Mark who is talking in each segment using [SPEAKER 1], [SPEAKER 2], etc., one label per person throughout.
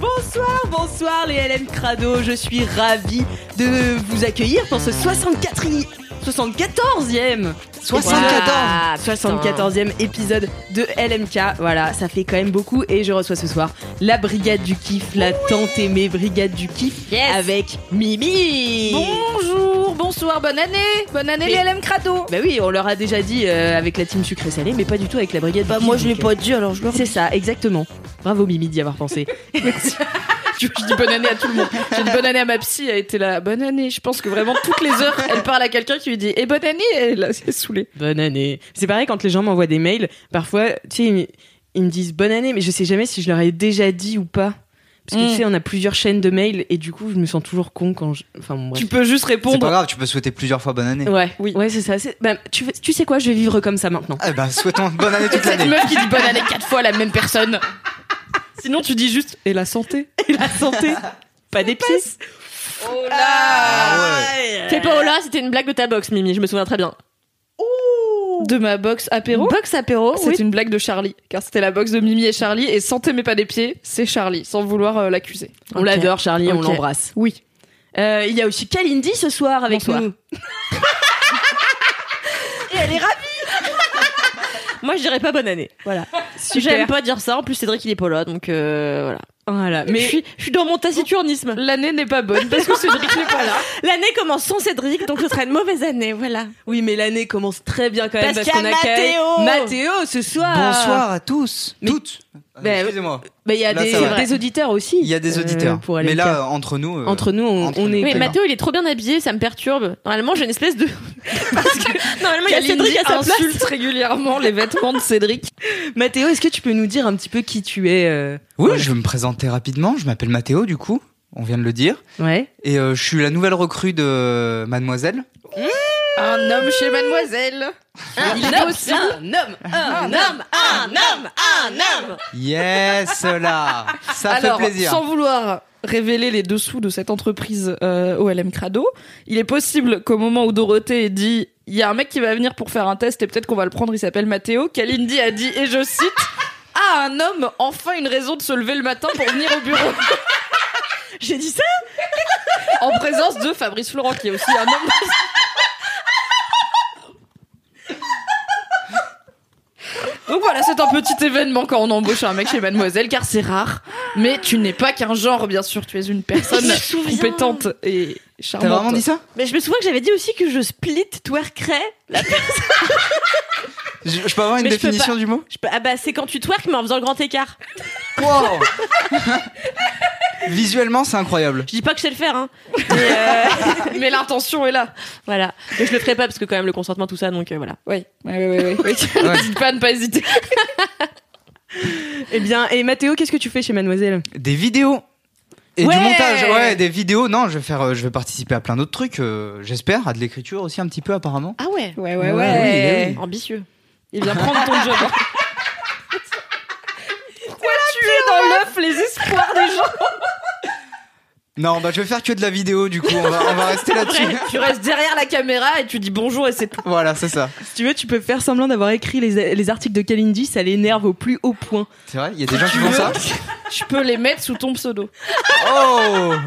[SPEAKER 1] Bonsoir, bonsoir les LM Crado, je suis ravie de vous accueillir pour ce 64e 74e 74 74e épisode de LMK. Voilà, ça fait quand même beaucoup et je reçois ce soir la brigade du kiff, la tant aimée brigade du kiff avec Mimi.
[SPEAKER 2] Bonjour, bonsoir, bonne année. Bonne année
[SPEAKER 1] Mais-
[SPEAKER 2] les LM Crado.
[SPEAKER 1] Bah oui, on leur a déjà dit euh, avec la team sucré salé mais pas du tout avec la brigade du kiff. donc, euh,
[SPEAKER 2] dit alors Bah, je le
[SPEAKER 1] C'est ça, exactement. Bravo Mimi d'y avoir pensé.
[SPEAKER 2] Je dis bonne année à tout le monde. J'ai dit bonne année à ma psy, elle était là. Bonne année. Je pense que vraiment toutes les heures, elle parle à quelqu'un qui lui dit Et bonne année. Et là, c'est saoulé.
[SPEAKER 1] Bonne année. C'est pareil quand les gens m'envoient des mails. Parfois, tu sais, ils, me- ils me disent bonne année, mais je sais jamais si je leur ai déjà dit ou pas. Parce que
[SPEAKER 2] Mm.
[SPEAKER 1] tu sais, on a plusieurs chaînes de mails et du coup, je me sens toujours con quand je. Enfin, bon, bah- bref.
[SPEAKER 2] Tu peux juste
[SPEAKER 3] C'est pas
[SPEAKER 2] répondre.
[SPEAKER 3] grave, tu peux souhaiter plusieurs fois bonne année.
[SPEAKER 1] Ouais,
[SPEAKER 2] Oui.
[SPEAKER 1] ouais, c'est ça. c'est- bah, tu, fais- tu sais quoi, je vais vivre comme ça maintenant.
[SPEAKER 3] Eh ben, souhaitons bonne année toute
[SPEAKER 2] Cette
[SPEAKER 3] l'année.
[SPEAKER 2] meuf qui dit bonne année quatre fois à la même personne. Sinon, tu dis juste Et la santé.
[SPEAKER 1] Et la santé, pas des pièces.
[SPEAKER 3] Ah ouais.
[SPEAKER 4] Fais pas là, c'était une blague de ta box, Mimi, je me souviens très bien.
[SPEAKER 2] De ma box apéro. Oh,
[SPEAKER 4] Box apéro,
[SPEAKER 2] C'est
[SPEAKER 4] Bah, oui.
[SPEAKER 2] une blague de Charlie, car c'était la box de Mimi et Charlie, et santé mais pas des pieds, c'est Charlie, sans vouloir euh, l'accuser.
[SPEAKER 1] On l'adore, Charlie, on
[SPEAKER 4] Ok.
[SPEAKER 1] l'embrasse.
[SPEAKER 2] Oui.
[SPEAKER 1] Euh, il y a aussi Kalindi ce soir avec
[SPEAKER 4] Bonsoir.
[SPEAKER 1] toi.
[SPEAKER 4] Et elle est ravie Moi, je dirais pas bonne année. Voilà. J'aime pas dire ça, en plus Cédric il est pas là, donc euh, voilà.
[SPEAKER 1] Voilà,
[SPEAKER 4] Mais je
[SPEAKER 1] mais
[SPEAKER 4] suis, je suis dans mon taciturnisme.
[SPEAKER 2] L'année n'est pas bonne, parce que Cédric n'est pas là.
[SPEAKER 4] L'année commence sans Cédric, donc ce sera une mauvaise année, voilà.
[SPEAKER 1] oui, mais l'année commence très bien quand même
[SPEAKER 4] Parce
[SPEAKER 1] parce,
[SPEAKER 4] qu'il y
[SPEAKER 1] qu'on
[SPEAKER 4] a
[SPEAKER 1] a Kay-
[SPEAKER 4] Mathéo.
[SPEAKER 1] Mathéo ce soir.
[SPEAKER 3] Bonsoir à tous,
[SPEAKER 1] Mais-
[SPEAKER 3] toutes. Ah,
[SPEAKER 1] Ben,
[SPEAKER 3] Excusez-moi.
[SPEAKER 1] Bah, il y a
[SPEAKER 3] Là,
[SPEAKER 1] des,
[SPEAKER 3] ça va.
[SPEAKER 1] des auditeurs aussi.
[SPEAKER 3] Il y a des
[SPEAKER 1] euh,
[SPEAKER 3] auditeurs.
[SPEAKER 1] pour aller
[SPEAKER 3] Mais
[SPEAKER 1] le
[SPEAKER 3] là,
[SPEAKER 1] faire.
[SPEAKER 3] euh, entre nous, euh,
[SPEAKER 1] entre nous, on,
[SPEAKER 3] entre
[SPEAKER 1] on
[SPEAKER 3] nous,
[SPEAKER 1] est.
[SPEAKER 4] Oui,
[SPEAKER 3] D'accord.
[SPEAKER 4] Mathéo il est trop bien habillé, ça me perturbe. Normalement, j'ai une espèce de. Parce que normalement, Ah il y a
[SPEAKER 2] Kalindi
[SPEAKER 4] Cédric à sa place.
[SPEAKER 2] insulte régulièrement les vêtements de Cédric.
[SPEAKER 1] Mathéo, est-ce que tu peux nous dire un petit peu qui tu es euh,
[SPEAKER 3] oui,
[SPEAKER 1] voilà.
[SPEAKER 3] je vais me présenter rapidement. Je m'appelle Mathéo, du coup. On vient de le dire.
[SPEAKER 1] Ouais.
[SPEAKER 3] Et euh, je suis la nouvelle recrue de Mademoiselle.
[SPEAKER 2] Un homme chez Mademoiselle.
[SPEAKER 4] Ah,
[SPEAKER 2] Il est aussi. Ah,
[SPEAKER 1] un homme, un homme.
[SPEAKER 4] Un homme, un homme
[SPEAKER 3] Yes, là Ça
[SPEAKER 2] Alors,
[SPEAKER 3] fait plaisir.
[SPEAKER 2] sans vouloir révéler les dessous de cette entreprise euh, OLM Crado, il est possible qu'au moment où Dorothée ait dit il y a un mec qui va venir pour faire un test et peut-être qu'on va le prendre, il s'appelle Mathéo, Kalindi a dit, et je cite, Ah, un homme, enfin une raison de se lever le matin pour venir au bureau.
[SPEAKER 4] J'ai dit ça
[SPEAKER 2] en présence de Fabrice Florent, qui est aussi un homme. Donc voilà, c'est un petit événement quand on embauche un mec chez Mademoiselle, car c'est rare. Mais tu n'es pas qu'un genre, bien sûr, tu es une
[SPEAKER 4] Je
[SPEAKER 2] personne
[SPEAKER 4] me souviens.
[SPEAKER 2] compétente et
[SPEAKER 3] T'as
[SPEAKER 2] charmante.
[SPEAKER 3] vraiment dit ça
[SPEAKER 4] Mais je me souviens que j'avais dit aussi que je split, twerkerais
[SPEAKER 3] je, je peux avoir une
[SPEAKER 4] Mais je peux
[SPEAKER 3] définition du mot
[SPEAKER 4] Je peux- Ah bah c'est quand tu twerk mais en faisant le grand écart.
[SPEAKER 3] Wow Visuellement, c'est incroyable.
[SPEAKER 4] Je dis pas que je sais le faire, hein.
[SPEAKER 2] Mais l'intention est là.
[SPEAKER 4] Voilà. Mais je le ferai pas parce que quand même le consentement tout ça donc euh, voilà.
[SPEAKER 2] Oui, oui, oui, oui. oui. Oui.
[SPEAKER 3] Ouais.
[SPEAKER 2] N'hésite pas à ne pas hésiter.
[SPEAKER 1] Eh bien, et Mathéo, qu'est-ce que tu fais chez Mademoiselle
[SPEAKER 3] Des vidéos et
[SPEAKER 2] Ouais
[SPEAKER 3] du montage, ouais, des vidéos. Non, je vais faire, euh, je vais participer à plein d'autres trucs, euh, j'espère, à de l'écriture aussi un petit peu apparemment.
[SPEAKER 4] Ah ouais.
[SPEAKER 2] Ouais, ouais, ouais.
[SPEAKER 3] ouais. oui.
[SPEAKER 4] Ambitieux.
[SPEAKER 2] Eh, Il vient prendre ton job. Pourquoi tu es dans l'œuf les espoirs des gens
[SPEAKER 3] Non, bah je vais faire que de la vidéo, du coup, on va, on va rester là-dessus.
[SPEAKER 2] Tu restes derrière la caméra et tu dis bonjour et c'est tout.
[SPEAKER 3] Voilà, c'est ça.
[SPEAKER 1] Si tu veux, tu peux faire semblant d'avoir écrit les, les articles de Kalindi, ça l'énerve au plus haut point.
[SPEAKER 3] C'est vrai, il y a des gens qui font ça.
[SPEAKER 2] Je peux les mettre sous ton pseudo.
[SPEAKER 3] Oh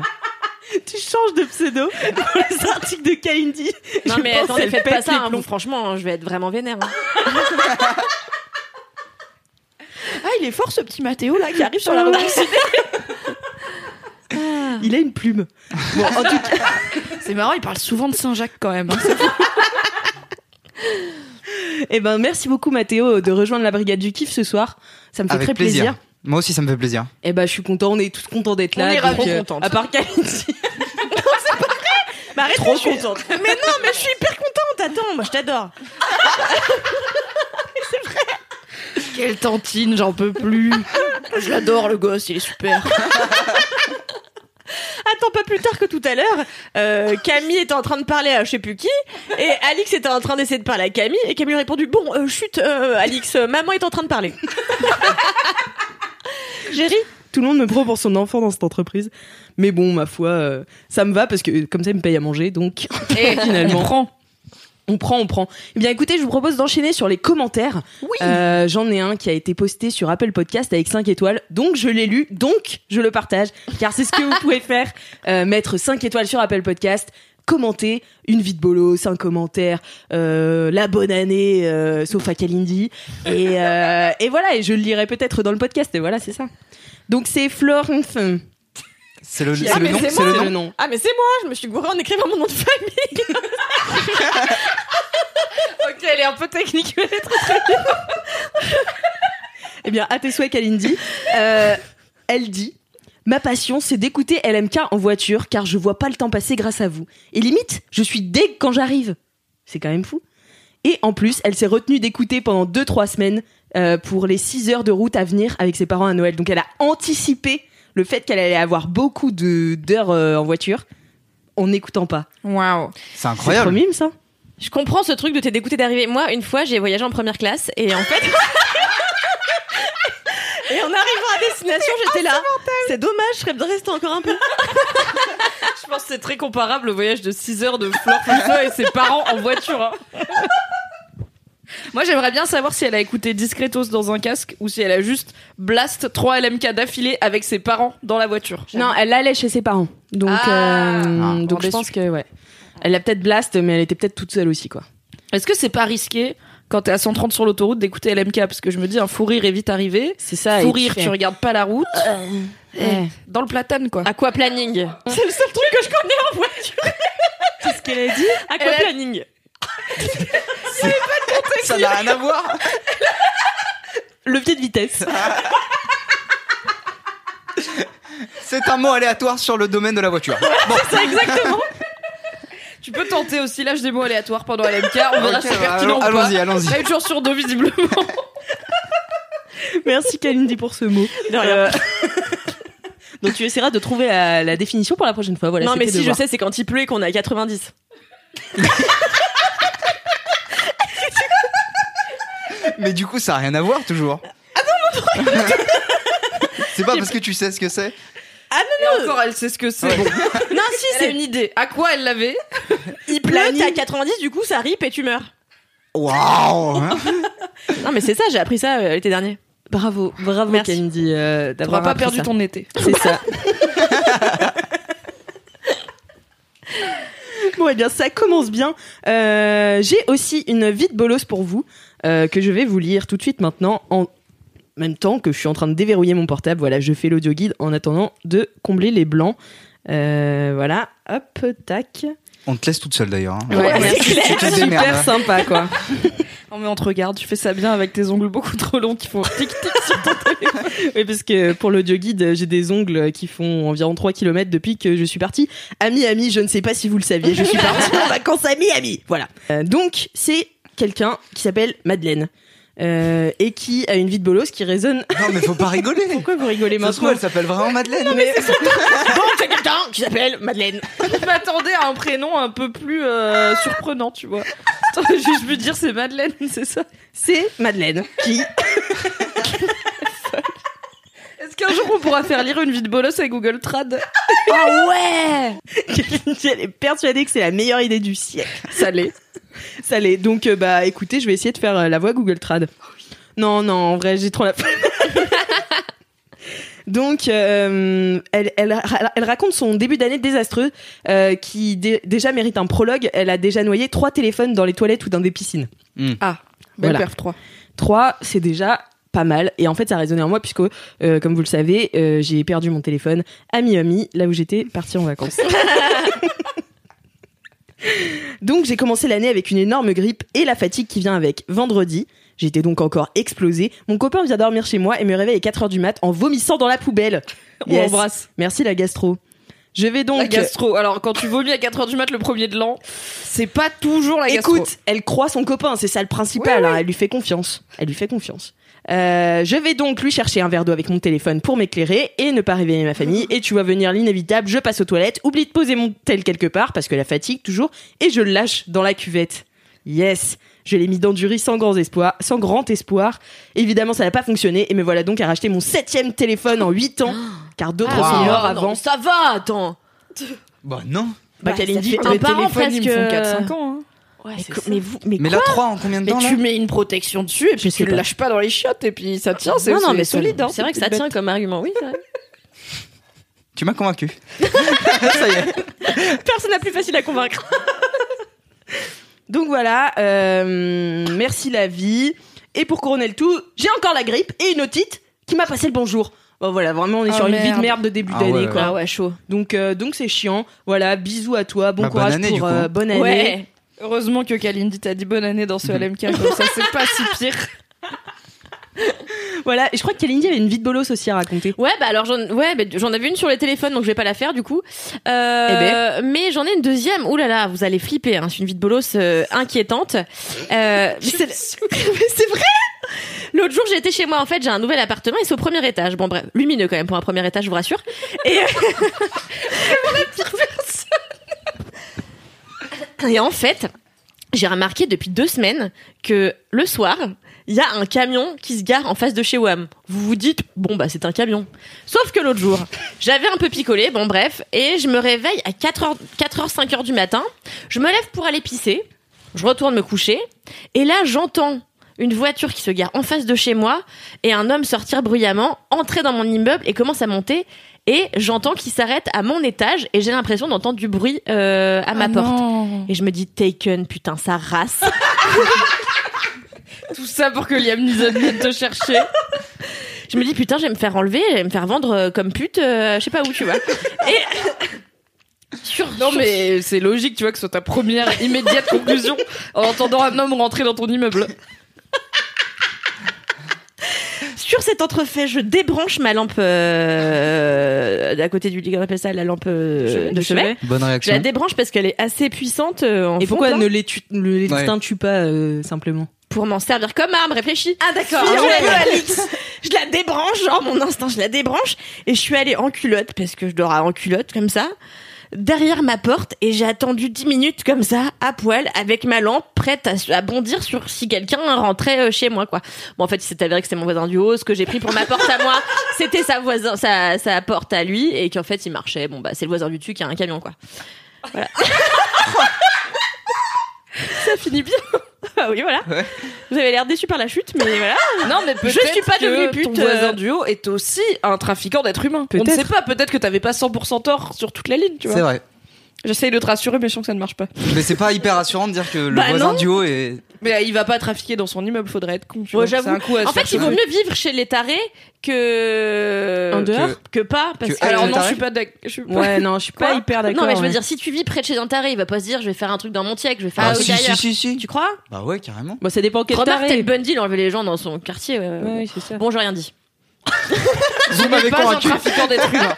[SPEAKER 1] tu changes de pseudo pour les articles de Kalindi.
[SPEAKER 4] Non
[SPEAKER 1] Je
[SPEAKER 4] mais
[SPEAKER 1] pense
[SPEAKER 4] attendez,
[SPEAKER 1] qu'elle
[SPEAKER 4] faites
[SPEAKER 1] pète
[SPEAKER 4] pas ça.
[SPEAKER 1] les
[SPEAKER 4] hein,
[SPEAKER 1] plombs.
[SPEAKER 4] vous, franchement, hein, je vais être vraiment vénère. hein.
[SPEAKER 2] Ah, il est fort ce petit Mathéo là qui arrive sur
[SPEAKER 3] Ah
[SPEAKER 2] la route.
[SPEAKER 1] Il a une plume. Bon, en tout cas,
[SPEAKER 2] C'est marrant, il parle souvent de Saint-Jacques quand même. hein.
[SPEAKER 1] eh ben, merci beaucoup Mathéo de rejoindre la brigade du kiff ce soir. Ça me fait
[SPEAKER 3] Avec
[SPEAKER 1] très
[SPEAKER 3] plaisir.
[SPEAKER 1] plaisir.
[SPEAKER 3] Moi aussi, ça me fait plaisir.
[SPEAKER 1] Eh ben, je suis content, on est toutes contents d'être là.
[SPEAKER 2] On est
[SPEAKER 1] donc,
[SPEAKER 2] trop
[SPEAKER 1] euh,
[SPEAKER 2] contentes.
[SPEAKER 1] À part Kalindi.
[SPEAKER 4] Mais arrête,
[SPEAKER 1] Trop
[SPEAKER 4] je suis-
[SPEAKER 2] Bah,
[SPEAKER 1] contente.
[SPEAKER 4] Mais non, mais je suis hyper contente.
[SPEAKER 2] tâtons, moi je t'adore.
[SPEAKER 5] Quelle tantine, j'en peux plus. Je l'adore le gosse, il est super.
[SPEAKER 2] Attends, pas plus tard que tout à l'heure, euh, Camille était en train de parler à je sais plus qui, et Alix était en train d'essayer de parler à Camille, et Camille a répondu Bon, euh, chut, euh, Alix, euh, maman est en train de parler. J'ai ri.
[SPEAKER 1] Tout le monde me prend pour son enfant dans cette entreprise. Mais bon, ma foi, euh, ça me va parce que euh, comme ça, ils me payent à manger. Donc,
[SPEAKER 5] Et finalement. On prend.
[SPEAKER 1] on prend, on prend. Eh bien, écoutez, je vous propose d'enchaîner sur les commentaires.
[SPEAKER 5] Oui.
[SPEAKER 1] Euh, J'en ai un qui a été posté sur Apple Podcast avec 5 étoiles. Donc, je l'ai lu. Donc, je le partage. Car c'est ce que vous pouvez faire. Euh, mettre 5 étoiles sur Apple Podcast. Commenter une vie de bolos, un commentaire, euh, la bonne année, euh, sauf à Kalindi. Et, euh, et voilà, et je le lirai peut-être dans le podcast. Et voilà, c'est ça. Donc, c'est Florence. Ah,
[SPEAKER 3] C'est le,
[SPEAKER 1] qui
[SPEAKER 3] c'est
[SPEAKER 1] a-
[SPEAKER 3] le nom, c'est le nom.
[SPEAKER 2] Ah, mais c'est moi, je me suis gourée en écrivant mon nom de famille.
[SPEAKER 5] Ok, elle est un peu technique.
[SPEAKER 1] Eh bien, à tes souhaits, Kalindi. Euh, elle dit Ma passion, c'est d'écouter LMK en voiture car je vois pas le temps passer grâce à vous. Et limite, je suis deg quand j'arrive. C'est quand même fou. Et en plus, elle s'est retenue d'écouter pendant 2-3 semaines euh, pour les 6 heures de route à venir avec ses parents à Noël. Donc elle a anticipé le fait qu'elle allait avoir beaucoup de- d'heures euh, en voiture en n'écoutant pas.
[SPEAKER 5] Waouh.
[SPEAKER 3] C'est
[SPEAKER 1] C'est trop
[SPEAKER 3] incroyable.
[SPEAKER 1] mime ça
[SPEAKER 2] Je comprends ce truc de t'es dégoûté d'arriver. Moi, une fois, j'ai voyagé en première classe et en fait. et en arrivant à destination, j'étais
[SPEAKER 5] Ah,
[SPEAKER 2] là. C'est dommage, je serais bien rester encore un peu.
[SPEAKER 5] Je pense que c'est très comparable au voyage de 6 heures de Flore Foucault et ses parents en voiture. hein. Moi, j'aimerais bien savoir si elle a écouté Discretos dans un casque ou si elle a juste blast 3 LMK d'affilée avec ses parents dans la voiture.
[SPEAKER 1] Non, elle allait chez ses parents. Donc, euh,
[SPEAKER 5] Ah.
[SPEAKER 3] Ah,
[SPEAKER 1] donc je
[SPEAKER 5] déçu.
[SPEAKER 1] pense que, ouais. Elle a peut-être blast, mais elle était peut-être toute seule aussi, quoi.
[SPEAKER 5] Est-ce que c'est pas risqué quand t'es à 130 sur l'autoroute d'écouter LMK Parce que je me dis, un fou rire est vite arrivé.
[SPEAKER 1] C'est ça.
[SPEAKER 5] fou
[SPEAKER 1] et tu
[SPEAKER 5] rire,
[SPEAKER 1] fais-
[SPEAKER 5] tu regardes pas la route.
[SPEAKER 1] Ouais.
[SPEAKER 5] Dans le platane, quoi.
[SPEAKER 2] Aquaplanning.
[SPEAKER 5] C'est le seul truc que je connais en voiture.
[SPEAKER 1] Qu'est-ce qu'elle a dit
[SPEAKER 2] Aquaplanning.
[SPEAKER 3] Ça n'a rien à voir.
[SPEAKER 1] Levier de vitesse.
[SPEAKER 3] C'est un mot aléatoire sur le domaine de la voiture. Bon,
[SPEAKER 5] Tu peux tenter aussi l'âge des mots aléatoires pendant LMK. On verra
[SPEAKER 3] ok,
[SPEAKER 5] si c'est pertinent ou pas.
[SPEAKER 3] allons-y, allons-y.
[SPEAKER 5] Elle est toujours sur deux, visiblement.
[SPEAKER 1] Merci Kalindi pour ce mot. Euh, Donc tu essaieras de trouver la, la définition pour la prochaine fois. Voilà,
[SPEAKER 2] non, mais si je
[SPEAKER 1] sais.
[SPEAKER 2] sais, c'est quand il pleut et qu'on est à 90.
[SPEAKER 3] Mais du coup, ça n'a rien à voir toujours. Ah non, non, C'est pas parce que tu sais ce que c'est.
[SPEAKER 1] Ah,
[SPEAKER 5] Et encore, elle sait ce que c'est. Bon,
[SPEAKER 2] non, si,
[SPEAKER 5] elle a
[SPEAKER 2] c'est
[SPEAKER 5] une idée. À quoi elle l'avait
[SPEAKER 2] il pleut, t'es à 90, du coup, ça ripe et tu meurs.
[SPEAKER 3] Waouh hein.
[SPEAKER 2] Non, mais c'est ça, j'ai appris ça euh, l'été dernier.
[SPEAKER 1] Bravo, bravo
[SPEAKER 2] Merci.
[SPEAKER 1] Kalindi euh,
[SPEAKER 5] T'auras
[SPEAKER 1] d'avoir
[SPEAKER 5] pas
[SPEAKER 1] appris
[SPEAKER 5] perdu
[SPEAKER 1] ça.
[SPEAKER 5] ton été.
[SPEAKER 1] C'est ça. Bon, eh bien, ça commence bien. Euh, J'ai aussi une vie de bolos pour vous euh, que je vais vous lire tout de suite maintenant en même temps que je suis en train de déverrouiller mon portable. Voilà, je fais l'audio guide en attendant de combler les blancs. Euh, voilà, hop, tac.
[SPEAKER 3] On te laisse toute seule d'ailleurs. hein.
[SPEAKER 5] Ouais,
[SPEAKER 3] Tu- tu te
[SPEAKER 1] Super
[SPEAKER 3] démerdes. hein.
[SPEAKER 1] sympa, quoi.
[SPEAKER 5] Non, mais on te regarde, tu fais ça bien avec tes ongles beaucoup trop longs qui font tic-tic sur ton
[SPEAKER 1] Oui, parce que pour l'audio guide, j'ai des ongles qui font environ 3 km depuis que je suis partie. Ami, ami, je ne sais pas si vous le saviez, je suis partie en vacances ami, ami. Voilà. Euh, donc, c'est quelqu'un qui s'appelle Madeleine. euh, et qui a une vie de bolos qui résonne.
[SPEAKER 3] Non, mais faut pas rigoler.
[SPEAKER 1] Pourquoi vous rigolez
[SPEAKER 3] Ça se trouve,
[SPEAKER 1] maintenant
[SPEAKER 3] elle s'appelle vraiment Madeleine.
[SPEAKER 2] C'est quelqu'un qui s'appelle Madeleine.
[SPEAKER 5] Je m'attendais à un prénom un peu plus euh, surprenant, tu vois. Attends, je je veux dire, c'est Madeleine, c'est ça
[SPEAKER 1] C'est Madeleine qui.
[SPEAKER 5] Est-ce qu'un jour on pourra faire lire une vie de bolos à Google Trad
[SPEAKER 1] Ah ouais Elle est persuadée que c'est la meilleure idée du siècle.
[SPEAKER 5] Ça l'est.
[SPEAKER 1] Ça l'est. Donc, euh, bah, écoutez, je vais essayer de faire euh, la voix Google Trad. Non, non, en vrai, j'ai trop la flemme. Donc, euh, elle, elle, ra- elle raconte son début d'année désastreux euh, qui dé- déjà mérite un prologue. Elle a déjà noyé trois téléphones dans les toilettes ou dans des piscines.
[SPEAKER 5] Ah, belle
[SPEAKER 1] Voilà.
[SPEAKER 5] perf 3.
[SPEAKER 1] Trois, c'est déjà pas mal. Et en fait, ça a résonné en moi puisque, euh, comme vous le savez, euh, j'ai perdu mon téléphone à Miami, là où j'étais partie en vacances. donc, j'ai commencé l'année avec une énorme grippe et la fatigue qui vient avec. Vendredi, j'étais donc encore explosée. Mon copain vient dormir chez moi et me réveille à 4h du mat en vomissant dans la poubelle.
[SPEAKER 5] On
[SPEAKER 1] Yes.
[SPEAKER 5] embrasse.
[SPEAKER 1] Merci la gastro.
[SPEAKER 5] Je vais donc.
[SPEAKER 2] La
[SPEAKER 5] gastro. Alors, quand tu vomis à 4h du mat le premier de l'an, c'est pas toujours
[SPEAKER 2] Ah,
[SPEAKER 5] la gastro.
[SPEAKER 1] Écoute, elle croit son copain, c'est ça le principal. hein, Elle lui fait confiance. Elle lui fait confiance. Euh, je vais donc lui chercher un verre d'eau avec mon téléphone pour m'éclairer et ne pas réveiller ma famille. Et tu vois venir l'inévitable, je passe aux toilettes, oublie de poser mon tel quelque part parce que la fatigue toujours, et je le lâche dans la cuvette. Yes, je l'ai mis dans du riz sans grand espoir. Sans grand espoir. Évidemment, ça n'a pas fonctionné et me voilà donc à racheter mon septième téléphone en 8 ans, car d'autres
[SPEAKER 3] Ah,
[SPEAKER 1] sont
[SPEAKER 3] wow.
[SPEAKER 1] morts
[SPEAKER 2] non,
[SPEAKER 1] avant.
[SPEAKER 2] Ça va, attends.
[SPEAKER 3] Bah non.
[SPEAKER 1] Bah,
[SPEAKER 2] Bah,
[SPEAKER 1] Kalindi,
[SPEAKER 2] ça fait
[SPEAKER 1] t'as
[SPEAKER 2] un
[SPEAKER 1] des
[SPEAKER 2] par an
[SPEAKER 5] Téléphone, ils me font
[SPEAKER 2] presque. euh,
[SPEAKER 1] euh,
[SPEAKER 5] 4-5 ans. hein.
[SPEAKER 2] Ouais,
[SPEAKER 1] Mais
[SPEAKER 2] c'est
[SPEAKER 1] co-
[SPEAKER 2] ça.
[SPEAKER 1] mais vous, mais
[SPEAKER 3] Mais la 3 en combien de
[SPEAKER 5] Mais
[SPEAKER 3] temps là
[SPEAKER 5] tu mets une protection dessus et puis
[SPEAKER 1] sais
[SPEAKER 5] tu le
[SPEAKER 1] pas.
[SPEAKER 5] lâches pas dans les chiottes et puis ça tient. C'est
[SPEAKER 2] non, non,
[SPEAKER 5] c'est
[SPEAKER 2] mais
[SPEAKER 5] solide. hein,
[SPEAKER 2] C'est vrai que
[SPEAKER 5] cette
[SPEAKER 2] ça
[SPEAKER 5] bête.
[SPEAKER 2] tient comme argument, oui. c'est vrai.
[SPEAKER 3] Tu m'as convaincu. ça y est.
[SPEAKER 2] Personne n'a plus facile à convaincre.
[SPEAKER 1] Donc voilà, euh, merci la vie. Et pour couronner le tout, j'ai encore la grippe et une otite qui m'a passé le bonjour. Bon voilà, vraiment on est
[SPEAKER 5] Ah,
[SPEAKER 1] sur une vie
[SPEAKER 5] merde.
[SPEAKER 1] de merde de début
[SPEAKER 3] Ah
[SPEAKER 1] d'année
[SPEAKER 3] ouais,
[SPEAKER 1] quoi.
[SPEAKER 3] Ah
[SPEAKER 2] ouais, chaud.
[SPEAKER 1] Donc euh, donc c'est chiant. Voilà, bisous à toi, bon
[SPEAKER 3] Bah, bonne
[SPEAKER 1] courage
[SPEAKER 3] année, du
[SPEAKER 1] pour
[SPEAKER 3] coup.
[SPEAKER 1] euh, bonne année.
[SPEAKER 2] Ouais.
[SPEAKER 5] Heureusement que Kalindi t'a dit bonne année dans ce LMK, comme ça c'est pas si pire.
[SPEAKER 1] Voilà, et je crois que Kalindi avait une vie de bolos aussi à raconter.
[SPEAKER 2] Ouais, bah alors j'en ouais, bah, j'en avais une sur les téléphones, donc je vais pas la faire du coup. Euh, Mais j'en ai une deuxième. Ouh là là, vous allez flipper. Hein. C'est une vie de bolos euh, inquiétante. Euh, mais c'est mais c'est vrai. L'autre jour, j'étais chez moi. En fait, j'ai un nouvel appartement et c'est au premier étage. Bon, bref, lumineux quand même pour un premier étage, je vous rassure. Et euh, Et en fait, j'ai remarqué depuis deux semaines que le soir, il y a un camion qui se gare en face de chez WAM. Vous vous dites, bon, bah, c'est un camion. Sauf que l'autre jour, j'avais un peu picolé, bon, bref, et je me réveille à 4h, 4h 5h du matin. Je me lève pour aller pisser. Je retourne me coucher. Et là, j'entends une voiture qui se gare en face de chez moi et un homme sortir bruyamment, entrer dans mon immeuble et commence à monter. Et j'entends qu'il s'arrête à mon étage et j'ai l'impression d'entendre du bruit euh, à ma porte. Et je me dis, Taken, putain, sa race.
[SPEAKER 5] Tout ça pour que Liam Neeson vienne te chercher.
[SPEAKER 2] je me dis, putain, je vais me faire enlever, je vais me faire vendre euh, comme pute, euh, je sais pas où, tu vois. Et. Sur,
[SPEAKER 5] Non
[SPEAKER 2] sur-
[SPEAKER 5] mais c'est logique, tu vois, que ce soit ta première immédiate conclusion en entendant un homme rentrer dans ton immeuble.
[SPEAKER 2] sur cet entrefait, je débranche ma lampe euh, à côté du lit, on appelle ça la lampe euh, de chevet.
[SPEAKER 3] Bonne
[SPEAKER 2] Je la
[SPEAKER 3] réaction.
[SPEAKER 2] débranche parce qu'elle est assez puissante euh, en
[SPEAKER 1] Et
[SPEAKER 2] fond,
[SPEAKER 1] pourquoi
[SPEAKER 2] quoi,
[SPEAKER 1] ne les tu le- les
[SPEAKER 3] Ouais.
[SPEAKER 1] t'intue pas euh, simplement
[SPEAKER 2] pour m'en servir comme arme, réfléchis.
[SPEAKER 1] Ah d'accord.
[SPEAKER 2] Fille, on peut, Alix. Je la débranche, genre mon instinct, je la débranche et je suis allée en culotte parce que je dors en culotte comme ça derrière ma porte et j'ai attendu 10 minutes comme ça à poil avec ma lampe prête à, à bondir sur si quelqu'un rentrait euh, chez moi quoi. Bon en fait, il s'est avéré que c'était mon voisin du haut, ce que j'ai pris pour ma porte à moi, c'était sa voisin sa, sa porte à lui et qu'en fait, il marchait. Bon bah c'est le voisin du dessus qui a un camion quoi. Voilà. ça finit bien. Ah oui, voilà.
[SPEAKER 3] Ouais.
[SPEAKER 2] Vous avez l'air déçu par la chute, mais voilà.
[SPEAKER 5] Non mais
[SPEAKER 2] Je
[SPEAKER 5] peut-être
[SPEAKER 2] suis pas
[SPEAKER 5] que
[SPEAKER 2] devenue pute,
[SPEAKER 5] ton voisin
[SPEAKER 2] euh.
[SPEAKER 5] du haut est aussi un trafiquant d'êtres humains. On ne
[SPEAKER 1] Peut-être.
[SPEAKER 5] sait pas, peut-être que t'avais pas 100% tort sur toute la ligne, tu
[SPEAKER 3] C'est
[SPEAKER 5] vois.
[SPEAKER 3] vrai.
[SPEAKER 5] J'essaye de te rassurer mais je sens que ça ne marche pas.
[SPEAKER 3] Mais c'est pas hyper rassurant de dire que le
[SPEAKER 2] Bah
[SPEAKER 3] voisin
[SPEAKER 2] non.
[SPEAKER 3] du haut est.
[SPEAKER 5] Mais euh, il va pas trafiquer dans son immeuble, faudrait être con, tu
[SPEAKER 2] Ouais,
[SPEAKER 5] vois.
[SPEAKER 2] j'avoue.
[SPEAKER 5] C'est un coup à se
[SPEAKER 2] En fait,
[SPEAKER 5] faire
[SPEAKER 2] il vaut
[SPEAKER 5] tirer.
[SPEAKER 2] mieux vivre chez les tarés que
[SPEAKER 5] Euh,
[SPEAKER 1] En dehors
[SPEAKER 2] que, que pas parce
[SPEAKER 3] Que-
[SPEAKER 2] que,
[SPEAKER 3] Ah,
[SPEAKER 5] Alors
[SPEAKER 3] t'es
[SPEAKER 5] non, je
[SPEAKER 3] taré
[SPEAKER 5] suis pas d'accord. je suis pas-
[SPEAKER 1] Ouais, non, je suis pas
[SPEAKER 2] Quoi
[SPEAKER 1] hyper d'accord.
[SPEAKER 2] non mais je veux
[SPEAKER 1] ouais.
[SPEAKER 2] dire si tu vis près de chez un taré, il va pas se dire je vais faire un truc dans mon tiec, je vais faire
[SPEAKER 3] Ah,
[SPEAKER 2] un truc
[SPEAKER 3] si, si,
[SPEAKER 2] d'ailleurs.
[SPEAKER 3] si,
[SPEAKER 5] hein.
[SPEAKER 3] si.
[SPEAKER 2] Tu crois
[SPEAKER 3] Bah ouais, carrément.
[SPEAKER 1] Bon, ça dépend quel
[SPEAKER 2] Remarque
[SPEAKER 1] taré.
[SPEAKER 2] Ted Bundy, il enlevait les gens dans son quartier. euh,
[SPEAKER 1] Ouais, oui, c'est ça.
[SPEAKER 2] Bon, j'ai rien dit.
[SPEAKER 3] Vous m'avez
[SPEAKER 5] Pas un
[SPEAKER 3] convaincu.
[SPEAKER 5] trafiquant d'êtres humains.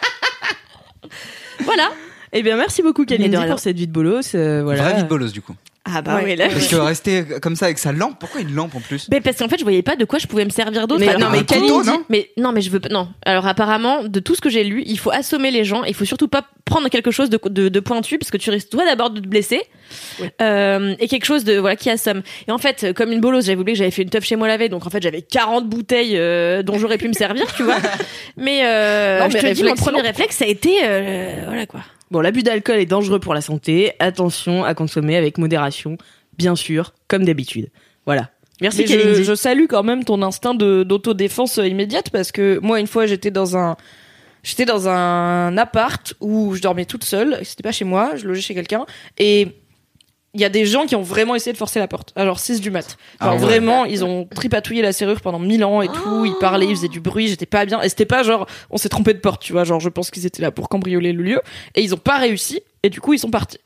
[SPEAKER 2] Voilà.
[SPEAKER 1] Eh bien, merci beaucoup Kalindi
[SPEAKER 2] de rien.
[SPEAKER 1] pour cette vie de bolos. euh, voilà.
[SPEAKER 3] Vraie vie de bolos du coup.
[SPEAKER 2] Ah bah
[SPEAKER 5] Ouais.
[SPEAKER 2] oui là.
[SPEAKER 3] Parce que rester comme ça avec sa lampe, pourquoi une lampe en plus
[SPEAKER 2] Mais parce qu'en fait, je voyais pas de quoi je pouvais me servir d'autre.
[SPEAKER 1] Mais
[SPEAKER 2] Alors-
[SPEAKER 1] non, mais
[SPEAKER 3] Un couteau,
[SPEAKER 1] Kalindi,
[SPEAKER 3] non
[SPEAKER 2] Mais non, mais je veux pas. Non. Alors apparemment, de tout ce que j'ai lu, il faut assommer les gens. Il faut surtout pas prendre quelque chose de, de, de pointu parce que tu risques toi d'abord de te blesser Euh, et quelque chose de voilà qui assomme. Et en fait, euh, comme une bolosse, j'avais oublié que j'avais fait une teuf chez moi la veille, donc en fait j'avais 40 bouteilles euh, dont j'aurais pu me servir, tu vois. Mais, euh,
[SPEAKER 5] Non, mais
[SPEAKER 2] je te dis, mon
[SPEAKER 5] réflexe,
[SPEAKER 2] premier
[SPEAKER 5] non.
[SPEAKER 2] réflexe, ça a été euh, voilà quoi.
[SPEAKER 1] Bon, l'abus d'alcool est dangereux pour la santé. Attention à consommer avec modération, bien sûr, comme d'habitude. Voilà. Merci
[SPEAKER 5] Mais je,
[SPEAKER 1] Kalindi.
[SPEAKER 5] je salue quand même ton instinct de- d'autodéfense euh, immédiate parce que moi une fois j'étais dans un j'étais dans un appart où je dormais toute seule, c'était pas chez moi, je logeais chez quelqu'un et il y a des gens qui ont vraiment essayé de forcer la porte. Alors 6 du mat. Enfin,
[SPEAKER 3] Ah ouais.
[SPEAKER 5] vraiment, ils ont tripatouillé la serrure pendant 1000 ans et
[SPEAKER 1] Ah.
[SPEAKER 5] tout, ils parlaient, ils faisaient du bruit, j'étais pas bien et c'était pas genre on s'est trompé de porte, tu vois, genre je pense qu'ils étaient là pour cambrioler le lieu et ils ont pas réussi et du coup ils sont partis.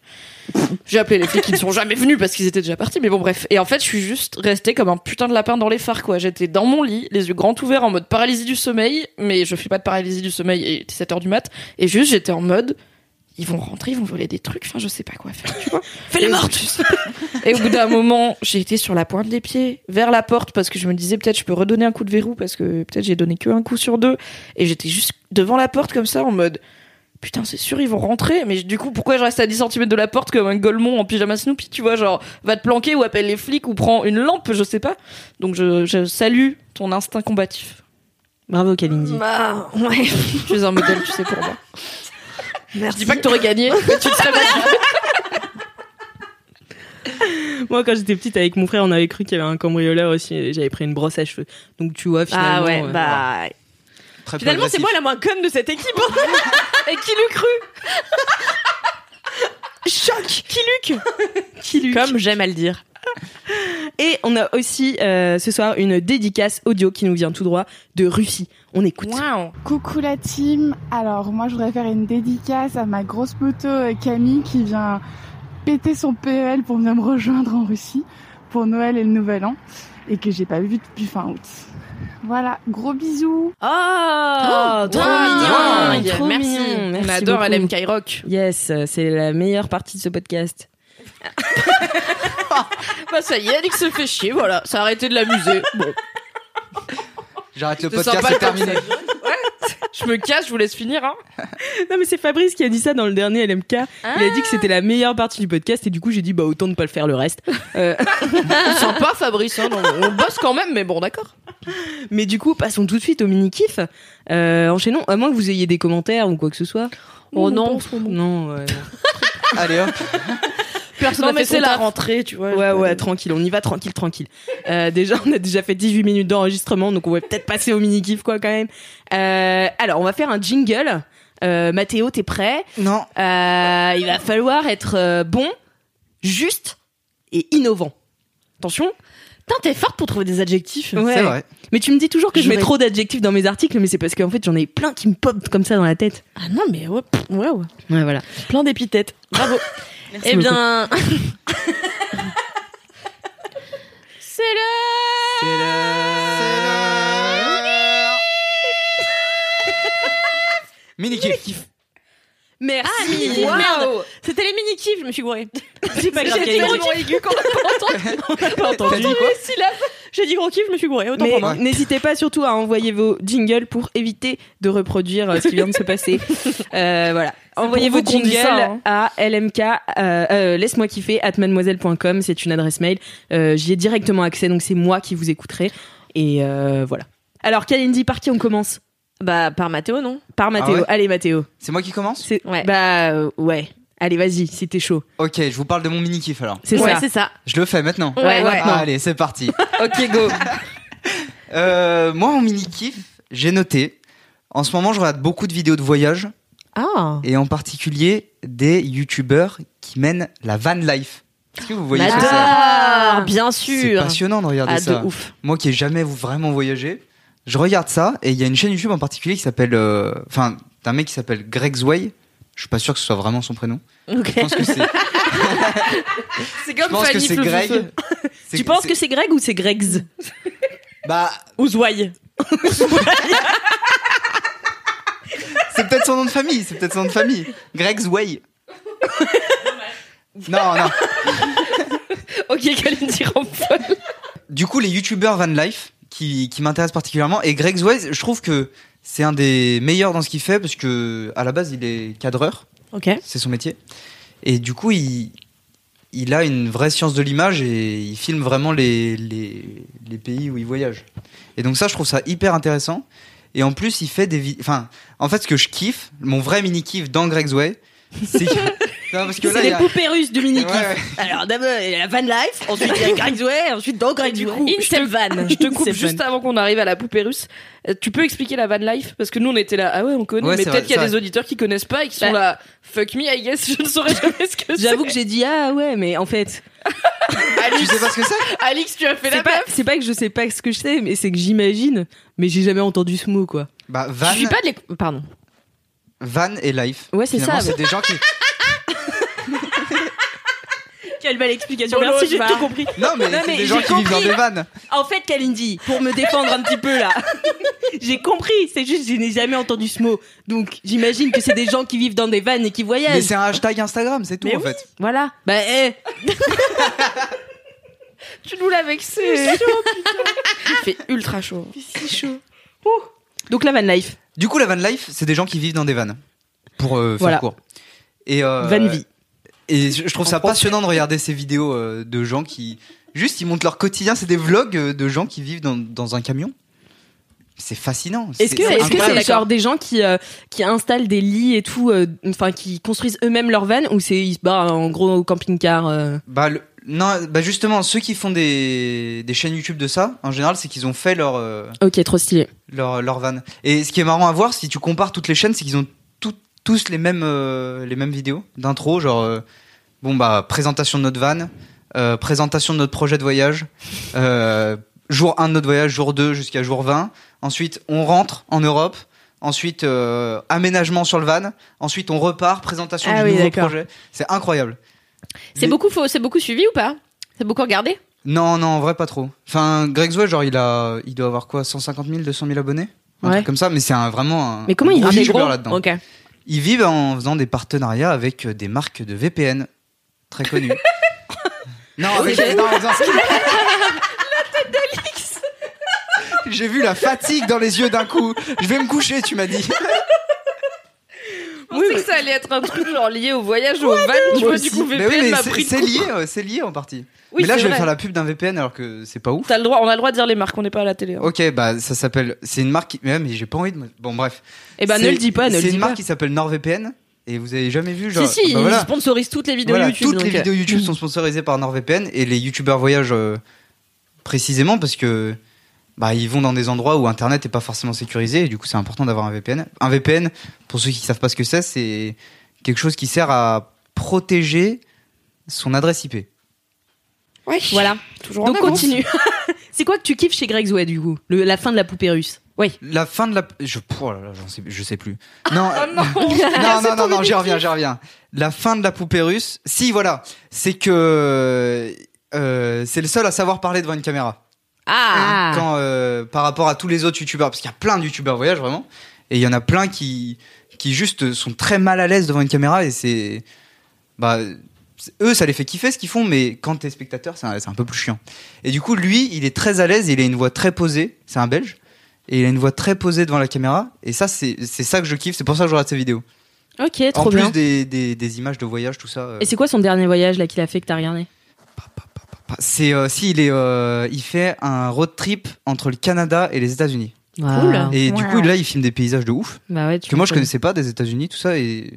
[SPEAKER 5] J'ai appelé les flics, ils ne sont jamais venus parce qu'ils étaient déjà partis, mais bon, bref. Et en fait, je suis juste restée comme un putain de lapin dans les phares, quoi. J'étais dans mon lit, les yeux grands ouverts, en mode paralysie du sommeil, mais je fais pas de paralysie du sommeil, et 7h du mat. Et juste, j'étais en mode, ils vont rentrer, ils vont voler des trucs, enfin je sais pas quoi faire, tu vois.
[SPEAKER 1] Fais les
[SPEAKER 5] Et-
[SPEAKER 1] mortes
[SPEAKER 5] Et au bout d'un moment, j'ai été sur la pointe des pieds, vers la porte, parce que je me disais peut-être je peux redonner un coup de verrou, parce que peut-être j'ai donné que un coup sur deux. Et j'étais juste devant la porte comme ça, en mode putain, c'est sûr, ils vont rentrer. Mais du coup, pourquoi je reste à 10 cm de la porte comme un golemon en pyjama Snoopy, tu vois, genre va te planquer ou appelle les flics ou prends une lampe, je sais pas. Donc je, je salue ton instinct combatif.
[SPEAKER 1] Bravo, Kalindi.
[SPEAKER 2] Bah, ouais.
[SPEAKER 5] Tu es un modèle, tu sais, pour moi.
[SPEAKER 2] Merci.
[SPEAKER 5] Je dis pas que t'aurais gagné, mais tu te serais battu.
[SPEAKER 1] Moi, quand j'étais petite, avec mon frère, on avait cru qu'il y avait un cambrioleur aussi. et J'avais pris une brosse à cheveux. Donc, tu vois,
[SPEAKER 2] Ah
[SPEAKER 1] finalement.
[SPEAKER 2] ouais,
[SPEAKER 1] euh,
[SPEAKER 2] bah.
[SPEAKER 3] Très peu
[SPEAKER 2] Finalement, c'est
[SPEAKER 3] agressif.
[SPEAKER 2] moi la moins conne de cette équipe. hein. Et qui l'eût cru Choc Qui l'eût
[SPEAKER 1] Qui lui
[SPEAKER 2] Comme j'aime à le dire.
[SPEAKER 1] Et on a aussi euh, ce soir une dédicace audio qui nous vient tout droit de Russie. On écoute.
[SPEAKER 5] Waouh.
[SPEAKER 6] Coucou la team. Alors moi je voudrais faire une dédicace à ma grosse moto euh, Camille qui vient péter son PEL pour venir me rejoindre en Russie pour Noël et le Nouvel An et que j'ai pas vu depuis fin août. Voilà, gros bisous.
[SPEAKER 2] Oh,
[SPEAKER 1] trop
[SPEAKER 2] waouh,
[SPEAKER 1] mignon, trop
[SPEAKER 2] Merci.
[SPEAKER 1] mignon.
[SPEAKER 5] On
[SPEAKER 1] Merci
[SPEAKER 5] adore
[SPEAKER 1] beaucoup.
[SPEAKER 5] LM Rock.
[SPEAKER 1] Yes, euh, c'est la meilleure partie de ce podcast.
[SPEAKER 2] Bah ça y est, Alex se fait chier, voilà. Ça a arrêté de l'amuser. Bon.
[SPEAKER 3] J'arrête le
[SPEAKER 5] C'est
[SPEAKER 3] podcast,
[SPEAKER 5] sympa
[SPEAKER 3] c'est
[SPEAKER 5] comme
[SPEAKER 3] terminé.
[SPEAKER 5] Je me casse, je vous laisse finir, hein.
[SPEAKER 1] Non mais c'est Fabrice qui a dit ça dans le dernier LMK. Il a dit que c'était la meilleure partie du podcast et du coup j'ai dit bah autant ne pas le faire le reste. Euh,
[SPEAKER 5] On sent pas Fabrice, hein, on, on bosse quand même, mais bon, d'accord.
[SPEAKER 1] mais du coup passons tout de suite au mini kiff. enchaînons à moins que vous ayez des commentaires ou quoi que ce soit.
[SPEAKER 2] Oh non.
[SPEAKER 1] Non. ouais, non.
[SPEAKER 3] Allez hop.
[SPEAKER 2] Personne
[SPEAKER 5] Non,
[SPEAKER 2] n'a
[SPEAKER 5] mais
[SPEAKER 2] fait
[SPEAKER 5] c'est
[SPEAKER 2] son
[SPEAKER 5] la
[SPEAKER 2] taf.
[SPEAKER 5] rentrée, tu vois.
[SPEAKER 1] Ouais ouais tranquille on y va tranquille tranquille. Euh, déjà on a déjà fait 18 minutes d'enregistrement donc on va peut-être passer au mini kiff quoi quand même. Euh, alors on va faire un jingle. Euh, Mathéo t'es prêt
[SPEAKER 3] Non.
[SPEAKER 1] Euh, Il va falloir être euh, bon, juste et innovant. Attention.
[SPEAKER 2] Putain, t'es forte pour trouver des adjectifs.
[SPEAKER 3] C'est vrai.
[SPEAKER 1] Mais tu me dis toujours que je,
[SPEAKER 2] Je
[SPEAKER 1] mets
[SPEAKER 2] vais-
[SPEAKER 1] trop d'adjectifs dans mes articles mais c'est parce qu'en fait j'en ai plein qui me popent comme ça dans la tête.
[SPEAKER 2] Ah non, mais ouais, pff, waouh.
[SPEAKER 1] Ouais voilà.
[SPEAKER 2] Plein d'épithètes. Bravo. eh
[SPEAKER 1] beaucoup.
[SPEAKER 2] bien. C'est le.
[SPEAKER 3] Mini kiff.
[SPEAKER 1] Merci.
[SPEAKER 2] mini Merde. C'était les mini kifs, je me suis gourée.
[SPEAKER 1] C'est pas grave.
[SPEAKER 2] J'ai dit
[SPEAKER 1] Kalindi.
[SPEAKER 2] gros kiff.
[SPEAKER 1] Pas entendu.
[SPEAKER 3] T'as dit quoi
[SPEAKER 2] J'ai dit gros kiff, je me suis gourée. Autant
[SPEAKER 1] Mais
[SPEAKER 2] pour moi.
[SPEAKER 1] n'hésitez pas surtout à envoyer vos jingles pour éviter de reproduire euh, ce qui vient de se passer. Euh, voilà. Envoyez vos
[SPEAKER 5] pour vous qu'on dit
[SPEAKER 1] jingles
[SPEAKER 5] ça, hein.
[SPEAKER 1] à lmk euh, euh, laisse-moi kiffer at mademoiselle.com, c'est une adresse mail. Euh, J'y ai directement accès, donc c'est moi qui vous écouterai. Et euh, voilà. Alors, Kalindi, par qui on commence
[SPEAKER 2] Bah, par Mathéo, non
[SPEAKER 1] Par Mathéo.
[SPEAKER 3] ouais
[SPEAKER 1] Allez, Mathéo.
[SPEAKER 3] C'est moi qui commence
[SPEAKER 1] C'est-
[SPEAKER 2] Ouais.
[SPEAKER 1] Bah, euh, ouais. Allez, vas-y, si t'es chaud.
[SPEAKER 3] Ok, je vous parle de mon mini kiff alors.
[SPEAKER 1] C'est
[SPEAKER 2] ouais,
[SPEAKER 1] ça.
[SPEAKER 2] c'est ça.
[SPEAKER 3] Je le fais maintenant.
[SPEAKER 2] Ouais, ouais.
[SPEAKER 3] Ah, Allez, c'est parti.
[SPEAKER 5] Ok, go.
[SPEAKER 3] Euh, moi, en mini kiff, j'ai noté. En ce moment, je regarde beaucoup de vidéos de voyage
[SPEAKER 2] Ah.
[SPEAKER 3] et en particulier des youtubeurs qui mènent la van life. Est-ce que vous voyez
[SPEAKER 1] Ah,
[SPEAKER 3] ce que c'est
[SPEAKER 2] J'adore, Ah, bien
[SPEAKER 3] C'est
[SPEAKER 2] sûr.
[SPEAKER 3] passionnant de regarder
[SPEAKER 2] Ah, de
[SPEAKER 3] ça.
[SPEAKER 2] ouf.
[SPEAKER 3] Moi qui ai jamais vraiment voyagé, je regarde ça et il y a une chaîne YouTube en particulier qui s'appelle. euh, Enfin, d'un mec qui s'appelle Greg Zway. Je suis pas sûr que ce soit vraiment son prénom.
[SPEAKER 2] Ok.
[SPEAKER 3] Je pense que c'est
[SPEAKER 5] C'est
[SPEAKER 3] je
[SPEAKER 5] comme
[SPEAKER 3] pense que
[SPEAKER 5] Fanny
[SPEAKER 3] c'est
[SPEAKER 5] Fleu- Fleu-
[SPEAKER 3] Greg. C'est-
[SPEAKER 2] Tu penses
[SPEAKER 3] c'est-
[SPEAKER 2] que c'est Greg ou c'est Greg's
[SPEAKER 3] Bah,
[SPEAKER 2] Ou Zouaille
[SPEAKER 3] C'est peut-être son nom de famille, c'est peut-être son nom de famille. Greg's Way. non, non.
[SPEAKER 5] Ok, Kalindi Rampol.
[SPEAKER 3] Du coup, les youtubeurs Van Life qui, qui m'intéressent particulièrement et Greg's Way, je trouve que c'est un des meilleurs dans ce qu'il fait parce que à la base, il est cadreur,
[SPEAKER 2] Ok.
[SPEAKER 3] c'est son métier. Et du coup, il, il a une vraie science de l'image et il filme vraiment les, les, les pays où il voyage. Et donc ça, je trouve ça hyper intéressant. Et en plus, il fait des... vi- Enfin, en fait, ce que je kiffe, mon vrai mini-kiff dans Greg's Way, c'est... que- Non, parce que
[SPEAKER 2] C'est
[SPEAKER 3] là, il y
[SPEAKER 2] les
[SPEAKER 3] a-
[SPEAKER 2] poupées russes du mini
[SPEAKER 3] Ouais, ouais.
[SPEAKER 2] Alors d'abord, il y a la van life, ensuite il y a Greg's Way, ensuite dans Greg's Way. In step van.
[SPEAKER 5] Je te coupe juste avant qu'on arrive à la poupée russe. Euh, Tu peux expliquer la van life Parce que nous, on était là. Ah ouais, on connaît.
[SPEAKER 3] Ouais,
[SPEAKER 5] mais
[SPEAKER 3] c'est vrai,
[SPEAKER 5] peut-être qu'il y a
[SPEAKER 3] c'est
[SPEAKER 5] des
[SPEAKER 3] vrai.
[SPEAKER 5] auditeurs qui connaissent pas et qui sont
[SPEAKER 1] Bah.
[SPEAKER 5] là. Fuck me, I guess. Je ne saurais jamais ce que c'est.
[SPEAKER 1] J'avoue que j'ai dit, ah ouais, mais en fait,
[SPEAKER 3] Tu sais pas ce que c'est
[SPEAKER 5] Alix, tu as fait la
[SPEAKER 1] c'est pas,
[SPEAKER 5] meuf.
[SPEAKER 1] c'est pas que je sais pas ce que je sais, mais c'est que j'imagine, mais j'ai jamais entendu ce mot, quoi.
[SPEAKER 3] Bah, van,
[SPEAKER 2] Je suis pas de l'éc- Pardon.
[SPEAKER 3] van et life.
[SPEAKER 1] Ouais, c'est
[SPEAKER 3] Finalement,
[SPEAKER 1] ça,
[SPEAKER 3] C'est des gens qui.
[SPEAKER 1] Quelle belle explication.
[SPEAKER 2] Bon,
[SPEAKER 1] Merci,
[SPEAKER 2] l'autre
[SPEAKER 1] j'ai
[SPEAKER 2] va.
[SPEAKER 1] tout compris.
[SPEAKER 3] Non, mais,
[SPEAKER 1] Non,
[SPEAKER 3] c'est
[SPEAKER 1] mais
[SPEAKER 3] des gens
[SPEAKER 1] j'ai
[SPEAKER 3] qui vivent dans
[SPEAKER 1] compris.
[SPEAKER 3] des vannes.
[SPEAKER 1] En fait, Kalindi, pour me défendre un petit peu là, j'ai compris. C'est juste, je n'ai jamais entendu ce mot. Donc, j'imagine que c'est des gens qui vivent dans des vannes et qui
[SPEAKER 3] Mais
[SPEAKER 1] voyagent.
[SPEAKER 3] c'est un hashtag Instagram, c'est tout
[SPEAKER 1] Mais
[SPEAKER 3] en
[SPEAKER 1] oui.
[SPEAKER 3] fait.
[SPEAKER 1] Voilà. Bah, eh,
[SPEAKER 5] Tu nous l'as vexé. Il fait ultra chaud.
[SPEAKER 1] Donc, la van life.
[SPEAKER 3] Du coup, la van life, c'est des gens qui vivent dans des vannes. Pour euh, faire
[SPEAKER 1] Voilà.
[SPEAKER 3] court. Et, euh,
[SPEAKER 1] Van vie.
[SPEAKER 3] Et je je trouve ça passionnant de regarder ces vidéos euh, de gens qui. Juste, ils montrent leur quotidien. C'est des vlogs euh, de gens qui vivent dans, dans un camion. C'est fascinant.
[SPEAKER 1] Est-ce que
[SPEAKER 3] c'est
[SPEAKER 1] est-ce que c'est
[SPEAKER 3] incroyable.
[SPEAKER 1] genre des gens qui euh, qui installent des lits et tout, euh, enfin qui construisent eux-mêmes leur van ou c'est ils se barrent en gros au camping-car euh,
[SPEAKER 3] Bah, le- Non, bah justement, ceux qui font des, des chaînes YouTube de ça, en général, c'est qu'ils ont fait leur, euh,
[SPEAKER 1] Ok, trop stylé.
[SPEAKER 3] leur, leur van. Et ce qui est marrant à voir, si tu compares toutes les chaînes, c'est qu'ils ont tout- tous les mêmes, euh, les mêmes vidéos d'intro, genre, euh, bon, bah, présentation de notre van, euh, présentation de notre projet de voyage, euh, jour 1 de notre voyage, jour 2 jusqu'à jour 20. Ensuite, on rentre en Europe. Ensuite, euh, aménagement sur le van. Ensuite, on repart, présentation
[SPEAKER 1] Ah
[SPEAKER 3] du
[SPEAKER 1] oui,
[SPEAKER 3] nouveau
[SPEAKER 1] d'accord.
[SPEAKER 3] projet. C'est incroyable.
[SPEAKER 2] C'est beaucoup, faux- c'est beaucoup suivi ou pas C'est beaucoup regardé
[SPEAKER 3] Non, non, en vrai, pas trop. Enfin, Greg Zoé, genre, il, a, il doit avoir quoi 150 000, 200 000 abonnés Un
[SPEAKER 1] Ouais.
[SPEAKER 3] truc comme ça, mais c'est un, vraiment un.
[SPEAKER 1] Mais comment
[SPEAKER 3] un
[SPEAKER 1] ils
[SPEAKER 3] gros
[SPEAKER 1] vivent
[SPEAKER 3] youtubeur
[SPEAKER 1] gros
[SPEAKER 3] là-dedans.
[SPEAKER 1] Ok.
[SPEAKER 3] Ils vivent en faisant des partenariats avec euh, des marques de VPN très connues. non, mais j'ai- non, en faisant ce qu'il- J'ai vu la fatigue dans les yeux d'un coup. Je vais me coucher, tu m'as dit.
[SPEAKER 5] Je pensais que ça allait être un truc genre lié au voyage ou au van. Tu vois, du coup,
[SPEAKER 2] Bah,
[SPEAKER 3] Mais oui,
[SPEAKER 5] VPN
[SPEAKER 3] mais
[SPEAKER 5] m'a
[SPEAKER 3] c'est-
[SPEAKER 5] pris de
[SPEAKER 3] c'est
[SPEAKER 5] court.
[SPEAKER 3] lié, euh, c'est lié en partie.
[SPEAKER 5] Oui,
[SPEAKER 3] mais là,
[SPEAKER 5] c'est
[SPEAKER 3] je vais
[SPEAKER 5] vrai.
[SPEAKER 3] faire la pub d'un VPN alors que c'est pas ouf.
[SPEAKER 5] T'as le droit, on a le droit de dire les marques, on n'est pas à la télé. hein.
[SPEAKER 3] Ok, bah ça s'appelle. C'est une marque. qui- Mais, mais j'ai pas envie de. me- Bon, bref.
[SPEAKER 1] Eh ben ne
[SPEAKER 3] C'est-
[SPEAKER 1] le dis pas, ne le
[SPEAKER 3] C'est
[SPEAKER 1] dis
[SPEAKER 3] une
[SPEAKER 1] pas.
[SPEAKER 3] marque qui s'appelle NordVPN. Et vous avez jamais vu genre.
[SPEAKER 2] Si, si,
[SPEAKER 3] bah
[SPEAKER 2] ils
[SPEAKER 3] voilà.
[SPEAKER 2] sponsorisent toutes les vidéos
[SPEAKER 3] Voilà,
[SPEAKER 2] YouTube.
[SPEAKER 3] toutes
[SPEAKER 2] donc,
[SPEAKER 3] les
[SPEAKER 2] euh,
[SPEAKER 3] vidéos
[SPEAKER 1] Mm.
[SPEAKER 3] YouTube sont sponsorisées par NordVPN et les youtubeurs voyagent euh, précisément parce que bah, ils vont dans des endroits où internet n'est pas forcément sécurisé et du coup c'est important d'avoir un VPN. Un VPN, pour ceux qui ne savent pas ce que c'est, c'est quelque chose qui sert à protéger son adresse IP.
[SPEAKER 1] Voilà.
[SPEAKER 5] Toujours
[SPEAKER 1] Donc
[SPEAKER 5] en avance.
[SPEAKER 1] continue. c'est quoi que tu kiffes chez Greg Zoé du coup Le- La fin de la poupée russe.
[SPEAKER 3] La fin de la. Je, oh là là, j'en sais, je sais plus. Non,
[SPEAKER 5] Oh non.
[SPEAKER 3] non, non, non, non, j'y reviens, j'y reviens. La fin de la poupée russe, si, voilà, c'est que euh, c'est le seul à savoir parler devant une caméra.
[SPEAKER 2] Ah,
[SPEAKER 3] Quand, euh, par rapport à tous les autres youtubeurs, parce qu'il y a plein de youtubeurs voyage vraiment, et il y en a plein qui, qui juste sont très mal à l'aise devant une caméra, et c'est. Bah, c'est- eux, ça les fait kiffer ce qu'ils font, mais quand t'es spectateur, c'est un, c'est un peu plus chiant. Et du coup, lui, il est très à l'aise, il a une voix très posée, c'est un belge, et il a une voix très posée devant la caméra, et ça, c'est c'est ça que je kiffe, c'est pour ça que je regarde ses vidéos.
[SPEAKER 1] Ok,
[SPEAKER 3] En
[SPEAKER 1] trop
[SPEAKER 3] plus
[SPEAKER 1] bien.
[SPEAKER 3] des, des, des images de voyage, tout ça. euh,
[SPEAKER 1] Et c'est quoi son dernier voyage là qu'il a fait que t'as regardé
[SPEAKER 3] c'est euh, si il est, euh, il fait un road trip entre le Canada et les États-Unis.
[SPEAKER 1] Cool.
[SPEAKER 3] Et du coup là, il filme des paysages de ouf
[SPEAKER 1] Bah ouais. tu
[SPEAKER 3] que moi je
[SPEAKER 1] m'étonnes.
[SPEAKER 3] connaissais pas des États-Unis, tout ça. Et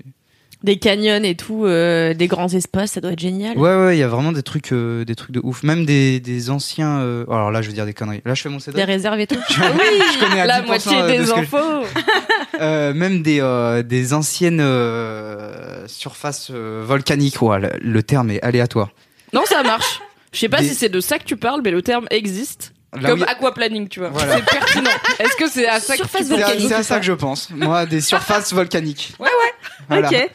[SPEAKER 2] des canyons et tout, euh, des grands espaces, ça doit être génial.
[SPEAKER 3] ouais, ouais, il y a vraiment des trucs, euh, des trucs de ouf. Même des, des anciens. euh, Alors là, je vais dire des conneries. Là, je fais mon
[SPEAKER 2] Des
[SPEAKER 3] cédric.
[SPEAKER 2] réserves et tout.
[SPEAKER 3] je connais à
[SPEAKER 5] La
[SPEAKER 3] 10%
[SPEAKER 5] moitié
[SPEAKER 3] de
[SPEAKER 5] des
[SPEAKER 3] ce que je-
[SPEAKER 5] infos.
[SPEAKER 3] Euh, même des, euh, des anciennes euh, surfaces euh, volcaniques. Ouais, le, le terme est aléatoire.
[SPEAKER 5] Non, ça marche. Je sais pas
[SPEAKER 3] Des-
[SPEAKER 5] si c'est de ça que tu parles, mais le terme existe.
[SPEAKER 3] Là
[SPEAKER 5] comme
[SPEAKER 3] où il-
[SPEAKER 5] aquaplaning, tu vois.
[SPEAKER 3] Voilà.
[SPEAKER 5] C'est pertinent. Est-ce que c'est à ça que
[SPEAKER 2] Surface
[SPEAKER 5] tu
[SPEAKER 3] C'est à-
[SPEAKER 2] volcanique.
[SPEAKER 3] c'est à ça que je pense. Moi, des surfaces volcaniques.
[SPEAKER 5] Ouais, ouais.
[SPEAKER 3] Voilà.
[SPEAKER 1] Ok.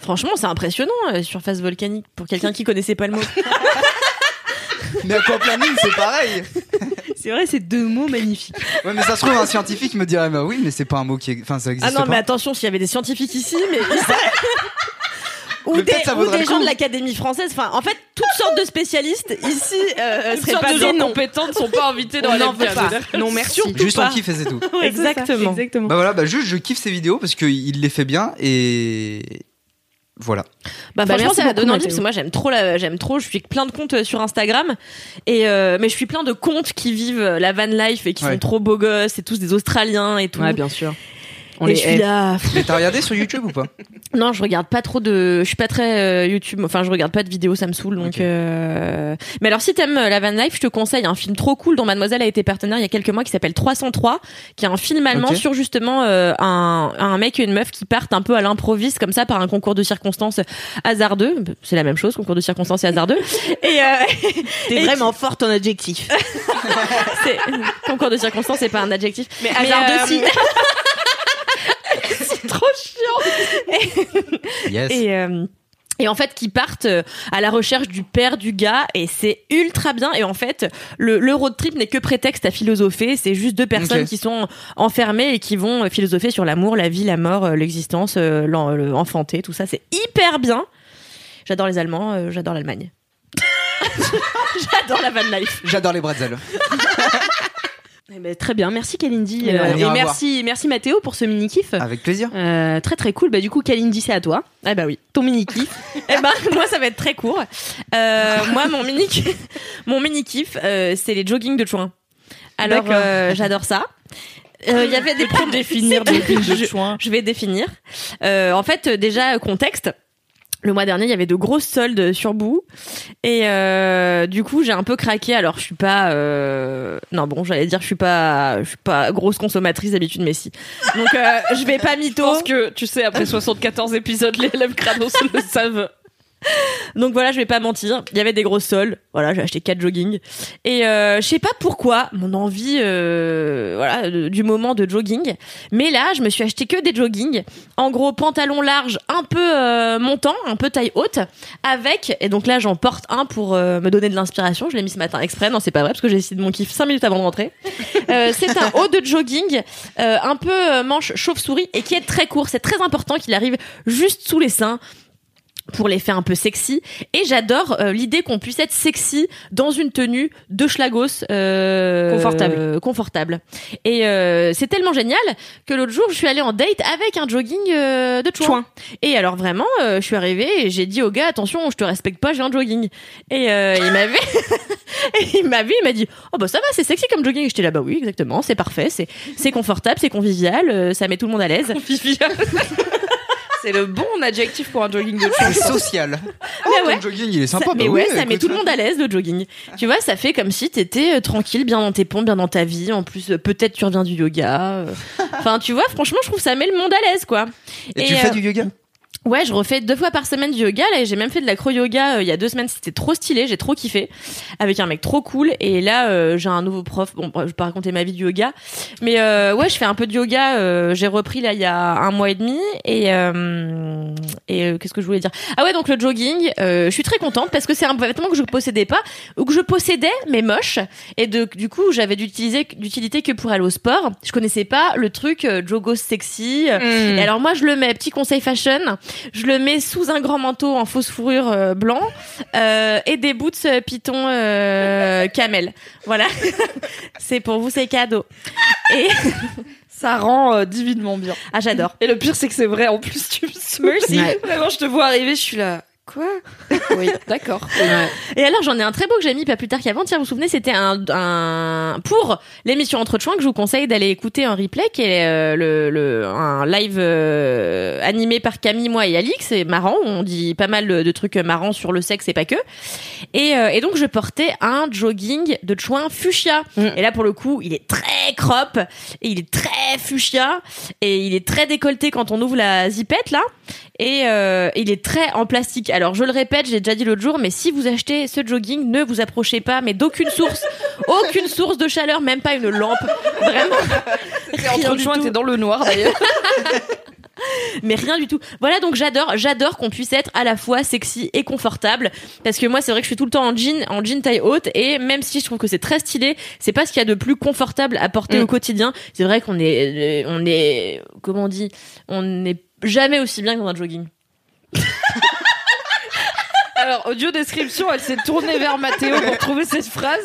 [SPEAKER 2] Franchement, c'est impressionnant, euh, surface volcanique, pour quelqu'un qui connaissait pas le mot.
[SPEAKER 3] Mais aquaplaning, c'est pareil.
[SPEAKER 1] C'est vrai, c'est deux mots magnifiques.
[SPEAKER 3] Ouais, mais ça se trouve, un scientifique me dirait, bah oui, mais c'est pas un mot qui. est- Enfin, ça
[SPEAKER 2] ah
[SPEAKER 3] existe
[SPEAKER 2] non,
[SPEAKER 3] pas.
[SPEAKER 2] mais attention, s'il y avait des scientifiques ici, mais. Ou
[SPEAKER 3] Mais
[SPEAKER 2] des,
[SPEAKER 3] peut-être ça
[SPEAKER 2] ou
[SPEAKER 3] vaudrait
[SPEAKER 2] des
[SPEAKER 3] le
[SPEAKER 2] gens
[SPEAKER 3] coup.
[SPEAKER 2] de l'Académie française. Enfin, en fait, toutes sortes de spécialistes ici euh,
[SPEAKER 5] Toutes
[SPEAKER 2] seraient
[SPEAKER 5] sortes
[SPEAKER 2] pas
[SPEAKER 5] de
[SPEAKER 2] dans-
[SPEAKER 5] gens compétents ne sont pas invités dans
[SPEAKER 2] On
[SPEAKER 5] la
[SPEAKER 2] n'en veut
[SPEAKER 1] hein,
[SPEAKER 2] pas. Bah, Non, merci.
[SPEAKER 3] Juste
[SPEAKER 2] pas.
[SPEAKER 3] on kiffe et c'est tout.
[SPEAKER 2] Ouais, Exactement.
[SPEAKER 1] Exactement.
[SPEAKER 3] bah voilà, bah juste je kiffe ces vidéos parce qu'il les fait bien et. Voilà.
[SPEAKER 2] Bah,
[SPEAKER 1] Bah,
[SPEAKER 2] franchement,
[SPEAKER 1] merci
[SPEAKER 2] ça m'a
[SPEAKER 1] beaucoup,
[SPEAKER 2] donné envie
[SPEAKER 1] Mathéo.
[SPEAKER 2] parce que moi j'aime trop, la- j'aime trop. Je suis plein de comptes euh, sur Instagram et euh, mais je suis plein de comptes qui vivent euh, la van life et qui
[SPEAKER 3] Ouais.
[SPEAKER 2] sont trop beaux gosses. C'est tous des Australiens et tout.
[SPEAKER 1] Ouais, bien sûr. On eh,
[SPEAKER 2] et
[SPEAKER 1] les
[SPEAKER 2] je suis
[SPEAKER 1] hait.
[SPEAKER 2] là.
[SPEAKER 3] Mais t'as regardé sur YouTube ou pas
[SPEAKER 2] Non, je regarde pas trop de. Je suis pas très euh, YouTube. Enfin, je regarde pas de vidéos, ça me saoule. Donc.
[SPEAKER 3] Ok.
[SPEAKER 2] euh, Mais alors, si t'aimes euh, la van life, je te conseille un film trop cool dont Mademoiselle a été partenaire il y a quelques mois qui s'appelle 303, qui est un film allemand
[SPEAKER 3] Ok.
[SPEAKER 2] sur justement euh, un un mec et une meuf qui partent un peu à l'improviste comme ça par un concours de circonstances hasardeux. C'est la même chose, concours de circonstances et hasardeux. et euh,
[SPEAKER 1] T'es
[SPEAKER 2] Et
[SPEAKER 1] vraiment fort ton adjectif.
[SPEAKER 2] c'est concours de circonstances, c'est pas un adjectif. euh,
[SPEAKER 1] Mais
[SPEAKER 2] hasardeux, si.
[SPEAKER 1] c'est trop chiant.
[SPEAKER 3] Yes.
[SPEAKER 2] Et, euh, Et en fait, qui partent euh, à la recherche du père du gars, et c'est ultra bien. Et en fait, le, le road trip n'est que prétexte à philosopher. C'est juste deux personnes
[SPEAKER 3] Ok.
[SPEAKER 2] qui sont enfermées et qui vont euh, philosopher sur l'amour, la vie, la mort, euh, l'existence, euh, l'en- le- enfanté, tout ça. C'est hyper bien. J'adore les Allemands, euh, j'adore l'Allemagne. j'adore la van life.
[SPEAKER 3] J'adore les bretzels.
[SPEAKER 1] Eh ben, très bien, merci Kalindi.
[SPEAKER 2] Mais
[SPEAKER 1] Euh,
[SPEAKER 3] on
[SPEAKER 1] et
[SPEAKER 3] ira
[SPEAKER 1] merci, merci Mathéo pour ce mini-kiff.
[SPEAKER 3] Avec plaisir.
[SPEAKER 1] Euh, très très cool. Bah, du coup, Kalindi, c'est à toi.
[SPEAKER 2] Ah bah oui, ton mini kiff. eh ben moi ça va être très court. Euh, moi mon mini mon mini kiff euh, c'est les joggings de chouin. Alors
[SPEAKER 5] D'accord.
[SPEAKER 2] euh, j'adore ça. Euh, Il y avait des problèmes
[SPEAKER 5] Définir des villes de chouin.
[SPEAKER 2] je vais définir. Euh, en fait, euh, déjà, euh, contexte. Le mois dernier, il y avait de grosses soldes sur Boo. Et euh, du coup, j'ai un peu craqué. Alors, je suis pas... euh, Non, bon, j'allais dire, je suis pas, je suis pas grosse consommatrice d'habitude, mais si. Donc, euh, je vais pas
[SPEAKER 5] Je
[SPEAKER 2] mytho.
[SPEAKER 5] pense que, tu sais, après 74 épisodes, les LM Crado se le savent.
[SPEAKER 2] Donc voilà, je vais pas mentir, il y avait des grosses soldes. Voilà, j'ai acheté quatre jogging et euh, je sais pas pourquoi mon envie euh, voilà de- du moment de jogging, mais là, je me suis acheté que des jogging. En gros, pantalon large, un peu euh, montant, un peu taille haute avec et donc là, j'en porte un pour euh, me donner de l'inspiration, je l'ai mis ce matin exprès. Non, c'est pas vrai parce que j'ai décidé de mon kiff 5 minutes avant de rentrer. Euh, c'est un haut de jogging euh, un peu euh, manche chauve-souris et qui est très court, c'est très important qu'il arrive juste sous les seins pour les faire un peu sexy. Et j'adore euh, l'idée qu'on puisse être sexy dans une tenue de schlagos euh,
[SPEAKER 1] Confortable.
[SPEAKER 2] euh, confortable. Et euh, c'est tellement génial que l'autre jour, je suis allée en date avec un jogging euh, de chouin.
[SPEAKER 1] Chouin.
[SPEAKER 2] Et alors vraiment, euh, je suis arrivée et j'ai dit au gars, attention, je te respecte pas, j'ai un jogging. Et euh, il m'avait, et il m'avait, il m'a dit, oh bah ça va, c'est sexy comme jogging. Et J'étais là, bah oui, exactement, c'est parfait, c'est c'est confortable, c'est convivial, euh, ça met tout le monde à l'aise.
[SPEAKER 5] Viviane. C'est le bon adjectif pour un jogging de
[SPEAKER 3] C'est social. Oh,
[SPEAKER 2] Mais ouais.
[SPEAKER 3] ton jogging, il est
[SPEAKER 2] Ça-
[SPEAKER 3] sympa.
[SPEAKER 2] mais
[SPEAKER 3] bah
[SPEAKER 2] ouais,
[SPEAKER 3] oui,
[SPEAKER 2] ça met
[SPEAKER 3] écoute.
[SPEAKER 2] tout le monde à l'aise le jogging. Tu vois, ça fait comme si t'étais euh, tranquille, bien dans tes pompes, bien dans ta vie. En plus, euh, peut-être tu reviens du yoga. euh. Enfin, tu vois, franchement, je trouve que ça met le monde à l'aise, quoi.
[SPEAKER 3] Et, tu
[SPEAKER 2] Et,
[SPEAKER 3] fais
[SPEAKER 2] euh,
[SPEAKER 3] du yoga
[SPEAKER 2] Ouais, je refais deux fois par semaine du yoga. Là, et j'ai même fait de l'acro-yoga euh, il y a deux semaines. C'était trop stylé. J'ai trop kiffé. Avec un mec trop cool. Et là, euh, j'ai un nouveau prof. Bon, bah, je vais pas raconter ma vie du yoga. Mais euh, ouais, je fais un peu de yoga. euh, j'ai repris là il y a un mois et demi. Et, euh, et euh, qu'est-ce que je voulais dire Ah ouais, donc le jogging. euh, je suis très contente parce que c'est un vêtement que je possédais pas. Ou que je possédais, mais moche. Et de, du coup, j'avais d'utiliser- d'utilité que pour aller au sport. Je connaissais pas le truc euh, jogos sexy. euh,
[SPEAKER 5] Hmm.
[SPEAKER 2] et alors moi je le mets, petit conseil fashion, je le mets sous un grand manteau en fausse fourrure euh, blanc euh, et des boots euh, python euh, camel. Voilà, c'est pour vous c'est cadeau. Et
[SPEAKER 5] Ça rend euh, divinement bien.
[SPEAKER 2] ah j'adore.
[SPEAKER 5] Et le pire, c'est que c'est vrai. En plus, tu me saoules.
[SPEAKER 2] Merci.
[SPEAKER 1] Ouais.
[SPEAKER 5] Vraiment, je te vois arriver, je suis là. Quoi Oui, d'accord.
[SPEAKER 2] Et alors j'en ai un très beau que j'ai mis pas plus tard qu'avant-hier. Vous vous souvenez, c'était un, un pour l'émission Entre Chouins que je vous conseille d'aller écouter en replay, qui est euh, le, le un live euh, animé par Camille, moi et Alix. C'est marrant, on dit pas mal de trucs marrants sur le sexe et pas que. Et, euh, et donc je portais un jogging de Chouin fuchsia.
[SPEAKER 1] Mm.
[SPEAKER 2] Et là pour le coup, il est très crop, et il est très fuchsia et il est très décolleté quand on ouvre la zipette là et euh, il est très en plastique. Alors je le répète, j'ai déjà dit l'autre jour, mais si vous achetez ce jogging, ne vous approchez pas, mais d'aucune source, aucune source de chaleur, même pas une lampe, vraiment.
[SPEAKER 5] Et
[SPEAKER 2] Rien
[SPEAKER 5] entre
[SPEAKER 2] du
[SPEAKER 5] joints,
[SPEAKER 2] tout.
[SPEAKER 5] t'es dans le noir d'ailleurs.
[SPEAKER 2] mais rien du tout. Voilà, donc j'adore, j'adore qu'on puisse être à la fois sexy et confortable, parce que moi c'est vrai que je suis tout le temps en jean, en jean taille haute, et même si je trouve que c'est très stylé, c'est pas ce qu'il y a de plus confortable à porter
[SPEAKER 1] Mm.
[SPEAKER 2] au quotidien. C'est vrai qu'on est, euh, on est, comment on dit, on n'est jamais aussi bien que dans un jogging.
[SPEAKER 5] Alors, audio description, elle s'est tournée vers Mathéo pour trouver cette phrase.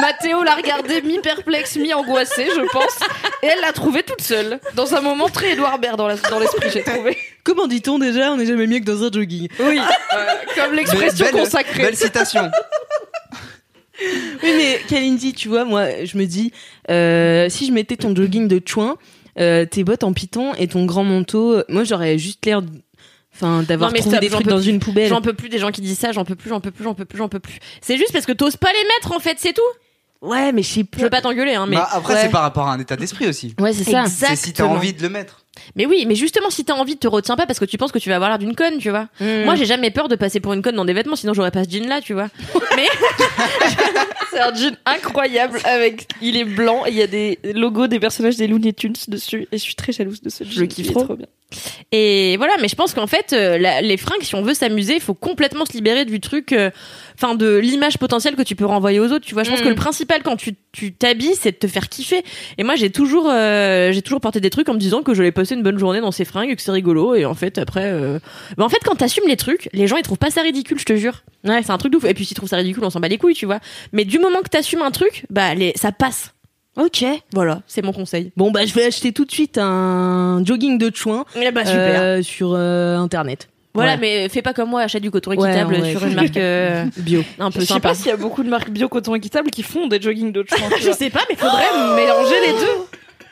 [SPEAKER 5] Mathéo l'a regardée mi-perplexe, mi-angoissée, je pense. Et elle l'a trouvée toute seule. Dans un moment très Edouard Baird dans la- dans l'esprit, j'ai trouvé.
[SPEAKER 1] Comment dit-on déjà On n'est jamais mieux que dans un jogging.
[SPEAKER 5] Oui. comme l'expression
[SPEAKER 3] Belle- belle-
[SPEAKER 5] consacrée.
[SPEAKER 3] Belle citation.
[SPEAKER 1] Oui, mais Kalindi, tu vois, moi, je me dis, euh, si je mettais ton jogging de chouin, euh, tes bottes en python et ton grand manteau, euh, moi, j'aurais juste l'air d- enfin, d'avoir
[SPEAKER 2] Non, mais
[SPEAKER 1] trouvé
[SPEAKER 2] stop,
[SPEAKER 1] des
[SPEAKER 2] j'en
[SPEAKER 1] trucs
[SPEAKER 2] peux
[SPEAKER 1] dans
[SPEAKER 2] plus.
[SPEAKER 1] une poubelle.
[SPEAKER 2] J'en peux plus des gens qui disent ça, j'en peux plus, j'en peux plus, j'en peux plus, j'en peux plus. C'est juste parce que t'oses pas les mettre en fait, c'est tout.
[SPEAKER 1] Ouais, mais je sais
[SPEAKER 2] Je veux pas t'engueuler, hein, mais.
[SPEAKER 3] Bah, après,
[SPEAKER 1] ouais.
[SPEAKER 3] c'est par rapport à un état d'esprit aussi.
[SPEAKER 1] Ouais, c'est ça.
[SPEAKER 2] Exactement.
[SPEAKER 3] C'est si t'as envie de le mettre.
[SPEAKER 2] Mais oui, mais justement, si t'as envie, te retiens pas parce que tu penses que tu vas avoir l'air d'une conne, tu vois.
[SPEAKER 1] Hmm.
[SPEAKER 2] Moi, j'ai jamais peur de passer pour une conne dans des vêtements, sinon j'aurais pas ce jean là, tu vois.
[SPEAKER 5] C'est un jean incroyable avec. Il est blanc et il y a des logos des personnages des Looney Tunes dessus. Et je suis très jalouse de ce jean.
[SPEAKER 2] le kiffe
[SPEAKER 5] il est
[SPEAKER 2] trop.
[SPEAKER 5] bien.
[SPEAKER 2] Et voilà, mais je pense qu'en fait, euh, la- les fringues, si on veut s'amuser, il faut complètement se libérer du truc, euh, enfin de l'image potentielle que tu peux renvoyer aux autres. Tu vois, je pense
[SPEAKER 5] Mm.
[SPEAKER 2] que le principal quand tu tu t'habilles, c'est de te faire kiffer. Et moi, j'ai toujours euh, j'ai toujours porté des trucs en me disant que j'allais passer une bonne journée dans ces fringues, et que c'est rigolo. Et en fait, après, euh, bah, en fait, quand t'assumes les trucs, les gens ils trouvent pas ça ridicule, je te jure. Ouais, c'est un truc de ouf. Et puis s'ils trouvent ça ridicule, on s'en bat les couilles, tu vois. Mais du moment que t'assumes un truc, bah les ça passe. Ok, voilà, c'est mon conseil.
[SPEAKER 1] Bon, bah, je vais acheter tout de suite un jogging de chouin
[SPEAKER 2] bah
[SPEAKER 1] euh, sur euh, internet.
[SPEAKER 2] Voilà,
[SPEAKER 1] Ouais.
[SPEAKER 2] mais fais pas comme moi, achète du coton
[SPEAKER 1] Ouais,
[SPEAKER 2] équitable
[SPEAKER 1] ouais.
[SPEAKER 2] sur une marque euh,
[SPEAKER 1] Bio.
[SPEAKER 2] un peu
[SPEAKER 5] Je sais
[SPEAKER 2] sympa.
[SPEAKER 5] pas s'il y a beaucoup de marques bio coton équitable qui font des joggings de chouin. tu
[SPEAKER 2] Je
[SPEAKER 5] vois.
[SPEAKER 2] sais pas, mais
[SPEAKER 5] Faudrait mélanger les deux.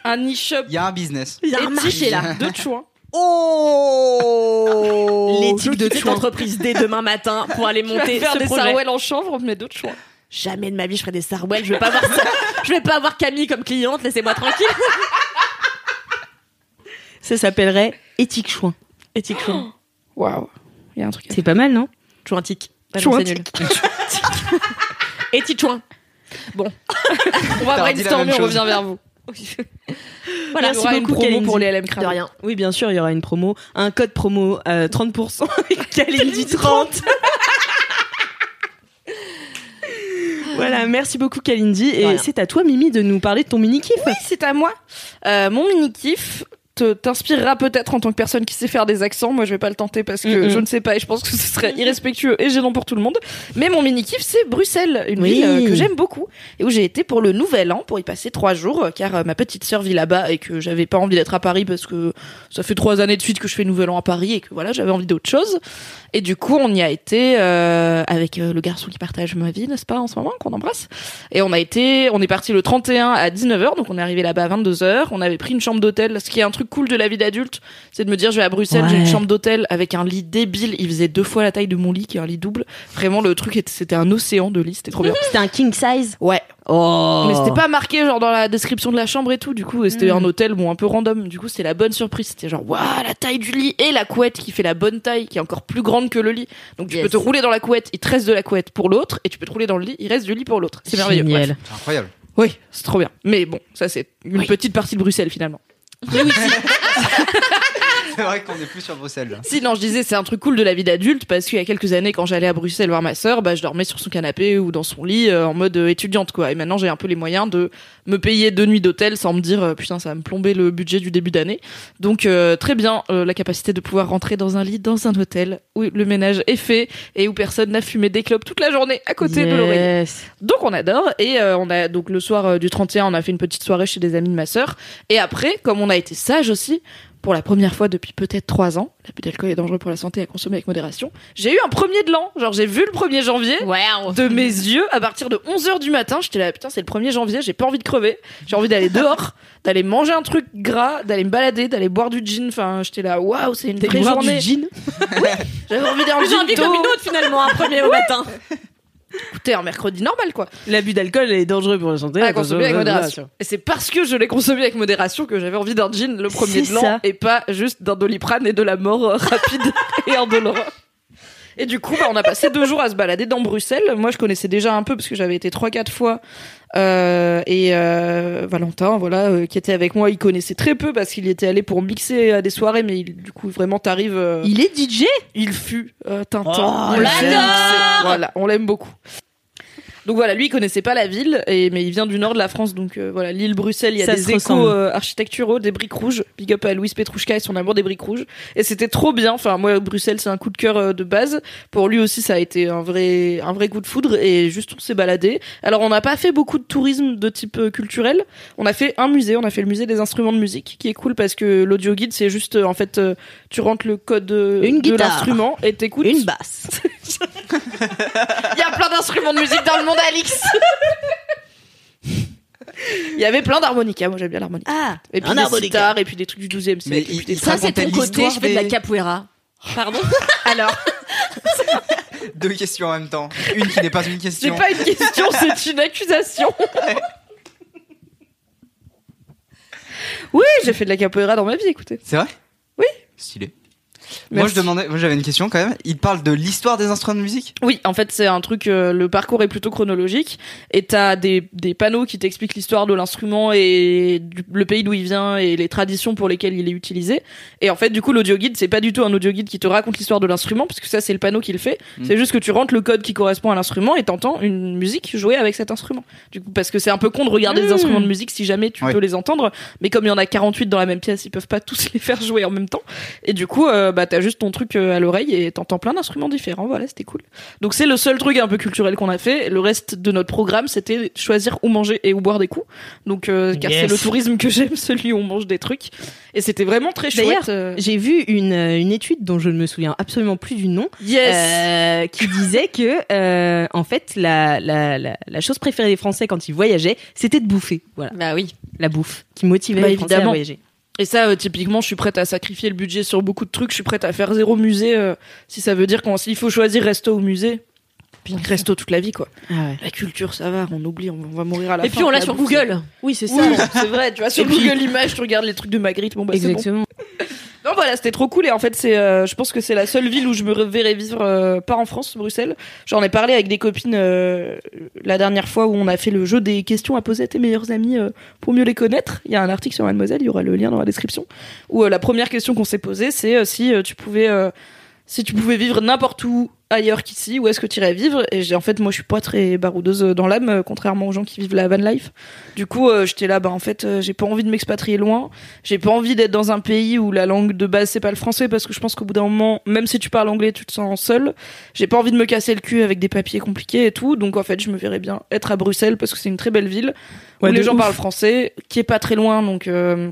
[SPEAKER 5] Un e-shop
[SPEAKER 3] Il y a un business.
[SPEAKER 2] il y a un
[SPEAKER 5] éthique
[SPEAKER 2] marché là.
[SPEAKER 5] de chouin.
[SPEAKER 1] Oh
[SPEAKER 2] L'éthique de toute
[SPEAKER 1] chouin.
[SPEAKER 2] entreprise dès demain matin pour aller
[SPEAKER 5] Tu vas
[SPEAKER 2] monter
[SPEAKER 5] faire
[SPEAKER 2] ce
[SPEAKER 5] des
[SPEAKER 2] projet.
[SPEAKER 5] sarouels en chanvre, mais d'autres chouins.
[SPEAKER 2] Jamais de ma vie je ferai des Sarwell, je vais pas avoir ça. Je vais pas avoir Camille comme cliente, laissez-moi tranquille.
[SPEAKER 1] Ça s'appellerait éthique chouin.
[SPEAKER 2] Éthique chouin.
[SPEAKER 5] Waouh. Il y a un truc.
[SPEAKER 1] C'est pas mal, non
[SPEAKER 2] Chouintique. Ah non,
[SPEAKER 5] Chouin
[SPEAKER 2] c'est nul. Éthique chouin.
[SPEAKER 5] On va
[SPEAKER 3] T'as redit la
[SPEAKER 5] brainstormer,
[SPEAKER 3] même
[SPEAKER 5] on
[SPEAKER 3] chose.
[SPEAKER 5] revient vers vous.
[SPEAKER 2] Voilà,
[SPEAKER 5] Il y aura une promo
[SPEAKER 1] Kalindi.
[SPEAKER 5] pour les LM
[SPEAKER 2] de
[SPEAKER 5] Crado.
[SPEAKER 2] rien.
[SPEAKER 1] Oui, bien sûr, il y aura une promo, un code promo euh, 30%, Kalindi 30. voilà, merci beaucoup Kalindi
[SPEAKER 2] De
[SPEAKER 1] et
[SPEAKER 2] rien.
[SPEAKER 1] c'est à toi Mimi de nous parler de ton mini kiff.
[SPEAKER 5] c'est à moi. Euh, mon mini kiff te- t'inspirera peut-être en tant que personne qui sait faire des accents. Moi, je vais pas le tenter parce que
[SPEAKER 1] Mm-mm.
[SPEAKER 5] je ne sais pas et je pense que ce serait irrespectueux et gênant pour tout le monde. Mais mon mini kiff, c'est Bruxelles, une
[SPEAKER 1] Oui.
[SPEAKER 5] ville euh, que j'aime beaucoup et où j'ai été pour le Nouvel An pour y passer trois jours euh, car euh, ma petite sœur vit là-bas et que j'avais pas envie d'être à Paris parce que ça fait trois années de suite que je fais Nouvel An à Paris et que voilà, j'avais envie d'autre chose. Et du coup, on y a été euh, avec euh, le garçon qui partage ma vie, n'est-ce pas, en ce moment, qu'on embrasse. Et on a été, on est parti le 31 à 19h, donc on est arrivé là-bas à 22h. On avait pris une chambre d'hôtel. Ce qui est un truc cool de la vie d'adulte, c'est de me dire, je vais à Bruxelles, j'ai une
[SPEAKER 1] Ouais.
[SPEAKER 5] chambre d'hôtel avec un lit débile. Il faisait deux fois la taille de mon lit, qui est un lit double. Vraiment, le truc, était- c'était un océan de lit, c'était trop bien.
[SPEAKER 1] C'était un king size.
[SPEAKER 5] Ouais.
[SPEAKER 1] Oh. Hmm.
[SPEAKER 5] Mais c'était pas marqué genre dans la description de la chambre et tout. Du coup, c'était
[SPEAKER 2] Mm.
[SPEAKER 5] un hôtel bon un peu random. Du coup, c'était la bonne surprise. C'était genre waouh la taille du lit et la couette qui fait la bonne taille, qui est encore plus grande que le lit. Donc tu
[SPEAKER 2] Yes.
[SPEAKER 5] peux te rouler dans la couette, il te reste de la couette pour l'autre, et tu peux te rouler dans le lit, il reste du lit pour l'autre. C'est merveilleux. Bref.
[SPEAKER 3] C'est incroyable.
[SPEAKER 5] Oui, c'est trop bien. Mais bon, ça c'est une petite partie de Bruxelles finalement.
[SPEAKER 3] C'est vrai qu'on est plus sur Bruxelles. là.
[SPEAKER 5] Si non, je disais c'est un truc cool de la vie d'adulte parce qu'il y a quelques années quand j'allais à Bruxelles voir ma sœur, bah je dormais sur son canapé ou dans son lit euh, en mode euh, étudiante quoi. Et maintenant j'ai un peu les moyens de me payer deux nuits d'hôtel sans me dire euh, putain ça va me plomber le budget du début d'année. Donc euh, très bien euh, la capacité de pouvoir rentrer dans un lit dans un hôtel où le ménage est fait et où personne n'a fumé des clopes toute la journée à côté de l'oreille. Donc on adore et euh, on a donc le soir euh, du 31 on a fait une petite soirée chez des amis de ma sœur et après comme on a été sage aussi pour la première fois depuis peut-être trois ans l'abus d'alcool est dangereux pour la santé à consommer avec modération j'ai eu un premier de l'an genre j'ai vu le 1er janvier
[SPEAKER 2] Wow.
[SPEAKER 5] de mes yeux à partir de 11h du matin j'étais là putain c'est le 1er janvier j'ai pas envie de crever j'ai envie d'aller dehors d'aller manger un truc gras d'aller me balader d'aller boire du gin enfin j'étais là waouh c'est une vraie journée
[SPEAKER 1] jean.
[SPEAKER 5] j'avais envie d'un
[SPEAKER 2] Plus
[SPEAKER 5] gin
[SPEAKER 2] envie
[SPEAKER 5] tonic.
[SPEAKER 2] comme une autre finalement, un premier au matin.
[SPEAKER 5] Écoutez, un mercredi normal quoi
[SPEAKER 1] L'abus d'alcool est dangereux pour la santé.
[SPEAKER 5] à consommer Ah, avec
[SPEAKER 1] Attention,
[SPEAKER 5] modération. Et c'est parce que je l'ai consommé avec modération que j'avais envie d'un gin le premier
[SPEAKER 1] C'est
[SPEAKER 5] de l'an
[SPEAKER 1] ça.
[SPEAKER 5] et pas juste d'un doliprane et de la mort euh, rapide et indolore. Et du coup, bah, on a passé deux jours à se balader dans Bruxelles. Moi, je connaissais déjà un peu parce que j'avais été trois, quatre fois. Euh, et euh, Valentin, voilà, euh, qui était avec moi, il connaissait très peu parce qu'il y était allé pour mixer à des soirées, mais il- du coup, vraiment, t'arrives. euh,
[SPEAKER 1] Il est DJ
[SPEAKER 5] il fut euh, Tintin.
[SPEAKER 1] Oh,
[SPEAKER 5] on
[SPEAKER 2] j'adore
[SPEAKER 5] l'aime, c'est- Voilà, on l'aime beaucoup. Donc voilà, lui il connaissait pas la ville, et, mais il vient du nord de la France, donc euh, voilà, l'île Bruxelles, il y a
[SPEAKER 1] Ça se
[SPEAKER 5] des échos
[SPEAKER 1] ressemble.
[SPEAKER 5] euh, architecturaux, des briques rouges. Big up à Louise Petrouchka et son amour des briques rouges. Et c'était trop bien. Enfin moi Bruxelles c'est un coup de cœur euh, de base. Pour lui aussi ça a été un vrai un vrai coup de foudre et juste on s'est baladé. Alors on n'a pas fait beaucoup de tourisme de type euh, culturel. On a fait un musée, on a fait le musée des instruments de musique qui est cool parce que l'audio guide c'est juste euh, en fait euh, tu rentres le code euh,
[SPEAKER 1] Une
[SPEAKER 5] de
[SPEAKER 1] guitare.
[SPEAKER 5] l'instrument et t'écoutes.
[SPEAKER 1] Une basse.
[SPEAKER 5] Il y a plein d'instruments de musique dans le monde Alix. Il y avait plein d'harmonicas, moi j'aime bien l'harmonica.
[SPEAKER 1] Ah,
[SPEAKER 5] Et puis des guitares, et puis des trucs du 12e siècle.
[SPEAKER 3] Mais
[SPEAKER 5] et puis
[SPEAKER 3] il-
[SPEAKER 5] des
[SPEAKER 3] il
[SPEAKER 5] trucs-
[SPEAKER 2] Ça c'est
[SPEAKER 3] racontait
[SPEAKER 2] ton côté,
[SPEAKER 3] l'histoire
[SPEAKER 2] je fais de la
[SPEAKER 3] des-
[SPEAKER 2] capoeira. Pardon
[SPEAKER 5] Alors,
[SPEAKER 3] Deux questions en même temps. Une qui n'est pas une
[SPEAKER 5] c'est
[SPEAKER 3] question.
[SPEAKER 5] pas une question, c'est une accusation. Oui, j'ai fait de la capoeira dans ma vie, écoutez.
[SPEAKER 3] C'est vrai
[SPEAKER 5] Oui.
[SPEAKER 3] Stylé. Moi,
[SPEAKER 5] Merci.
[SPEAKER 3] je demandais, moi, j'avais une question quand même. Il parle de l'histoire des instruments de musique
[SPEAKER 5] Oui, en fait, c'est un truc. euh, le parcours est plutôt chronologique. Et t'as des, des panneaux qui t'expliquent l'histoire de l'instrument et du- le pays d'où il vient et les traditions pour lesquelles il est utilisé. Et en fait, du coup, l'audio guide, c'est pas du tout un audio guide qui te raconte l'histoire de l'instrument, parce que ça, c'est le panneau qui le fait.
[SPEAKER 3] Mm.
[SPEAKER 5] C'est juste que tu rentres le code qui correspond à l'instrument et t'entends une musique jouée avec cet instrument. Du coup, parce que c'est un peu con de regarder des instruments de musique si jamais tu
[SPEAKER 3] Ouais.
[SPEAKER 5] peux les entendre. Mais comme il y en a 48 dans la même pièce, ils peuvent pas tous les faire jouer en même temps. Et du coup, euh, bah, t'as juste ton truc euh, à l'oreille et t'entends plein d'instruments différents. Voilà, c'était cool. Donc c'est le seul truc un peu culturel qu'on a fait. Le reste de notre programme, c'était choisir où manger et où boire des coups. Donc euh, car
[SPEAKER 7] Yes.
[SPEAKER 5] c'est le tourisme que j'aime, celui où on mange des trucs. Et c'était vraiment très
[SPEAKER 1] D'ailleurs,
[SPEAKER 5] chouette. euh,
[SPEAKER 1] J'ai vu une, euh, une étude dont je ne me souviens absolument plus du nom,
[SPEAKER 5] Yes.
[SPEAKER 1] euh, qui disait que, euh, en fait, la, la, la, la chose préférée des Français quand ils voyageaient, c'était de bouffer. Voilà,
[SPEAKER 2] Bah oui.
[SPEAKER 1] la bouffe qui motivait
[SPEAKER 5] Bah,
[SPEAKER 1] les Français à
[SPEAKER 5] évidemment.
[SPEAKER 1] voyager.
[SPEAKER 5] Et ça, euh, typiquement, je suis prête à sacrifier le budget sur beaucoup de trucs. Je suis prête à faire zéro musée euh, si ça veut dire qu'on s'il faut choisir resto ou musée. Bien resto toute la vie quoi.
[SPEAKER 1] Ah
[SPEAKER 5] La culture ça va, on oublie, on va mourir à la
[SPEAKER 1] Bah,
[SPEAKER 2] Et
[SPEAKER 5] fin.
[SPEAKER 2] puis on l'a
[SPEAKER 5] La
[SPEAKER 2] sur
[SPEAKER 5] bouffe,
[SPEAKER 2] Google. Oui, c'est
[SPEAKER 5] Oui, c'est vrai, tu vois, sur
[SPEAKER 2] Et puis-
[SPEAKER 5] Google Images, tu regardes les trucs de Magritte, bon bah c'est bon.
[SPEAKER 1] Exactement.
[SPEAKER 5] Non, voilà, c'était trop cool. Et en fait, c'est, euh, je pense que c'est la seule ville où je me verrais vivre, euh, pas en France, Bruxelles. J'en ai parlé avec des copines euh, la dernière fois où on a fait le jeu des questions à poser à tes meilleurs amis euh, pour mieux les connaître. Il y a un article sur Mademoiselle, il y aura le lien dans la description. Où euh, la première question qu'on s'est posée, c'est euh, si euh, tu pouvais, euh, si tu pouvais vivre n'importe où ailleurs qu'ici, où est-ce que tu irais vivre Et j'ai en fait, moi, je suis pas très baroudeuse euh, dans l'âme, euh, contrairement aux gens qui vivent la van life. Du coup, euh, j'étais là, bah en fait, euh, j'ai pas envie de m'expatrier loin. J'ai pas envie d'être dans un pays où la langue de base c'est pas le français parce que je pense qu'au bout d'un moment, même si tu parles anglais, tu te sens seul. J'ai pas envie de me casser le cul avec des papiers compliqués et tout. Donc en fait, je me verrais bien être à Bruxelles parce que c'est une très belle ville où
[SPEAKER 1] Ouais, de
[SPEAKER 5] les gens
[SPEAKER 1] ouf.
[SPEAKER 5] parlent français, qui est pas très loin donc euh,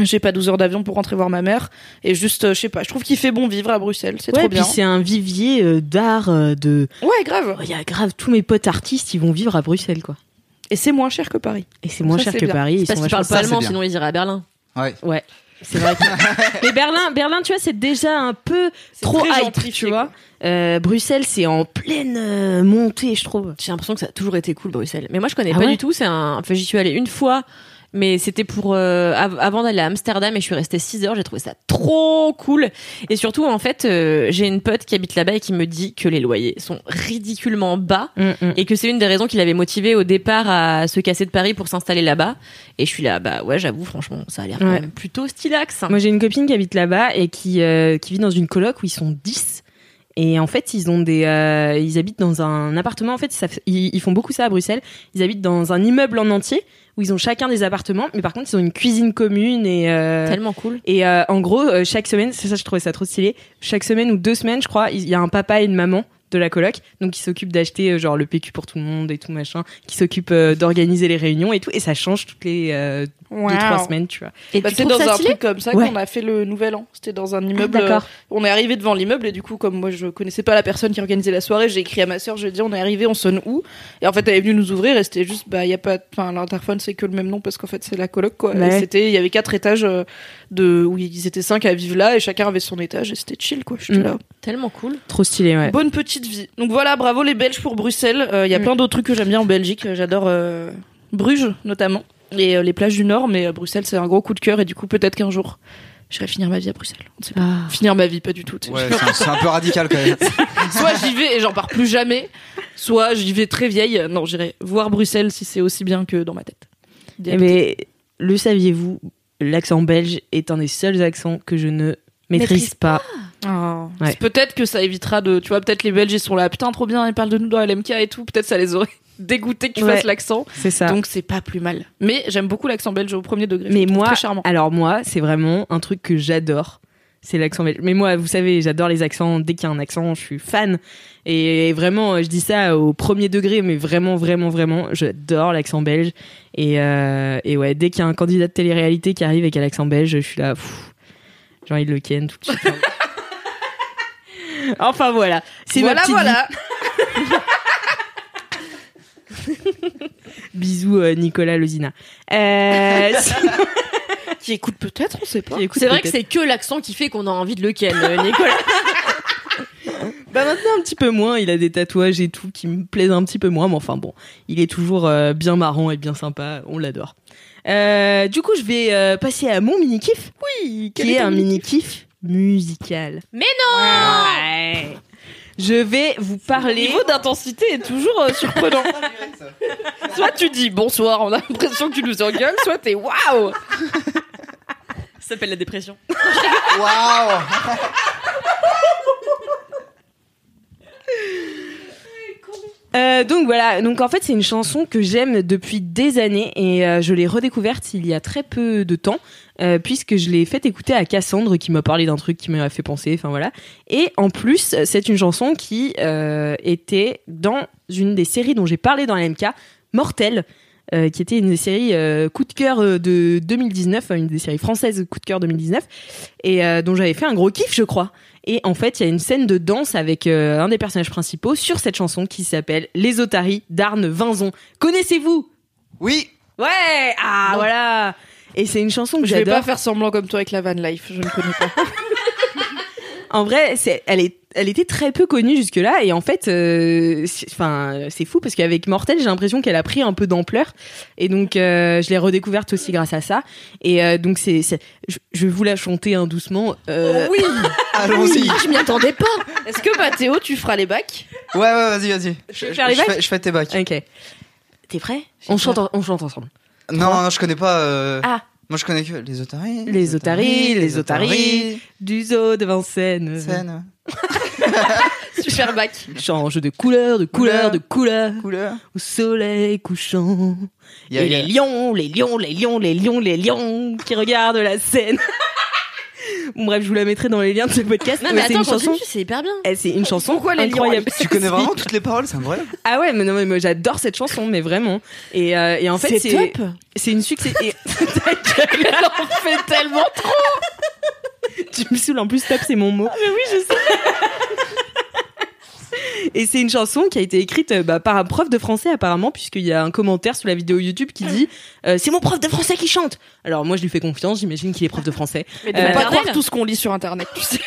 [SPEAKER 5] j'ai pas 12 heures d'avion pour rentrer voir ma mère et juste euh, je sais pas, je trouve qu'il fait bon vivre à Bruxelles, c'est
[SPEAKER 1] Ouais,
[SPEAKER 5] trop
[SPEAKER 1] puis
[SPEAKER 5] bien.
[SPEAKER 1] c'est un vivier euh, d'art, euh, de.
[SPEAKER 5] Ouais,
[SPEAKER 1] Oh,
[SPEAKER 5] grave.
[SPEAKER 1] Il y a grave, tous mes potes artistes, ils vont vivre à Bruxelles, quoi.
[SPEAKER 5] Et c'est moins cher que Paris.
[SPEAKER 1] Et c'est moins
[SPEAKER 5] Ça,
[SPEAKER 1] cher
[SPEAKER 5] c'est
[SPEAKER 1] que
[SPEAKER 5] bien.
[SPEAKER 1] Paris. Ils
[SPEAKER 2] Parce
[SPEAKER 1] sont
[SPEAKER 2] qu'ils parlent
[SPEAKER 3] ça,
[SPEAKER 2] pas
[SPEAKER 3] c'est
[SPEAKER 2] allemand,
[SPEAKER 3] bien.
[SPEAKER 2] sinon ils iraient à Berlin.
[SPEAKER 3] Ouais.
[SPEAKER 1] C'est vrai. que- Mais Berlin, Berlin, tu vois, c'est déjà un peu trop
[SPEAKER 5] très
[SPEAKER 1] hype,
[SPEAKER 5] gentrifié,
[SPEAKER 1] tu vois. Euh, Bruxelles, c'est en pleine euh, montée, je trouve.
[SPEAKER 2] J'ai l'impression que ça a toujours été cool Bruxelles. Mais moi je connais
[SPEAKER 1] Ah
[SPEAKER 2] pas
[SPEAKER 1] ouais
[SPEAKER 2] du tout. C'est un. Enfin j'y suis allée une fois, mais c'était pour euh, av- avant d'aller à Amsterdam et je suis restée 6 heures. J'ai trouvé ça trop cool. Et surtout en fait euh, j'ai une pote qui habite là-bas et qui me dit que les loyers sont ridiculement bas
[SPEAKER 1] Mm,
[SPEAKER 2] et que c'est une des raisons qui l'avait motivé au départ à se casser de Paris pour s'installer là-bas. Et je suis là bah ouais j'avoue franchement ça a l'air quand
[SPEAKER 1] Ouais.
[SPEAKER 2] même plutôt stylax.
[SPEAKER 1] Moi, j'ai une copine qui habite là-bas et qui, euh, qui vit dans une coloc où ils sont 10. Et en fait, ils ont des, euh, ils habitent dans un appartement. En fait, ça fait- ils, ils font beaucoup ça à Bruxelles. Ils habitent dans un immeuble en entier où ils ont chacun des appartements, mais par contre, ils ont une cuisine commune et euh,
[SPEAKER 2] Tellement cool.
[SPEAKER 1] Et euh, en gros, euh, chaque semaine, c'est ça, je trouvais ça trop stylé. Chaque semaine ou deux semaines, je crois, il y a un papa et une maman de la coloc, donc ils s'occupent d'acheter euh, genre le PQ pour tout le monde et tout machin, qui s'occupent euh, d'organiser les réunions et tout, et ça change toutes les euh, deux trois semaines, tu vois.
[SPEAKER 2] Et
[SPEAKER 5] Bah,
[SPEAKER 2] tu
[SPEAKER 5] c'est
[SPEAKER 2] trouves
[SPEAKER 5] dans
[SPEAKER 2] ça
[SPEAKER 5] un
[SPEAKER 2] stylé
[SPEAKER 5] truc comme ça
[SPEAKER 1] Ouais. Ah,
[SPEAKER 5] qu'on a fait le nouvel an. C'était dans un immeuble. euh,
[SPEAKER 1] D'accord.
[SPEAKER 5] On est arrivé devant l'immeuble et du coup, comme moi je connaissais pas la personne qui organisait la soirée, j'ai écrit à ma sœur, je lui ai dit on est arrivé, on sonne où Et en fait, elle est venue nous ouvrir et c'était juste, bah, y a pas, enfin, l'interphone c'est que le même nom parce qu'en fait c'est la coloc quoi.
[SPEAKER 1] Bah Ouais.
[SPEAKER 5] Et c'était, il y avait quatre étages euh, de, où ils étaient cinq à vivre là et chacun avait son étage et c'était chill quoi. J'étais
[SPEAKER 1] Mm.
[SPEAKER 5] là.
[SPEAKER 2] Tellement cool.
[SPEAKER 1] Trop stylé, ouais.
[SPEAKER 5] Bonne petite vie. Donc voilà, bravo les Belges pour Bruxelles. Il y a
[SPEAKER 2] Mm.
[SPEAKER 5] plein d'autres trucs que j'aime bien en Belgique. Euh, J'adore euh, Bruges notamment et euh, les plages du Nord, mais euh, Bruxelles c'est un gros coup de cœur et du coup peut-être qu'un jour j'irai finir ma vie à Bruxelles. On sait pas.
[SPEAKER 1] Ah.
[SPEAKER 5] Finir ma vie, pas du tout. tu sais.
[SPEAKER 3] Ouais, c'est un- c'est un peu radical quand même.
[SPEAKER 5] Soit j'y vais et j'en pars plus jamais, soit j'y vais très vieille. Non, j'irai voir Bruxelles si c'est aussi bien que dans ma tête.
[SPEAKER 1] Eh ben, le saviez-vous, l'accent belge est un des seuls accents que je ne maîtrise,
[SPEAKER 2] Maîtrise
[SPEAKER 1] pas. Ouais.
[SPEAKER 5] C'est Peut-être que ça évitera de. Tu vois, peut-être les Belges ils sont là, putain, trop bien, ils parlent de nous dans LMK et tout. Peut-être ça les aurait dégoûté que tu
[SPEAKER 1] Ouais.
[SPEAKER 5] fasses l'accent.
[SPEAKER 1] C'est ça.
[SPEAKER 2] Ah.
[SPEAKER 5] Donc c'est pas plus mal. Mais j'aime beaucoup l'accent belge au premier degré. Je
[SPEAKER 1] Mais
[SPEAKER 5] le trouve
[SPEAKER 1] moi,
[SPEAKER 5] très charmant.
[SPEAKER 1] alors moi, c'est vraiment un truc que j'adore. C'est l'accent belge. Mais moi, vous savez, j'adore les accents. Dès qu'il y a un accent, je suis fan. Et vraiment, je dis ça au premier degré, mais vraiment, vraiment, vraiment, j'adore l'accent belge. Et, euh, et ouais, dès qu'il y a un candidat de télé-réalité qui arrive et qui a l'accent belge, je suis là, pfff, j'ai envie de le ken tout de suite. enfin voilà, c'est ma
[SPEAKER 5] voilà,
[SPEAKER 1] petite vie.
[SPEAKER 5] voilà.
[SPEAKER 1] Bisous euh, Nicolas Lozina. Euh, sinon-
[SPEAKER 5] Qui écoute peut-être, on sait pas.
[SPEAKER 1] Qui écoute
[SPEAKER 2] C'est vrai que
[SPEAKER 1] peut-être.
[SPEAKER 2] c'est que l'accent qui fait qu'on a envie de le ken, euh, Nicolas.
[SPEAKER 1] Bah maintenant un petit peu moins, il a des tatouages et tout qui me plaisent un petit peu moins, mais enfin bon, il est toujours euh, bien marrant et bien sympa, on l'adore. Euh, du coup, je vais euh, passer à mon mini kiff, oui, qui
[SPEAKER 5] quel
[SPEAKER 1] est,
[SPEAKER 5] est ton
[SPEAKER 1] un mini kiff
[SPEAKER 2] musicale.
[SPEAKER 8] Mais non
[SPEAKER 2] Je vais vous
[SPEAKER 5] Le
[SPEAKER 2] parler.
[SPEAKER 5] niveau d'intensité est toujours euh, surprenant. soit tu dis bonsoir, on a l'impression que tu nous engueules, soit t'es waouh
[SPEAKER 8] Ça s'appelle la dépression.
[SPEAKER 3] Waouh
[SPEAKER 2] Euh, donc voilà, donc en fait c'est une chanson que j'aime depuis des années et euh, je l'ai redécouverte il y a très peu de temps euh, puisque je l'ai fait écouter à Cassandre qui m'a parlé d'un truc qui m'a fait penser, enfin voilà. Et en plus c'est une chanson qui euh, était dans une des séries dont j'ai parlé dans LMK, Mortel. euh, qui était une des séries euh, coup de cœur euh, de 2019, enfin, une des séries françaises coup de cœur 2019, et euh, dont j'avais fait un gros kiff, je crois. Et en fait, il y a une scène de danse avec euh, un des personnages principaux sur cette chanson qui s'appelle Les Otaries d'Arne Vinzon. Connaissez-vous
[SPEAKER 3] Oui
[SPEAKER 2] Ouais Ah
[SPEAKER 5] Non.
[SPEAKER 2] voilà Et c'est une chanson que
[SPEAKER 5] Je vais pas
[SPEAKER 2] j'adore.
[SPEAKER 5] faire semblant comme toi avec la van life, je ne connais pas.
[SPEAKER 2] En vrai, c'est, elle est elle était très peu connue jusque-là et en fait, euh, c'est- enfin, c'est fou parce qu'avec Mortel, j'ai l'impression qu'elle a pris un peu d'ampleur et donc euh, je l'ai redécouverte aussi grâce à ça. Et euh, donc c'est, c'est- je, je vais vous la chanter hein, doucement. euh,
[SPEAKER 8] Oui
[SPEAKER 3] Allons-y
[SPEAKER 8] Je m'y attendais pas
[SPEAKER 5] Est-ce que Mathéo, tu feras les bacs
[SPEAKER 3] Ouais, ouais, vas-y, vas-y.
[SPEAKER 2] Je vais faire les bacs
[SPEAKER 3] fais, je fais tes bacs.
[SPEAKER 2] Ok. T'es prêt On chante, en- on chante ensemble.
[SPEAKER 3] Non, non, je connais pas. euh,
[SPEAKER 2] Ah.
[SPEAKER 3] Moi, je connais que les otaries.
[SPEAKER 2] Les otaries, Euh, les otaries. Du zoo de Vincennes.
[SPEAKER 3] Scène,
[SPEAKER 5] Super bac.
[SPEAKER 2] Change de couleur, de couleur, de couleur,
[SPEAKER 3] couleur.
[SPEAKER 2] au soleil couchant.
[SPEAKER 3] Il y a-
[SPEAKER 2] Et
[SPEAKER 3] il y a-
[SPEAKER 2] les lions, les lions, les lions, les lions, les lions qui regardent la scène. bon, bref, je vous la mettrai dans les liens de ce podcast.
[SPEAKER 8] Non mais
[SPEAKER 2] c'est une
[SPEAKER 8] attends,
[SPEAKER 2] chanson.
[SPEAKER 8] continue, c'est hyper bien
[SPEAKER 2] Eh, C'est une chanson
[SPEAKER 5] Pourquoi les lions
[SPEAKER 2] incroyable.
[SPEAKER 3] Tu connais vraiment toutes les paroles, c'est vrai
[SPEAKER 2] Ah ouais, mais non, mais moi, j'adore cette chanson, mais vraiment. Et, euh, et en fait, c'est
[SPEAKER 8] top
[SPEAKER 2] c'est une succès. Et... Ta gueule, elle en fait tellement trop. Ah, tu me saoules. En plus, top, c'est mon mot.
[SPEAKER 8] Mais oui, je sais
[SPEAKER 2] Et c'est une chanson qui a été écrite euh, bah, par un prof de français apparemment, puisqu'il y a un commentaire sous la vidéo YouTube qui dit euh, C'est mon prof de français qui chante !» Alors moi je lui fais confiance, j'imagine qu'il est prof de français.
[SPEAKER 8] Mais de
[SPEAKER 2] Euh,
[SPEAKER 5] Faut pas
[SPEAKER 8] maternelle
[SPEAKER 5] croire tout ce qu'on lit sur internet, tu sais.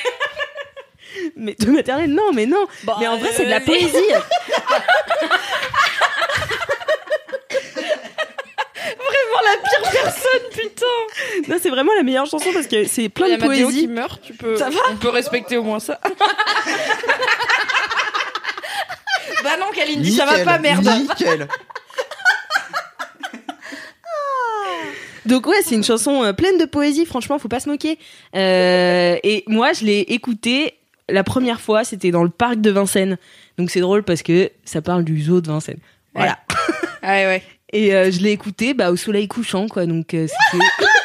[SPEAKER 2] Mais de maternelle, non, mais non
[SPEAKER 5] Bah,
[SPEAKER 2] Mais
[SPEAKER 5] euh,
[SPEAKER 2] en vrai c'est de la poésie
[SPEAKER 5] Vraiment la pire personne, putain
[SPEAKER 2] Non, c'est vraiment la meilleure chanson parce que c'est
[SPEAKER 5] Il y
[SPEAKER 2] plein
[SPEAKER 5] a
[SPEAKER 2] de
[SPEAKER 5] Mathéo qui
[SPEAKER 2] poésie.
[SPEAKER 5] meurt, tu peux.
[SPEAKER 2] Ça va
[SPEAKER 5] On peut respecter au moins ça. bah non, Kalindi, ça va
[SPEAKER 3] Nickel,
[SPEAKER 5] pas, merde
[SPEAKER 3] Nickel
[SPEAKER 2] Donc ouais, c'est une chanson euh, pleine de poésie, franchement, faut pas se moquer. Euh, et moi je l'ai écoutée la première fois, c'était dans le parc de Vincennes. Donc c'est drôle parce que ça parle du zoo de Vincennes. Voilà.
[SPEAKER 5] Ah ouais.
[SPEAKER 2] Et euh, je l'ai écouté bah, au soleil couchant, quoi. Donc euh, c'était.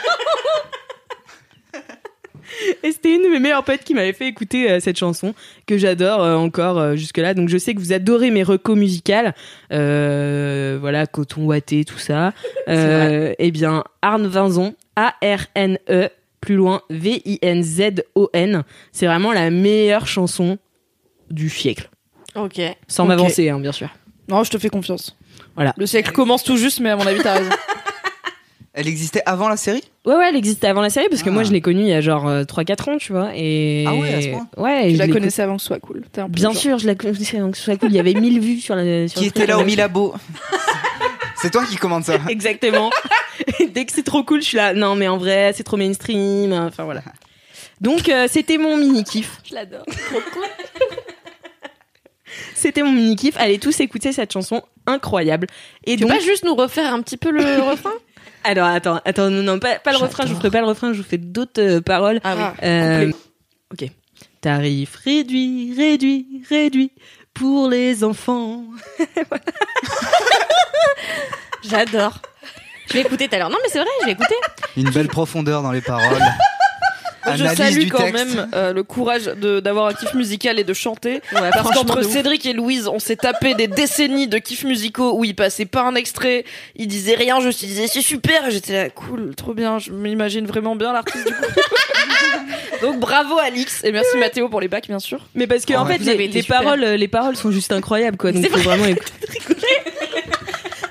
[SPEAKER 2] Et c'était une de mes meilleures potes qui m'avait fait écouter euh, cette chanson que j'adore euh, encore euh, jusque-là. Donc je sais que vous adorez mes recos musicales, Euh, voilà coton ouaté tout ça. Euh, eh bien Arne Vinzon, A R N E plus loin V I N Z O N. C'est vraiment la meilleure chanson du siècle,
[SPEAKER 8] Ok.
[SPEAKER 2] sans
[SPEAKER 5] Ok.
[SPEAKER 2] m'avancer hein, bien sûr.
[SPEAKER 5] Non, je te fais confiance.
[SPEAKER 2] Voilà.
[SPEAKER 5] Le siècle commence tout juste, mais à mon avis, t'as raison.
[SPEAKER 3] Elle existait avant la série
[SPEAKER 2] Ouais, ouais, elle existait avant la série parce que
[SPEAKER 3] Ah.
[SPEAKER 2] moi je l'ai connue il y a genre 3-4 ans, tu vois. Et...
[SPEAKER 3] Ah ouais, à ce point
[SPEAKER 2] Ouais,
[SPEAKER 5] Tu
[SPEAKER 2] je
[SPEAKER 5] la
[SPEAKER 2] l'ai
[SPEAKER 5] connaissais avant que ce soit cool. T'es un
[SPEAKER 2] connue-
[SPEAKER 5] peu
[SPEAKER 2] Bien
[SPEAKER 5] genre-
[SPEAKER 2] sûr, je la connaissais avant que ce soit cool. Il y avait 1000 vues sur la. sur
[SPEAKER 3] Qui
[SPEAKER 2] le
[SPEAKER 3] était
[SPEAKER 2] truc.
[SPEAKER 3] là au Milabo. C'est toi qui commande ça.
[SPEAKER 2] Exactement. Et Dès que c'est trop cool, je suis là. Non, mais en vrai, c'est trop mainstream. Enfin voilà. Donc euh, c'était mon mini kiff.
[SPEAKER 8] Je l'adore.
[SPEAKER 2] C'était mon mini kiff. Allez tous écouter cette chanson incroyable. Et
[SPEAKER 8] Tu peux
[SPEAKER 2] donc.
[SPEAKER 8] pas juste nous refaire un petit peu le refrain
[SPEAKER 2] Alors attends, attends, non, non, pas, pas le refrain. Je vous ferai pas le refrain. Je vous fais d'autres euh, paroles.
[SPEAKER 8] Ah oui.
[SPEAKER 2] Euh, ok. Tarif réduit, réduit, réduit pour les enfants.
[SPEAKER 8] J'adore. Je vais écouter tout à l'heure. Non, mais c'est vrai, je vais écouter.
[SPEAKER 3] Une belle profondeur dans les paroles.
[SPEAKER 5] Je
[SPEAKER 3] Analyse
[SPEAKER 5] salue
[SPEAKER 3] du
[SPEAKER 5] quand
[SPEAKER 3] texte.
[SPEAKER 5] même euh, le courage de- d'avoir un kiff musical et de chanter.
[SPEAKER 2] Ouais,
[SPEAKER 5] Parce
[SPEAKER 2] franchement,
[SPEAKER 5] qu'entre
[SPEAKER 2] de ouf.
[SPEAKER 5] Cédric et Louise, on s'est tapé des décennies de kiffs musicaux où ils passaient pas un extrait, ils disaient rien, je suis disais c'est super, et j'étais là cool, trop bien, je m'imagine vraiment bien l'artiste du coup. Donc bravo Alix et merci Mathéo pour les bacs bien sûr.
[SPEAKER 2] mais parce que
[SPEAKER 3] Oh,
[SPEAKER 2] en
[SPEAKER 3] ouais,
[SPEAKER 2] fait
[SPEAKER 8] vous avez
[SPEAKER 2] les,
[SPEAKER 8] été
[SPEAKER 2] les
[SPEAKER 8] super.
[SPEAKER 2] paroles, euh, les paroles sont juste incroyables quoi. Donc
[SPEAKER 8] C'est
[SPEAKER 2] faut vraiment écouter.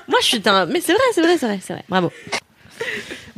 [SPEAKER 8] Moi, je suis un. Mais c'est vrai, c'est vrai, c'est vrai, c'est vrai. Bravo.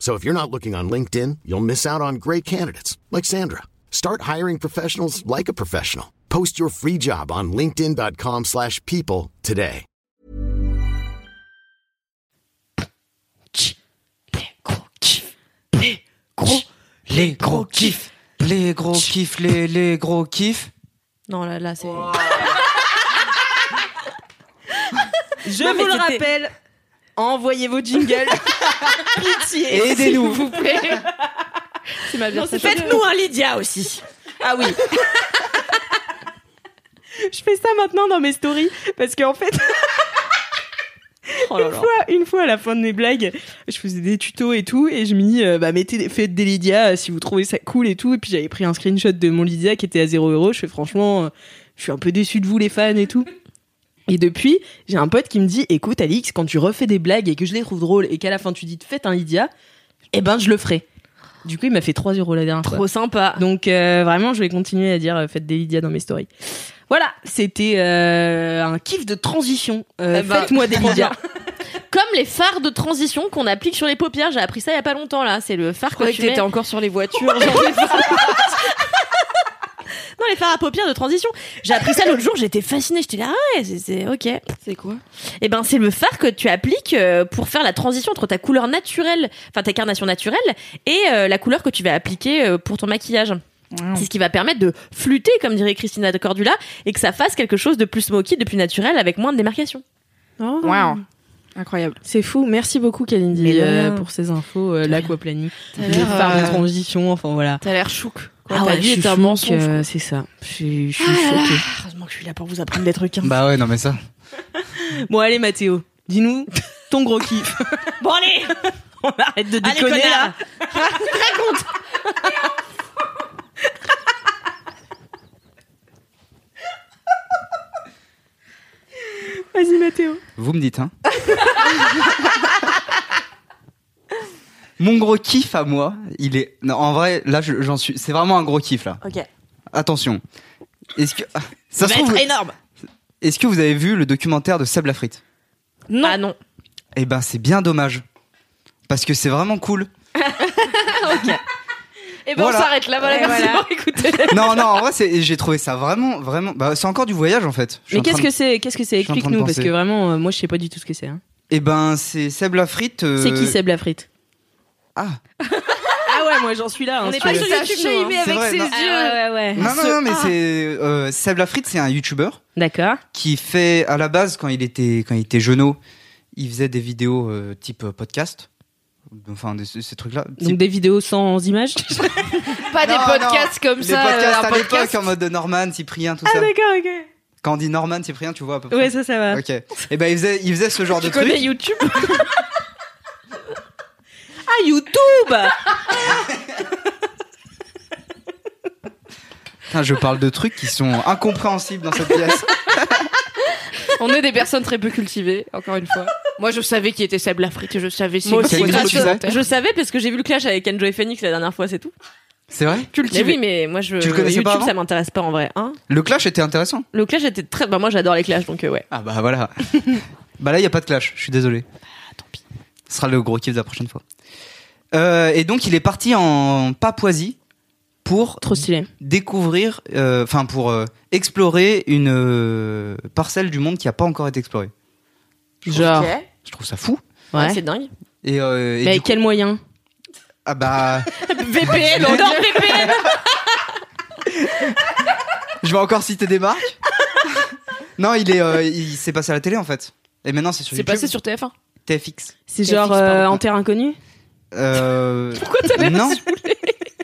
[SPEAKER 9] So if you're not looking on LinkedIn, you'll miss out on great candidates like Sandra. Start hiring professionals like a professional. Post your free job on linkedin.com/people slash people today.
[SPEAKER 3] Les gros kiffs, les gros kiffs, les, les gros kiffs.
[SPEAKER 2] Non, là, là, c'est.
[SPEAKER 1] Je
[SPEAKER 2] Non, mais
[SPEAKER 1] vous le
[SPEAKER 2] c'était-
[SPEAKER 1] rappelle, envoyez vos jingles. Pitié.
[SPEAKER 3] Aidez-nous.
[SPEAKER 5] S'il vous plaît. C'est ma version.
[SPEAKER 2] Faites-nous un Lydia aussi.
[SPEAKER 1] Ah oui. je fais ça maintenant dans mes stories parce qu'en fait,
[SPEAKER 2] Oh là
[SPEAKER 1] une,
[SPEAKER 2] là.
[SPEAKER 1] fois, une fois à la fin de mes blagues, je faisais des tutos et tout et je me dis euh, bah mettez des- faites des Lydia euh, si vous trouvez ça cool et tout et puis j'avais pris un screenshot de mon Lydia qui était à 0 euros. Je fais franchement, euh, je suis un peu déçu de vous les fans et tout. Et depuis, j'ai un pote qui me dit écoute Alix, quand tu refais des blagues et que je les trouve drôles et qu'à la fin tu dis faites un Lydia, eh ben je le ferai. Du coup, il m'a fait 3 euros la dernière fois.
[SPEAKER 2] Trop sympa.
[SPEAKER 1] Donc euh, vraiment, je vais continuer à dire euh, faites des Lydia dans mes stories. Voilà, c'était euh, un kiff de transition. Euh,
[SPEAKER 2] Eh ben,
[SPEAKER 1] Faites-moi des
[SPEAKER 2] trop
[SPEAKER 1] Lydia.
[SPEAKER 2] Comme les phares de transition qu'on applique sur les paupières, j'ai appris ça il y a pas longtemps là. C'est le phare
[SPEAKER 5] Je croyais
[SPEAKER 2] que
[SPEAKER 5] que
[SPEAKER 2] tu
[SPEAKER 5] t'étais
[SPEAKER 2] mets.
[SPEAKER 5] encore sur les voitures. genre, les-
[SPEAKER 2] Non, les phares à paupières de transition. J'ai appris ça l'autre jour. J'étais fascinée. J'étais là, ah ouais, c'est- c'est ok.
[SPEAKER 5] C'est quoi
[SPEAKER 2] Eh ben, c'est le phare que tu appliques euh, pour faire la transition entre ta couleur naturelle, enfin ta carnation naturelle, et euh, la couleur que tu vas appliquer euh, pour ton maquillage.
[SPEAKER 5] Mmh.
[SPEAKER 2] C'est ce qui va permettre de flûter, comme dirait Christina de Cordula, et que ça fasse quelque chose de plus smoky, de plus naturel, avec moins de démarcation. Oh.
[SPEAKER 5] Wow. Incroyable.
[SPEAKER 1] C'est fou. Merci beaucoup, Kalindi,
[SPEAKER 2] Mais de
[SPEAKER 1] euh,
[SPEAKER 2] rien.
[SPEAKER 1] pour ces infos. euh, L'aquaplaning,
[SPEAKER 5] T'as
[SPEAKER 1] les
[SPEAKER 5] l'air,
[SPEAKER 1] phares de
[SPEAKER 5] euh,
[SPEAKER 1] transition, enfin voilà.
[SPEAKER 5] T'as l'air chouc. Quoi,
[SPEAKER 1] Ah
[SPEAKER 5] t'as
[SPEAKER 1] ouais,
[SPEAKER 5] dit,
[SPEAKER 1] je suis
[SPEAKER 5] t'es un
[SPEAKER 1] fou
[SPEAKER 5] mensonge.
[SPEAKER 1] que, euh, C'est ça. Je suis, je suis choquée.
[SPEAKER 2] Heureusement que je suis Ah là pour vous apprendre des trucs. hein.
[SPEAKER 3] Bah ouais, non mais ça.
[SPEAKER 1] Bon, allez, Mathéo, dis-nous ton gros kiff.
[SPEAKER 2] Bon allez,
[SPEAKER 1] On arrête de
[SPEAKER 2] allez
[SPEAKER 1] déconner là.
[SPEAKER 2] connard.
[SPEAKER 1] Vas-y, Mathéo.
[SPEAKER 3] Vous me dites, hein Mon gros kiff à moi, il est. Non, en vrai, là, je- j'en suis. C'est vraiment un gros kiff, là.
[SPEAKER 2] Ok.
[SPEAKER 3] Attention. Est-ce que. Ah, Ça se
[SPEAKER 2] va
[SPEAKER 3] trouve,
[SPEAKER 2] être énorme.
[SPEAKER 3] est-ce que vous avez vu le documentaire de Seb Lafrite
[SPEAKER 2] Non. Ah non.
[SPEAKER 3] Eh ben, c'est bien dommage. Parce que c'est vraiment cool.
[SPEAKER 1] Eh
[SPEAKER 5] Et ben
[SPEAKER 3] Voilà.
[SPEAKER 5] on s'arrête là, voilà,
[SPEAKER 2] Ouais,
[SPEAKER 5] merci
[SPEAKER 2] Eh, voilà.
[SPEAKER 5] pour écouter.
[SPEAKER 3] non, non, en vrai, c'est- j'ai trouvé ça vraiment, vraiment. Bah, c'est encore du voyage, en fait. Je suis
[SPEAKER 1] Mais
[SPEAKER 3] en train
[SPEAKER 1] qu'est-ce
[SPEAKER 3] de-
[SPEAKER 1] que c'est Qu'est-ce que c'est
[SPEAKER 3] Je suis en train de
[SPEAKER 1] Explique-nous, parce
[SPEAKER 3] penser.
[SPEAKER 1] que vraiment, euh, moi, je sais pas du tout ce que c'est. hein.
[SPEAKER 3] Eh ben, c'est Seb Lafrite. euh,
[SPEAKER 1] C'est qui Seb Lafrite
[SPEAKER 3] Ah.
[SPEAKER 1] Ah ouais, moi j'en suis là. hein, si tu veux.
[SPEAKER 5] YouTube, mais
[SPEAKER 3] C'est
[SPEAKER 5] avec
[SPEAKER 3] vrai,
[SPEAKER 5] ses
[SPEAKER 3] non.
[SPEAKER 5] yeux.
[SPEAKER 2] Ah ouais ouais.
[SPEAKER 3] Non, non, non,
[SPEAKER 1] Ah.
[SPEAKER 3] mais c'est. euh, Seb Lafrite, c'est un youtubeur.
[SPEAKER 1] D'accord.
[SPEAKER 3] qui fait à la base quand il était quand il était jeuneau, il faisait des vidéos euh, type euh, podcast, enfin de, ce- ces trucs-là.
[SPEAKER 1] Donc
[SPEAKER 3] Type-
[SPEAKER 1] des vidéos sans images
[SPEAKER 5] Pas des
[SPEAKER 3] Non,
[SPEAKER 5] podcasts comme
[SPEAKER 3] des
[SPEAKER 5] ça.
[SPEAKER 3] podcasts
[SPEAKER 5] euh, un
[SPEAKER 3] à
[SPEAKER 5] podcast.
[SPEAKER 3] l'époque en mode Norman, Cyprien, tout ça.
[SPEAKER 1] Ah, d'accord, ok.
[SPEAKER 3] Quand on dit Norman, Cyprien, tu vois à peu près.
[SPEAKER 1] Ouais, ça, ça va.
[SPEAKER 3] Ok. Et ben il faisait il faisait ce genre de
[SPEAKER 5] Tu connais
[SPEAKER 3] truc.
[SPEAKER 5] YouTube
[SPEAKER 1] Ah, YouTube
[SPEAKER 3] Putain, je parle de trucs qui sont incompréhensibles dans cette pièce.
[SPEAKER 5] On est des personnes très peu cultivées, encore une fois. Moi, je savais qui était Seb Lafrite et je savais c'est
[SPEAKER 2] Moi
[SPEAKER 5] qui
[SPEAKER 2] aussi,
[SPEAKER 5] dans le
[SPEAKER 3] grâce à-
[SPEAKER 5] documentaire.
[SPEAKER 2] Je savais parce que j'ai vu le clash avec Enjoy Phoenix la dernière fois, c'est tout.
[SPEAKER 3] C'est vrai.
[SPEAKER 2] Mais oui, mais moi je
[SPEAKER 3] Tu le connaissais
[SPEAKER 2] YouTube
[SPEAKER 3] pas avant
[SPEAKER 2] ça m'intéresse pas en vrai. Hein
[SPEAKER 3] Le clash était intéressant.
[SPEAKER 2] le clash était très. Bah moi j'adore les clashs donc euh, ouais.
[SPEAKER 3] Ah bah voilà. bah là il y a pas de clash. Je suis désolé. Ce sera le gros kiff de la prochaine fois. Euh, et donc il est parti en Papouasie pour
[SPEAKER 1] Trop stylé.
[SPEAKER 3] découvrir, euh, enfin pour euh, explorer une euh, parcelle du monde qui n'a pas encore été explorée.
[SPEAKER 1] Genre,
[SPEAKER 3] Je trouve ça fou.
[SPEAKER 1] ouais.
[SPEAKER 2] C'est dingue.
[SPEAKER 3] Et, euh, et
[SPEAKER 1] Mais
[SPEAKER 3] du
[SPEAKER 1] avec
[SPEAKER 3] coup-
[SPEAKER 1] quel moyen
[SPEAKER 3] ah bah,
[SPEAKER 2] VPN, on dort VPN.
[SPEAKER 3] je vais encore citer des marques. non, il est, euh, il s'est passé à la télé en fait. Et maintenant c'est sur
[SPEAKER 5] C'est
[SPEAKER 3] YouTube.
[SPEAKER 5] passé sur TF1.
[SPEAKER 3] TFX.
[SPEAKER 1] C'est genre
[SPEAKER 5] TFX,
[SPEAKER 1] euh,
[SPEAKER 5] pardon.
[SPEAKER 1] en terre inconnue
[SPEAKER 3] Euh,
[SPEAKER 5] Pourquoi t'as l'air
[SPEAKER 3] non.
[SPEAKER 5] saoulé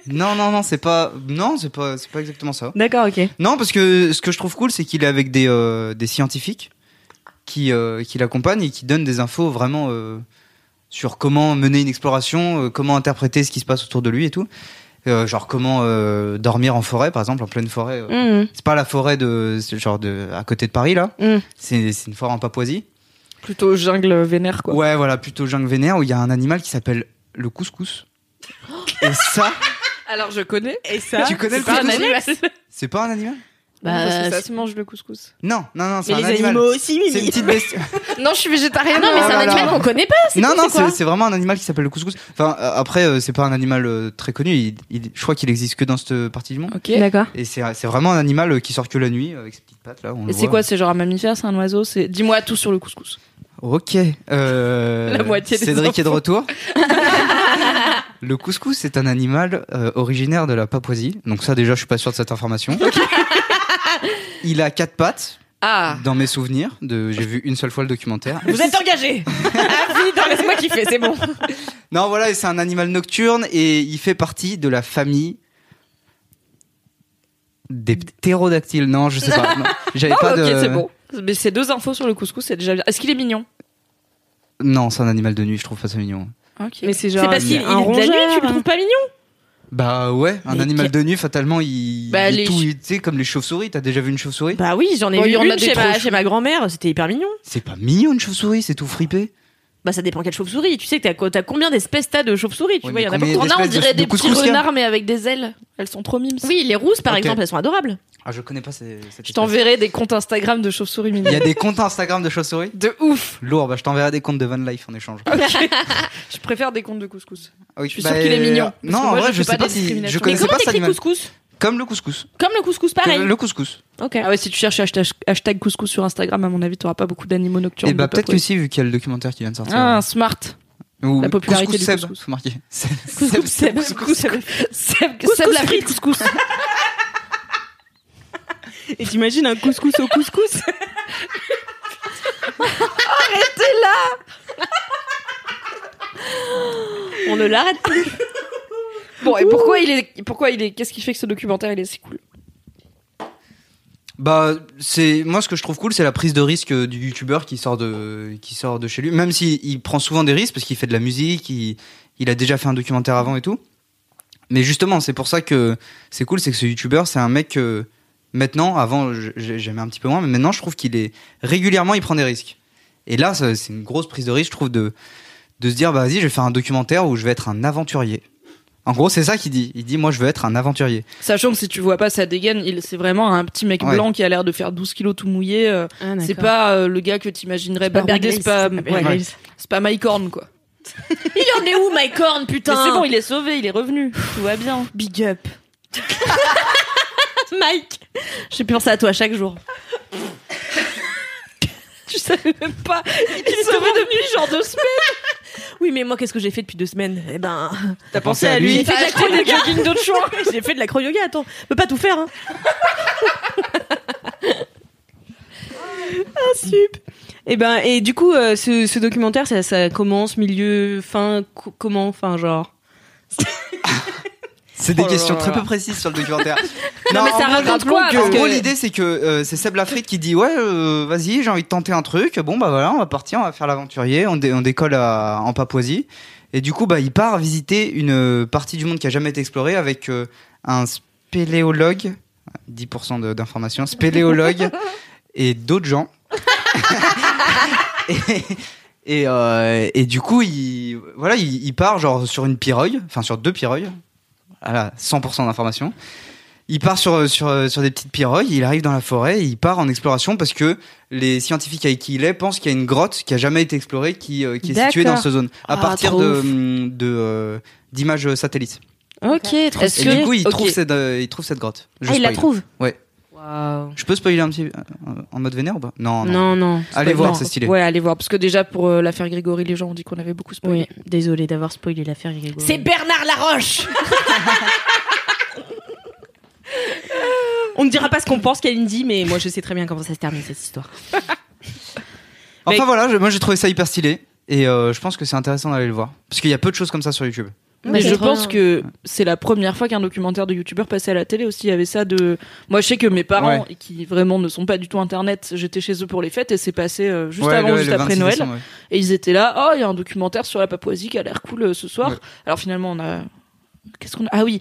[SPEAKER 3] non, non, non, c'est pas, non, c'est pas, c'est pas exactement ça.
[SPEAKER 1] D'accord, ok.
[SPEAKER 3] Non, parce que ce que je trouve cool, c'est qu'il est avec des, euh, des scientifiques qui, euh, qui l'accompagnent et qui donnent des infos vraiment euh, sur comment mener une exploration, euh, comment interpréter ce qui se passe autour de lui et tout. Euh, genre comment euh, dormir en forêt, par exemple, en pleine forêt.
[SPEAKER 2] Mmh.
[SPEAKER 3] euh. C'est pas la forêt de c'est genre de à côté de Paris là.
[SPEAKER 5] Mm.
[SPEAKER 3] C'est c'est une forêt en Papouasie.
[SPEAKER 5] Plutôt jungle vénère, quoi.
[SPEAKER 3] Ouais, voilà, plutôt jungle vénère où il y a un animal qui s'appelle le couscous. Et ça,
[SPEAKER 5] Alors, je connais.
[SPEAKER 1] Et ça,
[SPEAKER 3] tu connais le
[SPEAKER 2] Ah,
[SPEAKER 5] Pas un
[SPEAKER 3] couscous
[SPEAKER 5] animal.
[SPEAKER 3] C'est pas un animal
[SPEAKER 2] Bah,
[SPEAKER 5] parce que ça se mange le couscous.
[SPEAKER 3] Non, non, non, c'est
[SPEAKER 1] mais
[SPEAKER 3] un
[SPEAKER 1] les
[SPEAKER 3] animal.
[SPEAKER 1] animaux aussi,
[SPEAKER 3] C'est une
[SPEAKER 1] Mimi.
[SPEAKER 3] petite bestiole.
[SPEAKER 5] Non, je suis végétarienne.
[SPEAKER 2] Ah, non, mais c'est
[SPEAKER 3] Oh
[SPEAKER 2] un
[SPEAKER 3] là là.
[SPEAKER 2] animal qu'on connaît
[SPEAKER 5] Ah,
[SPEAKER 2] pas. c'est
[SPEAKER 3] non,
[SPEAKER 2] tout,
[SPEAKER 3] non,
[SPEAKER 2] c'est quoi
[SPEAKER 3] c'est c'est vraiment un animal qui s'appelle le couscous. Enfin, euh, après, euh, c'est pas un animal euh, très connu. Il- il- je crois qu'il existe que dans cette partie du monde.
[SPEAKER 5] Ok.
[SPEAKER 2] D'accord.
[SPEAKER 3] Et c'est c'est vraiment un animal euh, qui sort que la nuit avec ses petites pattes là. on le
[SPEAKER 5] Et c'est
[SPEAKER 3] voit.
[SPEAKER 5] quoi C'est genre un mammifère, c'est un oiseau c'est... Dis-moi tout sur le couscous.
[SPEAKER 3] Ok. Euh,
[SPEAKER 5] La moitié des
[SPEAKER 3] Cédric est de
[SPEAKER 5] infos.
[SPEAKER 3] retour. le couscous c'est un animal euh, originaire de la Papouasie. Donc ça déjà je suis pas sûr de cette information. Il a quatre pattes.
[SPEAKER 5] Ah
[SPEAKER 3] Dans mes souvenirs, de j'ai vu une seule fois le documentaire.
[SPEAKER 2] Vous êtes engagés Ah oui, non, laisse-moi kiffer, c'est bon.
[SPEAKER 3] Non voilà, et c'est un animal nocturne et il fait partie de la famille des ptérodactyles. Non, je sais pas. Non, J'avais pas
[SPEAKER 5] Oh, Ok,
[SPEAKER 3] de.
[SPEAKER 5] c'est bon. Mais ces deux infos sur le couscous, c'est déjà bien. Est-ce qu'il est mignon
[SPEAKER 3] Non, c'est un animal de nuit. Je trouve pas ça mignon.
[SPEAKER 5] Mais c'est
[SPEAKER 2] C'est
[SPEAKER 5] genre.
[SPEAKER 2] parce qu'il il est
[SPEAKER 5] un
[SPEAKER 2] de la
[SPEAKER 5] rongeur,
[SPEAKER 2] nuit, tu le
[SPEAKER 5] hein.
[SPEAKER 2] trouves pas mignon
[SPEAKER 3] Bah ouais, un
[SPEAKER 2] Mais
[SPEAKER 3] animal
[SPEAKER 2] que-
[SPEAKER 3] de nuit, fatalement, il,
[SPEAKER 5] Bah,
[SPEAKER 3] il est
[SPEAKER 5] les-
[SPEAKER 3] tout, il- tu sais, comme les chauves-souris. T'as déjà vu une chauve-souris
[SPEAKER 2] Bah oui, j'en ai
[SPEAKER 5] Bon, il
[SPEAKER 2] vu
[SPEAKER 5] y en a
[SPEAKER 2] une
[SPEAKER 5] des
[SPEAKER 2] chez
[SPEAKER 5] trop
[SPEAKER 2] ma,
[SPEAKER 5] chou-
[SPEAKER 2] chez ma grand-mère, c'était hyper mignon.
[SPEAKER 3] C'est pas mignon une chauve-souris, c'est tout fripé.
[SPEAKER 2] Bah ça dépend quelle chauve-souris. Tu sais que t'as co- t'as combien d'espèces t'as de chauve-souris Tu
[SPEAKER 3] Oui,
[SPEAKER 2] vois, il y en a
[SPEAKER 3] mais combien
[SPEAKER 2] beaucoup.
[SPEAKER 5] T'en as, on
[SPEAKER 3] d'espèces de-
[SPEAKER 5] dirait
[SPEAKER 3] de
[SPEAKER 5] des petits
[SPEAKER 3] couscous qu'il y a
[SPEAKER 5] renards, mais avec des ailes. Elles sont trop mimes.
[SPEAKER 2] Oui, les rousses par
[SPEAKER 3] Ok.
[SPEAKER 2] exemple, elles sont adorables.
[SPEAKER 3] Ah, je connais pas ces, cette
[SPEAKER 5] Je
[SPEAKER 3] espèce.
[SPEAKER 5] t'enverrai des comptes Instagram de chauves-souris
[SPEAKER 3] Il y
[SPEAKER 5] mignonnes.
[SPEAKER 3] a des comptes Instagram de chauve-souris
[SPEAKER 5] De ouf
[SPEAKER 3] Lourd, bah je t'enverrai des comptes de Van Life en échange.
[SPEAKER 5] Je préfère des comptes de couscous.
[SPEAKER 3] Ah oui,
[SPEAKER 5] Ah, suis
[SPEAKER 3] bah,
[SPEAKER 5] sûre qu'il est
[SPEAKER 3] euh,
[SPEAKER 5] mignon, parce
[SPEAKER 3] Non,
[SPEAKER 5] que
[SPEAKER 3] en
[SPEAKER 5] moi,
[SPEAKER 3] vrai,
[SPEAKER 5] je
[SPEAKER 3] je
[SPEAKER 5] fais
[SPEAKER 3] sais
[SPEAKER 5] pas
[SPEAKER 3] pas
[SPEAKER 5] de
[SPEAKER 3] si. Je
[SPEAKER 5] discrimination.
[SPEAKER 2] Mais
[SPEAKER 3] connaissais
[SPEAKER 2] comment
[SPEAKER 3] pas cet
[SPEAKER 2] t'écris
[SPEAKER 3] animal.
[SPEAKER 2] couscous
[SPEAKER 3] Comme le couscous.
[SPEAKER 2] Comme le couscous, pareil.
[SPEAKER 3] Comme le couscous.
[SPEAKER 2] Ok.
[SPEAKER 5] Ah ouais, si tu cherches hashtag, hashtag couscous sur Instagram, à mon avis, t'auras pas beaucoup d'animaux nocturnes.
[SPEAKER 3] Et bah
[SPEAKER 5] de
[SPEAKER 3] peut-être que
[SPEAKER 5] Papouasie.
[SPEAKER 3] si, vu qu'il y a le documentaire qui vient de sortir.
[SPEAKER 5] Ah, smart.
[SPEAKER 3] Ou
[SPEAKER 5] la popularité
[SPEAKER 3] couscous
[SPEAKER 5] du
[SPEAKER 3] Seb,
[SPEAKER 5] couscous.
[SPEAKER 3] faut marquer. Seb-
[SPEAKER 5] Couscous,
[SPEAKER 3] Seb-
[SPEAKER 5] Seb, couscous, Seb, Seb, Seb, la frite couscous.
[SPEAKER 1] Et t'imagines un couscous au couscous
[SPEAKER 2] On ne l'arrête plus.
[SPEAKER 5] Bon, et pourquoi il est, pourquoi il est, qu'est-ce qui fait que ce documentaire il est si cool
[SPEAKER 3] Bah, c'est moi ce que je trouve cool, c'est la prise de risque euh, du youtubeur qui sort de qui sort de chez lui, même s'il il prend souvent des risques parce qu'il fait de la musique, il, il a déjà fait un documentaire avant et tout. Mais justement, c'est pour ça que c'est cool, c'est que ce youtubeur, c'est un mec euh, maintenant, avant je- je- j'aimais un petit peu moins, mais maintenant je trouve qu'il est régulièrement il prend des risques. Et là, ça, c'est une grosse prise de risque, je trouve de de se dire bah vas-y, je vais faire un documentaire où je vais être un aventurier. En gros, c'est ça qu'il dit. Il dit moi je veux être un aventurier.
[SPEAKER 5] Sachant que si tu vois pas sa dégaine, il, c'est vraiment un petit mec
[SPEAKER 3] Ouais.
[SPEAKER 5] blanc qui a l'air de faire 12 kilos tout mouillé. euh, c'est pas euh, le gars que t'imaginerais
[SPEAKER 2] pas Bear
[SPEAKER 5] barbouillé,
[SPEAKER 2] Grylls,
[SPEAKER 5] c'est pas,
[SPEAKER 2] c'est pas Bear
[SPEAKER 5] ouais, c'est pas Mike Horn, quoi.
[SPEAKER 2] Il en est où, my corn, putain
[SPEAKER 5] Mais c'est bon, il est sauvé, il est revenu, tout va bien.
[SPEAKER 2] Big up. Mike J'ai pensé à toi chaque jour. tu savais même pas. Il est sauvé depuis genre deux semaines. oui, mais moi, qu'est-ce que j'ai fait depuis deux semaines Eh ben.
[SPEAKER 3] T'as
[SPEAKER 1] pensé à lui
[SPEAKER 2] J'ai fait de la cro yoga. j'ai fait de l'acro yoga, attends. On peut pas tout faire, hein.
[SPEAKER 1] Et Ah, ben et du coup euh, ce, ce documentaire ça, ça commence milieu fin co- comment enfin genre
[SPEAKER 3] C'est des
[SPEAKER 5] Oh là
[SPEAKER 3] questions
[SPEAKER 5] là
[SPEAKER 3] très
[SPEAKER 5] là.
[SPEAKER 3] peu précises sur le documentaire.
[SPEAKER 2] mais ça
[SPEAKER 3] en gros,
[SPEAKER 2] raconte
[SPEAKER 3] rappelons
[SPEAKER 2] quoi,
[SPEAKER 3] que-
[SPEAKER 2] parce
[SPEAKER 3] En gros,
[SPEAKER 2] que-
[SPEAKER 3] l'idée, c'est que euh, c'est Seb Lafrite qui dit Ouais, euh, vas-y, j'ai envie de tenter un truc. Bon, bah voilà, on va partir, on va faire l'aventurier. On, dé- on décolle à- en Papouasie. Et du coup, bah, il part visiter une euh, partie du monde qui a jamais été explorée avec euh, un spéléologue, 10% de- d'informations, spéléologue et d'autres gens. et, et, euh, et du coup, il, voilà, il, il part genre sur une pirogue, enfin sur deux pirogues. Voilà, 100% d'informations. Il part sur, sur, sur des petites pirogues, il arrive dans la forêt, et il part en exploration parce que les scientifiques avec qui il est pensent qu'il y a une grotte qui a jamais été explorée qui, euh, qui est située dans
[SPEAKER 1] D'accord.
[SPEAKER 3] cette zone à
[SPEAKER 5] Ah,
[SPEAKER 3] partir
[SPEAKER 5] trop
[SPEAKER 3] de,
[SPEAKER 5] ouf.
[SPEAKER 3] hum, de, euh, d'images satellites.
[SPEAKER 1] ok trop
[SPEAKER 5] Est-ce
[SPEAKER 3] Et
[SPEAKER 5] que-
[SPEAKER 3] du coup, il,
[SPEAKER 5] ok.
[SPEAKER 3] trouve cette, euh, il trouve cette grotte. Je
[SPEAKER 1] ah il la
[SPEAKER 3] spoil.
[SPEAKER 1] trouve
[SPEAKER 3] Ouais.
[SPEAKER 1] Waouh.
[SPEAKER 3] Je peux spoiler un petit euh, en mode vénère ou pas Ah, non, non.
[SPEAKER 1] non non
[SPEAKER 3] Allez voir,
[SPEAKER 5] Non.
[SPEAKER 3] c'est stylé.
[SPEAKER 5] Ouais, allez voir, parce que déjà pour euh, l'affaire Grégory, les gens ont dit qu'on avait beaucoup spoilé.
[SPEAKER 1] oui désolé d'avoir spoilé l'affaire Grégory
[SPEAKER 2] C'est Bernard Laroche
[SPEAKER 1] on ne dira pas ce qu'on pense qu'elle me dit mais moi je sais très bien comment ça se termine cette histoire
[SPEAKER 3] Enfin
[SPEAKER 1] Mais-
[SPEAKER 3] voilà, je- moi j'ai trouvé ça hyper stylé et euh, je pense que c'est intéressant d'aller le voir parce qu'il y a peu de choses comme ça sur YouTube.
[SPEAKER 5] Mais
[SPEAKER 2] Ok.
[SPEAKER 5] je
[SPEAKER 2] Trop bien.
[SPEAKER 5] pense que c'est la première fois qu'un documentaire de youtubeur passait à la télé aussi. Il y avait ça de. Moi, je sais que mes parents, qui vraiment ne sont pas du tout internet, j'étais chez eux pour les fêtes et c'est passé euh, juste
[SPEAKER 3] Ouais,
[SPEAKER 5] avant,
[SPEAKER 3] le-
[SPEAKER 5] juste
[SPEAKER 3] le
[SPEAKER 5] après
[SPEAKER 3] 26
[SPEAKER 5] Noël.
[SPEAKER 3] décembre, ouais.
[SPEAKER 5] Et ils étaient là, oh, il y a un documentaire sur la Papouasie qui a l'air cool euh, ce soir.
[SPEAKER 3] Ouais.
[SPEAKER 5] Alors finalement, on a Qu'est-ce qu'on a Ah oui.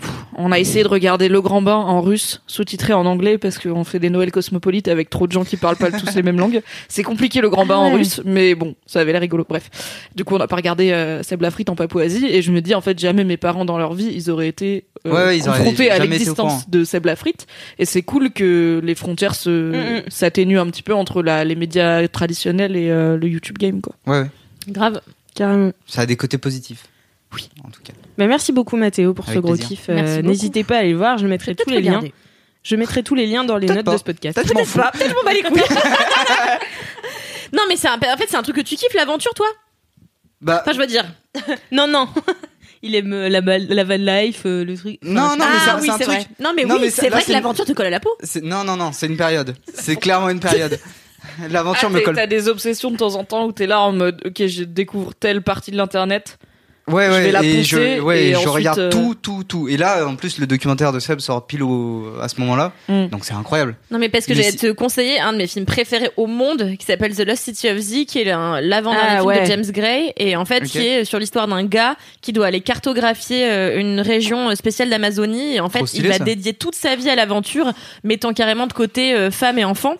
[SPEAKER 5] Pff, On a essayé de regarder Le Grand Bain en russe, sous-titré en anglais, parce qu'on fait des Noëls cosmopolites avec trop de gens qui parlent pas tous les mêmes langues. C'est compliqué Le Grand Bain en russe, mais bon, ça avait l'air rigolo. Bref, du coup, on n'a pas regardé euh, Seb Lafrite en Papouasie, et je me dis en fait jamais mes parents dans leur vie ils auraient été euh,
[SPEAKER 3] Ouais, ouais, ils auraient
[SPEAKER 5] confrontés à
[SPEAKER 3] jamais été au
[SPEAKER 5] l'existence
[SPEAKER 3] courant.
[SPEAKER 5] de Seb Lafrite. Et c'est cool que les frontières se s'atténuent un petit peu entre la, les médias traditionnels et euh, le YouTube game quoi.
[SPEAKER 3] Ouais, ouais.
[SPEAKER 2] Grave.
[SPEAKER 1] Carrément.
[SPEAKER 3] Ça a des côtés positifs. Oui. En tout cas.
[SPEAKER 1] Bah, merci beaucoup Mathéo pour ce
[SPEAKER 3] Avec
[SPEAKER 1] gros
[SPEAKER 3] plaisir.
[SPEAKER 1] kiff. Euh,
[SPEAKER 2] Merci beaucoup.
[SPEAKER 1] N'hésitez pas à aller le voir, je mettrai tous les liens. Je mettrai tous les liens dans les
[SPEAKER 3] Peut-être
[SPEAKER 1] notes
[SPEAKER 3] pas.
[SPEAKER 1] de ce podcast.
[SPEAKER 3] Peut-être m'en fous.
[SPEAKER 2] Ah, peut-être je m'en bats les couilles. non, mais c'est un- en fait, c'est un truc que tu kiffes, l'aventure, toi
[SPEAKER 3] Bah,
[SPEAKER 2] Enfin, je veux dire.
[SPEAKER 1] Non, non. Il aime euh, la, bal- la van life, euh, le truc.
[SPEAKER 3] non, non, mais
[SPEAKER 2] ah
[SPEAKER 3] ça-
[SPEAKER 2] oui,
[SPEAKER 3] c'est un
[SPEAKER 2] c'est vrai.
[SPEAKER 3] truc.
[SPEAKER 2] Non, mais
[SPEAKER 3] Non,
[SPEAKER 2] oui,
[SPEAKER 3] mais
[SPEAKER 2] c'est
[SPEAKER 3] là,
[SPEAKER 2] vrai
[SPEAKER 3] c'est
[SPEAKER 2] que
[SPEAKER 3] une-
[SPEAKER 2] l'aventure te colle à la peau.
[SPEAKER 3] c'est- Non, non, non, c'est une période. C'est clairement une période. L'aventure
[SPEAKER 5] Ah,
[SPEAKER 3] me
[SPEAKER 5] t'es-
[SPEAKER 3] colle.
[SPEAKER 5] T'as des obsessions de temps en temps où t'es là en mode ok je découvre telle partie de l'internet.
[SPEAKER 3] Ouais,
[SPEAKER 5] Je
[SPEAKER 3] ouais,
[SPEAKER 5] vais la
[SPEAKER 3] et
[SPEAKER 5] pousser,
[SPEAKER 3] je, ouais,
[SPEAKER 5] et
[SPEAKER 3] je
[SPEAKER 5] ensuite,
[SPEAKER 3] regarde
[SPEAKER 5] euh,
[SPEAKER 3] tout, tout, tout. Et là, en plus, le documentaire de Seb sort pile au- à ce moment-là.
[SPEAKER 5] Mm.
[SPEAKER 3] Donc c'est incroyable.
[SPEAKER 2] Non, mais parce que
[SPEAKER 3] Mais
[SPEAKER 2] j'allais
[SPEAKER 3] si-
[SPEAKER 2] te conseiller un de mes films préférés au monde qui s'appelle The Lost City of Z, qui est un- l'avant-dernier
[SPEAKER 5] Ah,
[SPEAKER 2] film
[SPEAKER 5] ouais.
[SPEAKER 2] de James Gray, et en fait,
[SPEAKER 3] Ok.
[SPEAKER 2] qui est sur l'histoire d'un gars qui doit aller cartographier euh, une région euh, spéciale d'Amazonie, et en fait,
[SPEAKER 3] Trop
[SPEAKER 2] il
[SPEAKER 3] stylé,
[SPEAKER 2] va
[SPEAKER 3] ça.
[SPEAKER 2] dédier toute sa vie à l'aventure, mettant carrément de côté euh, femme et enfants.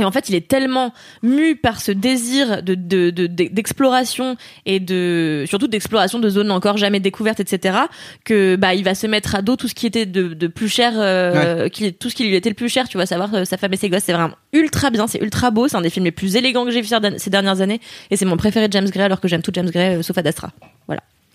[SPEAKER 2] Et en fait, il est tellement mu par ce désir de de- de- de- d'exploration et de surtout d'exploration de zones encore jamais découvertes, etc., que bah il va se mettre à dos tout ce qui était de, de plus cher, euh, qui- tout ce qui lui était le plus cher. Tu vois, savoir euh, sa femme et ses gosses, c'est vraiment ultra bien, c'est ultra beau, c'est un des films les plus élégants que j'ai vu ces- ces dernières années, et c'est mon préféré de James Gray, alors que j'aime tout James Gray, euh, sauf Ad Astra.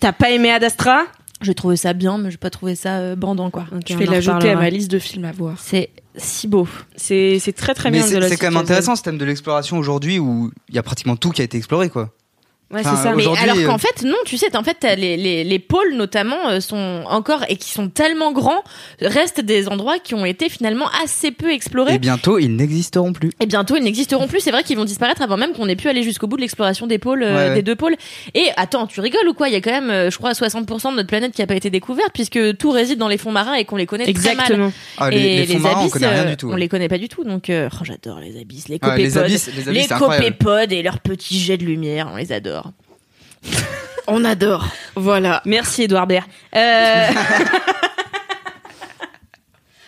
[SPEAKER 1] T'as pas aimé Ad Astra
[SPEAKER 2] J'ai trouvé ça bien, mais j'ai pas trouvé ça euh, bandant quoi.
[SPEAKER 5] Je vais l'ajouter à ma liste de films à voir.
[SPEAKER 2] C'est si beau.
[SPEAKER 1] C'est c'est très très
[SPEAKER 3] Mais
[SPEAKER 1] bien. The
[SPEAKER 3] c'est
[SPEAKER 1] Lost
[SPEAKER 3] c'est quand même
[SPEAKER 1] City of Z.
[SPEAKER 3] intéressant ce thème de l'exploration aujourd'hui où il y a pratiquement tout qui a été exploré, quoi.
[SPEAKER 1] Ouais,
[SPEAKER 3] Enfin,
[SPEAKER 1] c'est ça.
[SPEAKER 3] euh,
[SPEAKER 2] Mais
[SPEAKER 3] Aujourd'hui,
[SPEAKER 2] alors
[SPEAKER 3] euh,
[SPEAKER 2] qu'en fait, non, tu sais, en fait, t'as les, les, les pôles notamment euh, sont encore et qui sont tellement grands, restent des endroits qui ont été finalement assez peu explorés.
[SPEAKER 3] Et bientôt, ils n'existeront plus.
[SPEAKER 2] Et bientôt, ils n'existeront plus. C'est vrai qu'ils vont disparaître avant même qu'on ait pu aller jusqu'au bout de l'exploration des pôles, euh,
[SPEAKER 3] Ouais, ouais.
[SPEAKER 2] des deux pôles. Et attends, tu rigoles ou quoi Il y a quand même, euh, je crois, 60% de notre planète qui n'a pas été découverte puisque tout réside dans les fonds marins et qu'on les connaît très mal.
[SPEAKER 1] Exactement.
[SPEAKER 3] Ah, les,
[SPEAKER 2] Et
[SPEAKER 3] les fonds marins, on
[SPEAKER 2] abysses,
[SPEAKER 3] connaît rien
[SPEAKER 2] euh,
[SPEAKER 3] du tout.
[SPEAKER 2] on
[SPEAKER 3] ouais.
[SPEAKER 2] les connaît pas du tout. Donc, euh, oh, j'adore les abysses, les
[SPEAKER 3] Ah,
[SPEAKER 2] copépodes,
[SPEAKER 3] les abysses, les abysses,
[SPEAKER 2] les
[SPEAKER 3] c'est incroyable.
[SPEAKER 2] copépodes et leurs petits jets de lumière. On les adore. on adore. Voilà.
[SPEAKER 1] Merci Edouard Baird. Euh,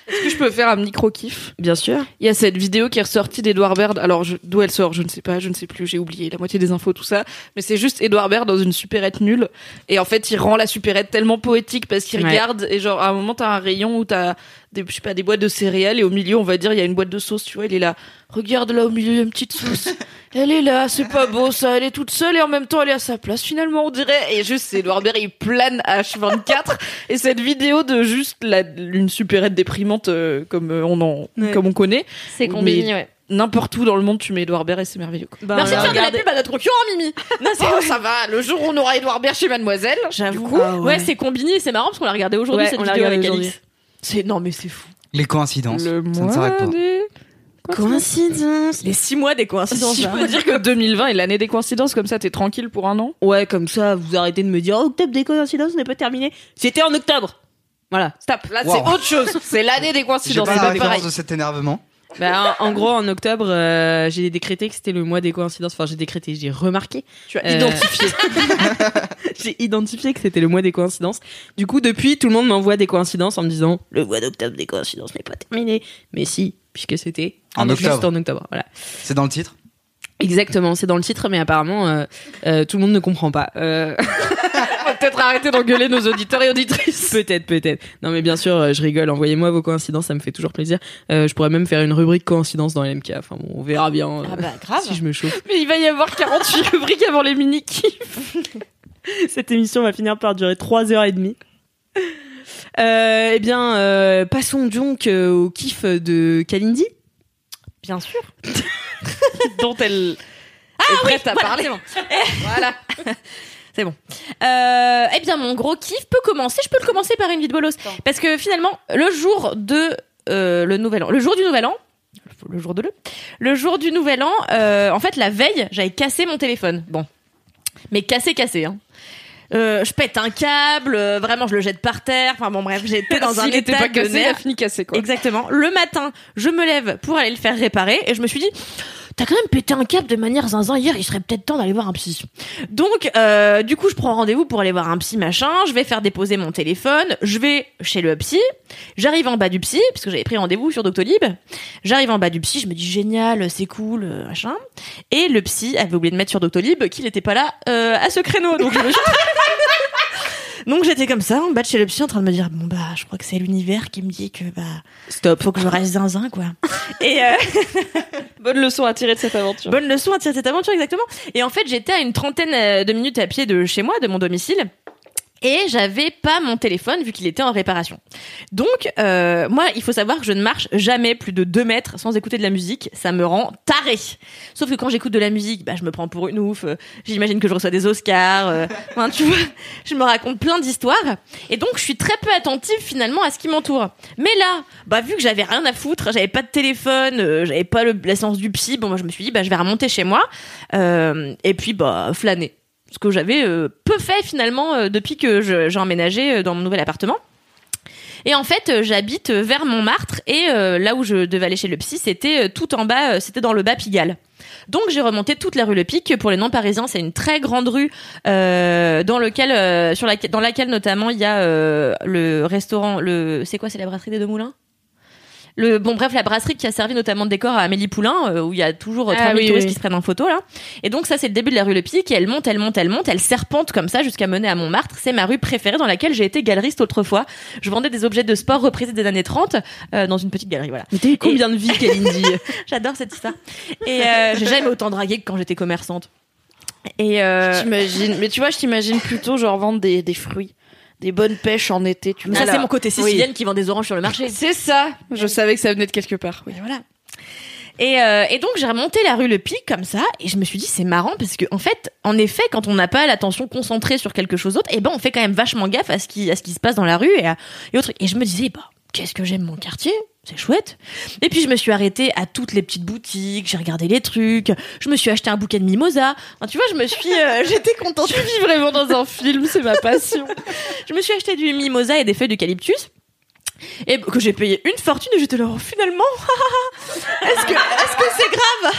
[SPEAKER 5] Est-ce que je peux faire un micro kiff
[SPEAKER 1] Bien sûr.
[SPEAKER 5] Il y a cette vidéo qui est ressortie d'Edouard Baird. Alors je- d'où elle sort, je ne sais pas, je ne sais plus, j'ai oublié la moitié des infos, tout ça. Mais c'est juste Edouard Baird dans une supérette nulle. Et en fait, il rend la supérette tellement poétique parce qu'il
[SPEAKER 1] Ouais.
[SPEAKER 5] regarde et genre à un moment t'as un rayon où t'as des, je sais pas, des boîtes de céréales et au milieu on va dire il y a une boîte de sauce. Tu vois, il est là. Regarde là au milieu il y a une petite sauce. Elle est là, c'est pas beau ça. Elle est toute seule et en même temps elle est à sa place finalement on dirait. Et juste c'est Edouard Baird, il plane à H24 et cette vidéo de juste la, une supérette déprimante euh, comme euh, on en,
[SPEAKER 1] Ouais.
[SPEAKER 5] comme on connaît
[SPEAKER 2] C'est combiné, ouais.
[SPEAKER 5] n'importe où dans le monde, tu mets Edouard Baird et c'est merveilleux. quoi.
[SPEAKER 1] Ben,
[SPEAKER 2] Merci de faire de la
[SPEAKER 1] Regardez.
[SPEAKER 2] pub à notre concurrent, Mimi. Non, c'est-
[SPEAKER 5] Oh, ça va, le jour où on aura Edouard Baird chez Mademoiselle,
[SPEAKER 2] J'avoue.
[SPEAKER 5] Du coup,
[SPEAKER 2] ouais, c'est combiné, c'est marrant parce qu'on l'a regardé aujourd'hui
[SPEAKER 1] Ouais,
[SPEAKER 2] cette
[SPEAKER 1] on l'a
[SPEAKER 2] vidéo
[SPEAKER 1] regardé
[SPEAKER 2] avec
[SPEAKER 1] aujourd'hui.
[SPEAKER 2] Alix. C'est non mais c'est fou.
[SPEAKER 3] Les coïncidences.
[SPEAKER 5] le
[SPEAKER 3] ça ne s'arrête pas.
[SPEAKER 5] mois des...
[SPEAKER 1] Coïncidence.
[SPEAKER 2] Les six mois des coïncidences.
[SPEAKER 5] Si je peux dire que 2020 est l'année des coïncidences, comme ça t'es tranquille pour un an.
[SPEAKER 1] Ouais, comme ça, vous arrêtez de me dire oh, octobre des coïncidences, on n'est pas terminé. C'était en octobre. Voilà.
[SPEAKER 5] Stop, là
[SPEAKER 3] Wow.
[SPEAKER 5] c'est autre chose, c'est l'année des
[SPEAKER 3] J'ai
[SPEAKER 5] coïncidences,
[SPEAKER 3] pas
[SPEAKER 5] c'est
[SPEAKER 3] la
[SPEAKER 5] pas
[SPEAKER 3] référence
[SPEAKER 5] pareil.
[SPEAKER 3] de cet énervement.
[SPEAKER 1] Bah, en, en gros, en octobre, euh, j'ai décrété que c'était le mois des coïncidences. Enfin, j'ai décrété, j'ai remarqué.
[SPEAKER 5] Tu as
[SPEAKER 1] Euh,
[SPEAKER 5] identifié.
[SPEAKER 1] j'ai identifié que c'était le mois des coïncidences. Du coup, depuis, tout le monde m'envoie des coïncidences en me disant le mois d'octobre des coïncidences n'est pas terminé. Mais si, puisque c'était
[SPEAKER 3] En octobre.
[SPEAKER 1] juste en octobre. Voilà.
[SPEAKER 3] C'est dans le titre.
[SPEAKER 1] Exactement, c'est dans le titre, mais apparemment, euh, euh, tout le monde ne comprend pas. Euh,
[SPEAKER 5] Peut-être arrêter d'engueuler nos auditeurs et auditrices.
[SPEAKER 1] Peut-être, peut-être. Non, mais bien sûr, euh, je rigole. Envoyez-moi vos coïncidences, ça me fait toujours plaisir. Euh, je pourrais même faire une rubrique coïncidences dans LMK. Enfin bon, on verra bien euh,
[SPEAKER 2] Ah bah grave.
[SPEAKER 1] si je me chauffe.
[SPEAKER 5] Mais il va y avoir 48 rubriques avant les mini qui
[SPEAKER 1] Cette émission va finir par durer 3 heures et demie. Euh, eh bien, euh, passons donc euh, au kiff de Kalindi.
[SPEAKER 2] Bien sûr. Ah
[SPEAKER 5] dont elle est prête à
[SPEAKER 2] Voilà,
[SPEAKER 5] parler.
[SPEAKER 2] c'est bon. voilà. C'est bon. Euh, eh bien, mon gros kiff peut commencer. Je peux le commencer par une vie de bolos. Parce que finalement, le jour de euh, le nouvel an, le jour du nouvel an, le jour de le, le jour du nouvel an, euh, en fait, la veille, j'avais cassé mon téléphone. Bon. Mais cassé, cassé, hein. Euh, je pète un câble, euh, vraiment je le jette par terre. Enfin bon bref, j'étais dans un
[SPEAKER 5] S'il était
[SPEAKER 2] état
[SPEAKER 5] pas
[SPEAKER 2] de
[SPEAKER 5] cassé, il a
[SPEAKER 2] nerfs.
[SPEAKER 5] fini cassé quoi.
[SPEAKER 2] Exactement. Le matin, je me lève pour aller le faire réparer et je me suis dit T'as quand même pété un cap de manière zinzin hier, il serait peut-être temps d'aller voir un psy. Donc, euh, du coup, je prends rendez-vous pour aller voir un psy, machin. Je vais faire déposer mon téléphone. Je vais chez le psy. J'arrive en bas du psy, parce que j'avais pris rendez-vous sur Doctolib. J'arrive en bas du psy, je me dis génial, c'est cool, euh, machin. Et le psy avait oublié de mettre sur Doctolib qu'il n'était pas là euh, à ce créneau. Donc, je me suis- Donc j'étais comme ça, en bas de chez le psy, en train de me dire bon bah je crois que c'est l'univers qui me dit que bah stop, faut que je reste zinzin quoi. Et euh,
[SPEAKER 5] Bonne leçon à tirer de cette aventure.
[SPEAKER 2] Bonne leçon à tirer de cette aventure, exactement. Et en fait, j'étais à une trentaine euh, de minutes à pied de chez moi, de mon domicile. Et j'avais pas mon téléphone vu qu'il était en réparation. Donc, euh, moi, il faut savoir que je ne marche jamais plus de 2 mètres sans écouter de la musique. Ça me rend taré. Sauf que quand j'écoute de la musique, bah, je me prends pour une ouf. euh, J'imagine que je reçois des Oscars. euh, enfin, tu vois, je me raconte plein d'histoires. Et donc, je suis très peu attentive finalement à ce qui m'entoure. Mais là, bah, vu que j'avais rien à foutre, j'avais pas de téléphone, euh, j'avais pas le- la séance du psy, bon, moi, je me suis dit, bah, je vais remonter chez moi. euh, et puis, bah, flâner. Ce que j'avais euh, peu fait finalement euh, depuis que je- j'ai emménagé euh, dans mon nouvel appartement. Et en fait, euh, j'habite euh, vers Montmartre et euh, là où je devais aller chez le psy, c'était euh, tout en bas, euh, c'était dans le bas Pigalle. Donc j'ai remonté toute la rue Le Pic. Pour les non-parisiens, c'est une très grande rue euh, dans lequel, euh, sur laquelle, dans laquelle notamment il y a euh, le restaurant, le c'est quoi, c'est la brasserie des Deux Moulins. Le, bon bref la brasserie qui a servi notamment de décor à Amélie Poulain euh, où il y a toujours euh, 30
[SPEAKER 5] Ah
[SPEAKER 2] 000
[SPEAKER 5] oui,
[SPEAKER 2] touristes
[SPEAKER 5] oui.
[SPEAKER 2] qui se prennent en photo là et donc ça c'est le début de la rue Le Pic et elle monte elle monte elle monte elle serpente comme ça jusqu'à mener à Montmartre c'est ma rue préférée dans laquelle j'ai été galeriste autrefois je vendais des objets de sport reprisés des années 30 euh, dans une petite galerie voilà
[SPEAKER 1] Mais t'as eu combien de vies, Kalindi
[SPEAKER 2] J'adore cette histoire. Et euh, j'ai jamais autant dragué que quand j'étais commerçante. Et euh,
[SPEAKER 5] T'imagines- mais tu vois, je t'imagine plutôt genre vendre des, des fruits, des bonnes pêches en été. Tu
[SPEAKER 2] ça,
[SPEAKER 5] vois.
[SPEAKER 2] c'est mon côté sicilienne qui vend des oranges sur le marché.
[SPEAKER 5] C'est ça. Je savais que ça venait de quelque part. Oui.
[SPEAKER 2] Et voilà. Et, euh, et donc j'ai remonté la rue Le Pic comme ça et je me suis dit c'est marrant parce que en fait en effet quand on n'a pas l'attention concentrée sur quelque chose d'autre et ben on fait quand même vachement gaffe à ce qui à ce qui se passe dans la rue et, à, et autres et je me disais bah qu'est-ce que j'aime mon quartier c'est chouette et puis je me suis arrêtée à toutes les petites boutiques j'ai regardé les trucs je me suis acheté un bouquet de mimosa Enfin, tu vois je me suis euh, j'étais contente
[SPEAKER 5] Je vis vraiment dans un film, c'est ma passion.
[SPEAKER 2] je me suis acheté du mimosa et des feuilles d'eucalyptus. Et que j'ai payé une fortune et j'étais là, oh, finalement, est-ce que est-ce que c'est grave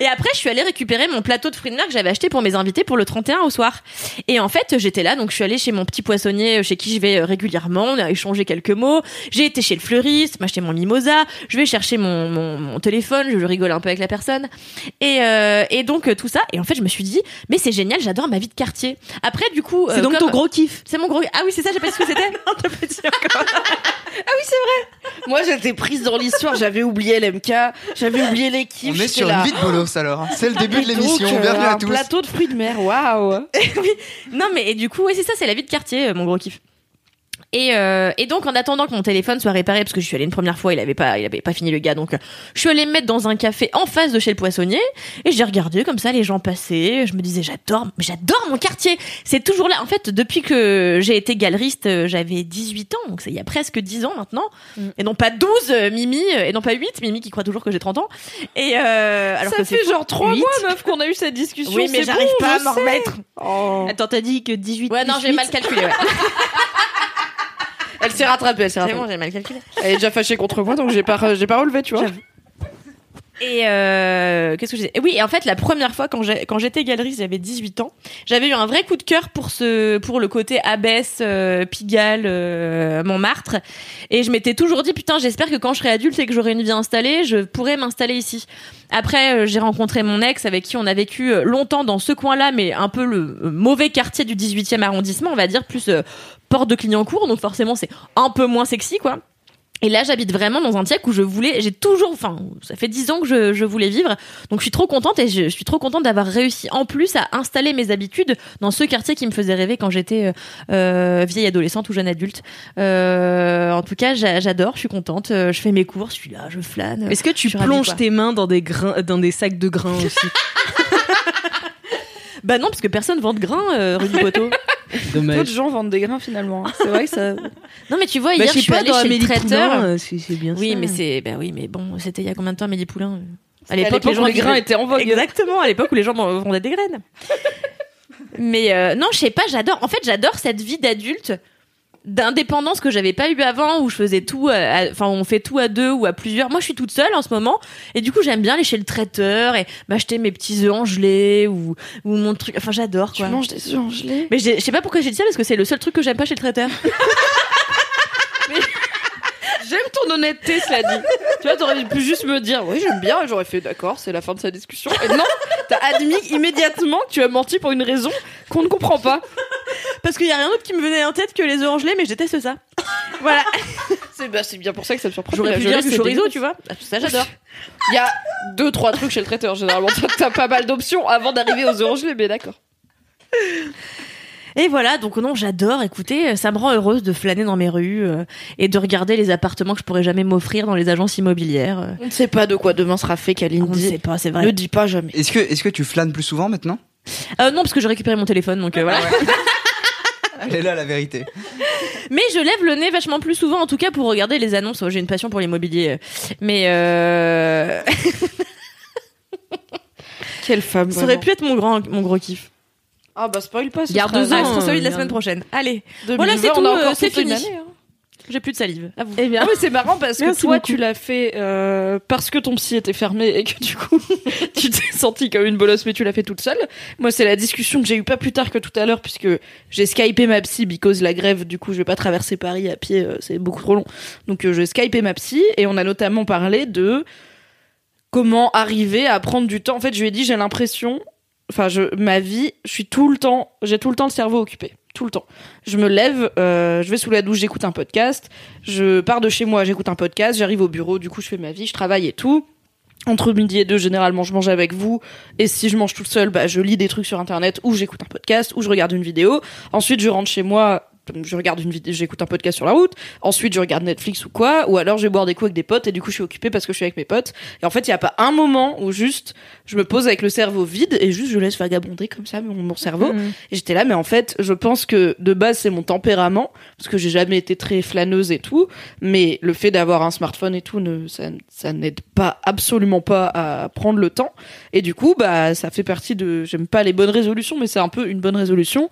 [SPEAKER 2] Et après, je suis allée récupérer mon plateau de fruits de mer que j'avais acheté pour mes invités pour le 31 au soir. Et en fait, j'étais là, donc je suis allée chez mon petit poissonnier chez qui je vais euh, régulièrement, on a échangé quelques mots. J'ai été chez le fleuriste, m'acheter mon mimosa, je vais chercher mon, mon, mon téléphone, je rigole un peu avec la personne. Et, euh, et donc euh, tout ça, et en fait, je me suis dit, mais c'est génial, j'adore ma vie de quartier. Après, du coup...
[SPEAKER 1] C'est
[SPEAKER 2] euh,
[SPEAKER 1] donc
[SPEAKER 2] comme-
[SPEAKER 1] ton gros kiff.
[SPEAKER 2] c'est mon gros. Ah oui, c'est ça, j'ai pas dit ce que c'était. non, t'as pas dit encore.
[SPEAKER 10] Moi, j'étais prise dans l'histoire, j'avais oublié l'MK, j'avais oublié l'équipe.
[SPEAKER 3] On est
[SPEAKER 10] j'étais
[SPEAKER 3] sur
[SPEAKER 10] là.
[SPEAKER 3] une vie de bolos alors. C'est le début de
[SPEAKER 10] Et donc,
[SPEAKER 3] l'émission.
[SPEAKER 10] euh,
[SPEAKER 3] Bienvenue à
[SPEAKER 10] un
[SPEAKER 3] tous.
[SPEAKER 10] plateau de fruits de mer, waouh
[SPEAKER 2] non, mais et du coup, ouais, c'est ça, c'est la vie de quartier, euh, mon gros kiff. Et, euh, et donc en attendant que mon téléphone soit réparé parce que je suis allée une première fois il avait pas il avait pas fini le gars donc euh, je suis allée me mettre dans un café en face de chez le poissonnier et j'ai regardé comme ça les gens passaient je me disais j'adore j'adore mon quartier c'est toujours là en fait depuis que j'ai été galeriste euh, j'avais 18 ans donc c'est il y a presque 10 ans maintenant
[SPEAKER 5] Mm.
[SPEAKER 2] et non pas 12 euh, Mimi euh, et non pas 8 Mimi qui croit toujours que j'ai 30 ans et euh, alors
[SPEAKER 5] ça
[SPEAKER 2] que c'est
[SPEAKER 5] fait genre trois
[SPEAKER 2] huit.
[SPEAKER 5] mois, meuf, qu'on a eu cette discussion.
[SPEAKER 2] oui mais
[SPEAKER 5] c'est
[SPEAKER 2] j'arrive
[SPEAKER 5] bon,
[SPEAKER 2] pas à
[SPEAKER 5] je
[SPEAKER 2] m'en
[SPEAKER 5] sais.
[SPEAKER 2] remettre
[SPEAKER 5] Oh.
[SPEAKER 1] Attends, t'as dit que 18
[SPEAKER 2] Ouais, non, j'ai
[SPEAKER 1] 18,
[SPEAKER 2] mal calculé. Ouais.
[SPEAKER 10] Elle s'est
[SPEAKER 5] Ah, ben,
[SPEAKER 10] rattrapée, elle s'est rattrapée.
[SPEAKER 2] Vraiment, j'ai mal calculé.
[SPEAKER 10] Elle est déjà fâchée contre moi, donc j'ai pas, re- j'ai pas relevé, tu vois.
[SPEAKER 2] Et euh, qu'est-ce que j'ai Et Oui, et en fait, la première fois quand j'ai quand j'étais galeriste, j'avais 18 ans. J'avais eu un vrai coup de cœur pour ce pour le côté abbesse, euh, Pigalle, euh, Montmartre. Et je m'étais toujours dit putain, j'espère que quand je serai adulte et que j'aurai une vie installée, je pourrai m'installer ici. Après, euh, j'ai rencontré mon ex avec qui on a vécu euh, longtemps dans ce coin-là, mais un peu le euh, mauvais quartier du 18e arrondissement, on va dire plus euh, porte de Clignancourt, donc forcément c'est un peu moins sexy quoi. Et là, j'habite vraiment dans un tiec où je voulais, j'ai toujours, enfin, ça fait dix ans que je, je voulais vivre, donc je suis trop contente et je, je suis trop contente d'avoir réussi en plus à installer mes habitudes dans ce quartier qui me faisait rêver quand j'étais euh, euh, vieille adolescente ou jeune adulte. Euh, en tout cas, j'a- j'adore, je suis contente, euh, je fais mes cours, je suis là, je flâne. euh,
[SPEAKER 1] Est-ce que tu
[SPEAKER 2] Je suis ravie,
[SPEAKER 1] plonges
[SPEAKER 2] quoi. Ah,
[SPEAKER 1] tes mains dans des grains, dans des sacs de grains aussi
[SPEAKER 2] Bah non, parce que personne vend de grains, euh, rue du poteau.
[SPEAKER 5] D'autres gens vendent des grains finalement. hein. C'est vrai que ça.
[SPEAKER 2] non mais tu vois,
[SPEAKER 1] Bah,
[SPEAKER 2] hier je suis
[SPEAKER 1] pas,
[SPEAKER 2] allée
[SPEAKER 1] dans
[SPEAKER 2] chez
[SPEAKER 1] Amélie
[SPEAKER 2] le traiteur.
[SPEAKER 1] Poulain, euh, c'est c'est bien
[SPEAKER 2] oui,
[SPEAKER 1] ça.
[SPEAKER 2] mais c'est, bah oui, mais bon, c'était il y a combien de temps, Amélie Poulain euh À
[SPEAKER 5] À l'époque, les, gens, les grains étaient en vogue.
[SPEAKER 2] Exactement, à l'époque où les gens vendaient des graines. Mais euh, non, je sais pas, j'adore. En fait, j'adore cette vie d'adulte d'indépendance que j'avais pas eu avant où je faisais tout à- à- enfin on fait tout à deux ou à plusieurs moi je suis toute seule en ce moment et du coup j'aime bien aller chez le traiteur et m'acheter mes petits œufs en gelée ou ou mon truc enfin j'adore
[SPEAKER 10] Tu
[SPEAKER 2] quoi
[SPEAKER 10] manges des œufs en gelée
[SPEAKER 2] mais j'ai- je sais pas pourquoi j'ai dit ça parce que c'est le seul truc que j'aime pas chez le traiteur
[SPEAKER 5] J'aime ton honnêteté, cela dit. Tu vois, t'aurais pu juste me dire, oui, j'aime bien, et j'aurais fait, d'accord, c'est la fin de sa discussion. Et non, t'as admis immédiatement que tu as menti pour une raison qu'on ne comprend pas.
[SPEAKER 2] parce qu'il y a rien d'autre qui me venait en tête que les œufs en gelée mais je déteste ça voilà
[SPEAKER 5] C'est bah, c'est bien pour ça que ça me surprend.
[SPEAKER 2] j'aurais
[SPEAKER 5] La
[SPEAKER 2] pu
[SPEAKER 5] gelée,
[SPEAKER 2] dire du
[SPEAKER 5] c'est
[SPEAKER 2] chorizo
[SPEAKER 5] dégueulasse. Ah,
[SPEAKER 2] tu vois ça j'adore
[SPEAKER 5] Il y a deux, trois trucs chez le traiteur, généralement. T'as- T'as pas mal d'options avant d'arriver aux oranges, mais d'accord.
[SPEAKER 2] Et voilà, donc non, j'adore. Écoutez, euh, ça me rend heureuse de flâner dans mes rues euh, et de regarder les appartements que je pourrais jamais m'offrir dans les agences immobilières. euh.
[SPEAKER 10] On ne sait pas de quoi demain sera fait,
[SPEAKER 2] On ne
[SPEAKER 10] Kalindi.
[SPEAKER 2] sait pas, c'est
[SPEAKER 10] Ne
[SPEAKER 2] vrai.
[SPEAKER 10] dis pas jamais.
[SPEAKER 3] Est-ce que, est-ce que tu flânes plus souvent maintenant
[SPEAKER 2] Euh, non, parce que j'ai récupéré mon téléphone, donc euh, voilà.
[SPEAKER 3] Elle est là la vérité.
[SPEAKER 2] Mais je lève le nez vachement plus souvent, en tout cas pour regarder les annonces. Oh, J'ai une passion pour l'immobilier, euh. mais euh...
[SPEAKER 10] Quelle femme.
[SPEAKER 2] ça aurait
[SPEAKER 10] vraiment.
[SPEAKER 2] pu être mon grand, mon gros kiff.
[SPEAKER 10] Ah bah spoil pas. ce
[SPEAKER 2] Garde
[SPEAKER 10] sera-
[SPEAKER 2] deux
[SPEAKER 10] Ah, ce
[SPEAKER 2] ans,
[SPEAKER 10] sera
[SPEAKER 2] celui
[SPEAKER 10] celui
[SPEAKER 2] de la semaine prochaine. Allez,
[SPEAKER 10] prochaine.
[SPEAKER 2] voilà, c'est
[SPEAKER 10] 2020,
[SPEAKER 2] tout,
[SPEAKER 10] on a
[SPEAKER 2] euh,
[SPEAKER 10] encore
[SPEAKER 2] c'est
[SPEAKER 10] toute une
[SPEAKER 2] fini.
[SPEAKER 10] année, hein.
[SPEAKER 2] J'ai plus de salive. À vous.
[SPEAKER 5] Eh bien, mais c'est marrant parce que
[SPEAKER 10] Merci
[SPEAKER 5] toi,
[SPEAKER 10] beaucoup.
[SPEAKER 5] tu l'as fait euh, parce que ton psy était fermé et que du coup, tu t'es sentie comme une bolosse, mais tu l'as fait toute seule. Moi, c'est la discussion que j'ai eue pas plus tard que tout à l'heure puisque j'ai skypé ma psy because la grève, du coup, je vais pas traverser Paris à pied, euh, c'est beaucoup trop long. Donc, euh, j'ai skypé ma psy et on a notamment parlé de comment arriver à prendre du temps. En fait, je lui ai dit, j'ai l'impression, enfin, je, ma vie, je suis tout le temps, j'ai tout le temps le cerveau occupé. Tout le temps. Je me lève, euh, je vais sous la douche, j'écoute un podcast, je pars de chez moi, j'écoute un podcast, j'arrive au bureau, du coup je fais ma vie, je travaille et tout. Entre midi et deux, généralement, je mange avec vous. Et si je mange toute seule, bah, je lis des trucs sur Internet ou j'écoute un podcast ou je regarde une vidéo. Ensuite, je rentre chez moi, je regarde une vidéo, j'écoute un podcast sur la route. Ensuite, je regarde Netflix ou quoi. Ou alors, je vais boire des coups avec des potes et du coup, je suis occupée parce que je suis avec mes potes. Et en fait, il n'y a pas un moment où juste, je me pose avec le cerveau vide et juste, je laisse vagabonder comme ça mon, mon cerveau. Et j'étais là, mais en fait, je pense que de base, c'est mon tempérament parce que j'ai jamais été très flâneuse et tout, mais le fait d'avoir un smartphone et tout, ne, ça, ça n'aide pas absolument pas à prendre le temps. Et du coup, bah, ça fait partie de, j'aime pas les bonnes résolutions, mais c'est un peu une bonne résolution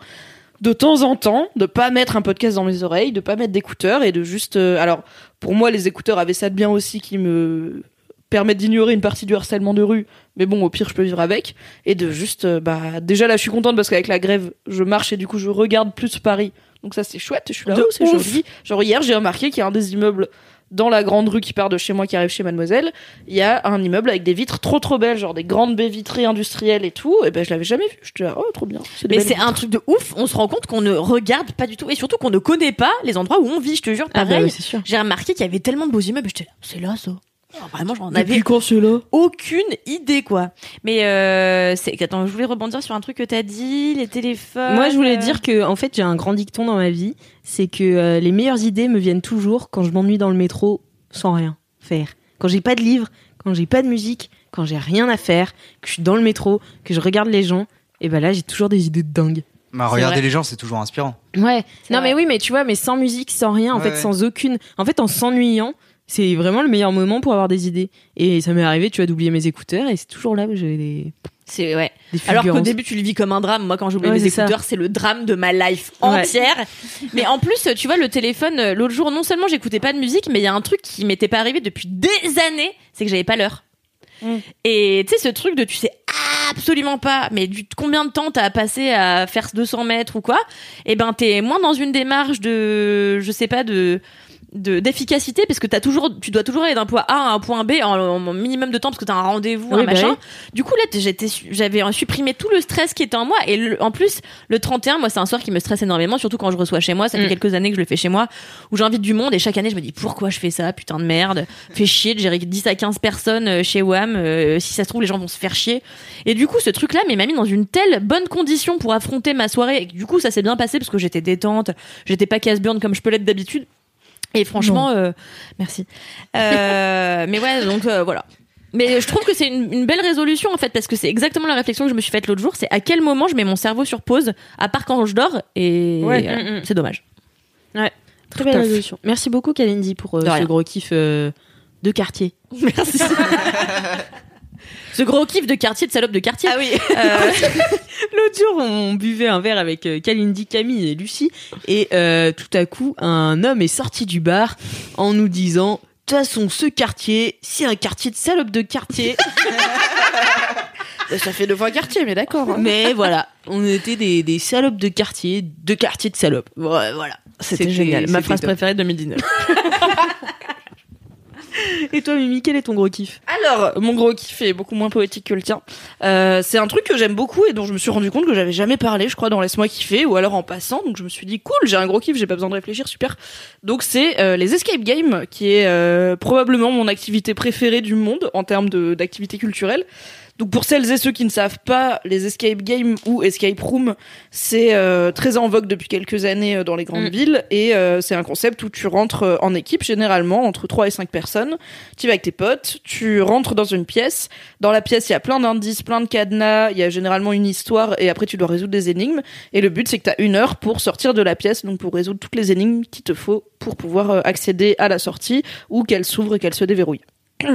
[SPEAKER 5] de temps en temps, de pas mettre un podcast dans mes oreilles, de pas mettre d'écouteurs et de juste, euh, alors, pour moi, les écouteurs avaient ça de bien aussi qui me permettent d'ignorer une partie du harcèlement de rue, mais bon, au pire, je peux vivre avec et de juste, euh, bah, déjà là, je suis contente parce qu'avec la grève, je marche et du coup, je regarde plus Paris. Donc ça c'est chouette, je suis là,
[SPEAKER 2] De
[SPEAKER 5] oh, c'est
[SPEAKER 2] ouf.
[SPEAKER 5] joli. Genre hier j'ai remarqué qu'il y a un des immeubles dans la grande rue qui part de chez moi qui arrive chez mademoiselle, il y a un immeuble avec des vitres trop trop belles, genre des grandes baies vitrées industrielles et tout, et ben je l'avais jamais vu. J'étais là, oh trop bien. des
[SPEAKER 2] Mais
[SPEAKER 5] belles
[SPEAKER 2] c'est un truc de ouf. On se rend compte qu'on ne regarde pas du tout et surtout qu'on ne connaît pas les endroits où on vit. Je te jure,
[SPEAKER 1] Ah, bah
[SPEAKER 2] pareil.
[SPEAKER 10] c'est sûr.
[SPEAKER 2] J'ai remarqué qu'il y avait tellement de beaux immeubles. J'étais là, c'est là ça. Alors, vraiment, j'en
[SPEAKER 5] vitres.
[SPEAKER 2] avais
[SPEAKER 5] Depuis quand c'est
[SPEAKER 2] hein.
[SPEAKER 5] là
[SPEAKER 2] aucune idée quoi. Mais euh, c'est attends, je voulais rebondir sur un truc que t'as dit, les téléphones.
[SPEAKER 11] Moi, je voulais
[SPEAKER 2] euh,
[SPEAKER 11] dire que, en fait, j'ai un grand dicton dans ma vie, c'est que euh, les meilleures idées me viennent toujours quand je m'ennuie dans le métro sans rien faire. Quand j'ai pas de livre, quand j'ai pas de musique, quand j'ai rien à faire, que je suis dans le métro, que je regarde les gens, et ben là, j'ai toujours des idées de dingue.
[SPEAKER 3] Bah,
[SPEAKER 2] C'est
[SPEAKER 3] regarder
[SPEAKER 2] vrai.
[SPEAKER 3] les gens, c'est toujours inspirant.
[SPEAKER 11] Ouais.
[SPEAKER 2] C'est
[SPEAKER 11] Non,
[SPEAKER 2] vrai.
[SPEAKER 11] mais oui, mais tu vois, mais sans musique, sans rien, en
[SPEAKER 3] Ouais,
[SPEAKER 11] fait,
[SPEAKER 3] ouais.
[SPEAKER 11] sans aucune. En fait, en s'ennuyant, c'est vraiment le meilleur moment pour avoir des idées. Et ça m'est arrivé, tu vois, d'oublier mes écouteurs, et c'est toujours là où j'ai des,
[SPEAKER 2] C'est ouais.
[SPEAKER 11] des
[SPEAKER 2] Alors qu'au
[SPEAKER 11] fulgurances.
[SPEAKER 2] début, tu le vis comme un drame. Moi, quand j'oublie
[SPEAKER 11] Ouais,
[SPEAKER 2] mes
[SPEAKER 11] c'est ça.
[SPEAKER 2] écouteurs, c'est le drame de ma life
[SPEAKER 11] Ouais.
[SPEAKER 2] entière. mais en plus, tu vois, le téléphone, euh, l'autre jour, non seulement j'écoutais pas de musique, mais il y a un truc qui m'était pas arrivé depuis des années, c'est que j'avais pas l'heure.
[SPEAKER 5] Mm.
[SPEAKER 2] Et tu sais, ce truc de tu sais absolument pas, mais du combien de temps t'as passé à faire 200 mètres ou quoi, et ben t'es moins dans une démarche de, je sais pas, de de- d'efficacité parce que t'as toujours tu dois toujours aller d'un point A à un point B en, en minimum de temps parce que t'as un rendez-vous
[SPEAKER 11] Oui,
[SPEAKER 2] un
[SPEAKER 11] bah
[SPEAKER 2] machin
[SPEAKER 11] oui.
[SPEAKER 2] du coup, là, t- j'étais su- j'avais euh, supprimé tout le stress qui était en moi. Et le- en plus, le 31, moi, c'est un soir qui me stresse énormément, surtout quand je reçois chez moi. Ça fait
[SPEAKER 11] Mm.
[SPEAKER 2] quelques années que je le fais chez moi, où j'invite du monde. Et chaque année, je me dis, pourquoi je fais ça Putain de merde. Fais chier de gérer 10 à 15 personnes euh, chez WAM. euh, si ça se trouve, les gens vont se faire chier. Et du coup, ce truc-là mais m'a mis dans une telle bonne condition pour affronter ma soirée. Et du coup, ça s'est bien passé parce que j'étais détente, j'étais pas casse-burne comme je peux l'être d'habitude. Et franchement, euh, merci. Euh, mais ouais, donc euh, voilà. Mais je trouve que c'est une, une belle résolution en fait parce que c'est exactement la réflexion que je me suis faite l'autre jour. C'est à quel moment je mets mon cerveau sur pause, à part quand je dors et
[SPEAKER 11] Ouais.
[SPEAKER 2] voilà.
[SPEAKER 11] Mm, mm.
[SPEAKER 2] c'est dommage.
[SPEAKER 11] Très belle
[SPEAKER 2] Tout à fait.
[SPEAKER 11] résolution. Merci beaucoup, Kalindi, pour euh,
[SPEAKER 2] De
[SPEAKER 11] ce
[SPEAKER 2] rien.
[SPEAKER 11] gros kiff euh, de quartier.
[SPEAKER 2] Merci. Ce gros kiff de quartier, de salope de quartier.
[SPEAKER 10] Ah oui.
[SPEAKER 11] Euh, L'autre jour, on buvait un verre avec euh, Kalindi, Camille et Lucie, et euh, tout à coup, un homme est sorti du bar en nous disant De toute façon, ce quartier, c'est un quartier de salope de quartier.
[SPEAKER 10] Bah, Ça fait deux fois quartier, mais d'accord. hein.
[SPEAKER 11] Mais voilà, on était des, des salopes de quartier, de quartier de salopes. Ouais, Voilà.
[SPEAKER 10] C'était génial.
[SPEAKER 2] Ma
[SPEAKER 10] c'était
[SPEAKER 2] phrase
[SPEAKER 10] top.
[SPEAKER 2] préférée de 2019.
[SPEAKER 11] Et toi, Mimi, quel est ton gros kiff
[SPEAKER 5] Alors, mon gros kiff est beaucoup moins poétique que le tien. Euh, c'est un truc que j'aime beaucoup et dont je me suis rendu compte que j'avais jamais parlé, je crois, dans Laisse-moi kiffer ou alors en passant. Donc je me suis dit, cool, j'ai un gros kiff, j'ai pas besoin de réfléchir, super. Donc c'est euh, les escape games, qui est euh, probablement mon activité préférée du monde en termes de- d'activité culturelle. Donc pour celles et ceux qui ne savent pas, les escape games ou escape room, c'est euh, très en vogue depuis quelques années euh, dans les grandes
[SPEAKER 2] Mm.
[SPEAKER 5] villes et euh, c'est un concept où tu rentres euh, en équipe généralement entre 3 et 5 personnes tu vas avec tes potes, tu rentres dans une pièce. Dans la pièce, il y a plein d'indices, plein de cadenas, il y a généralement une histoire et après tu dois résoudre des énigmes. Et le but, c'est que tu as une heure pour sortir de la pièce, donc pour résoudre toutes les énigmes qu'il te faut pour pouvoir euh, accéder à la sortie ou qu'elle s'ouvre et qu'elle se déverrouille.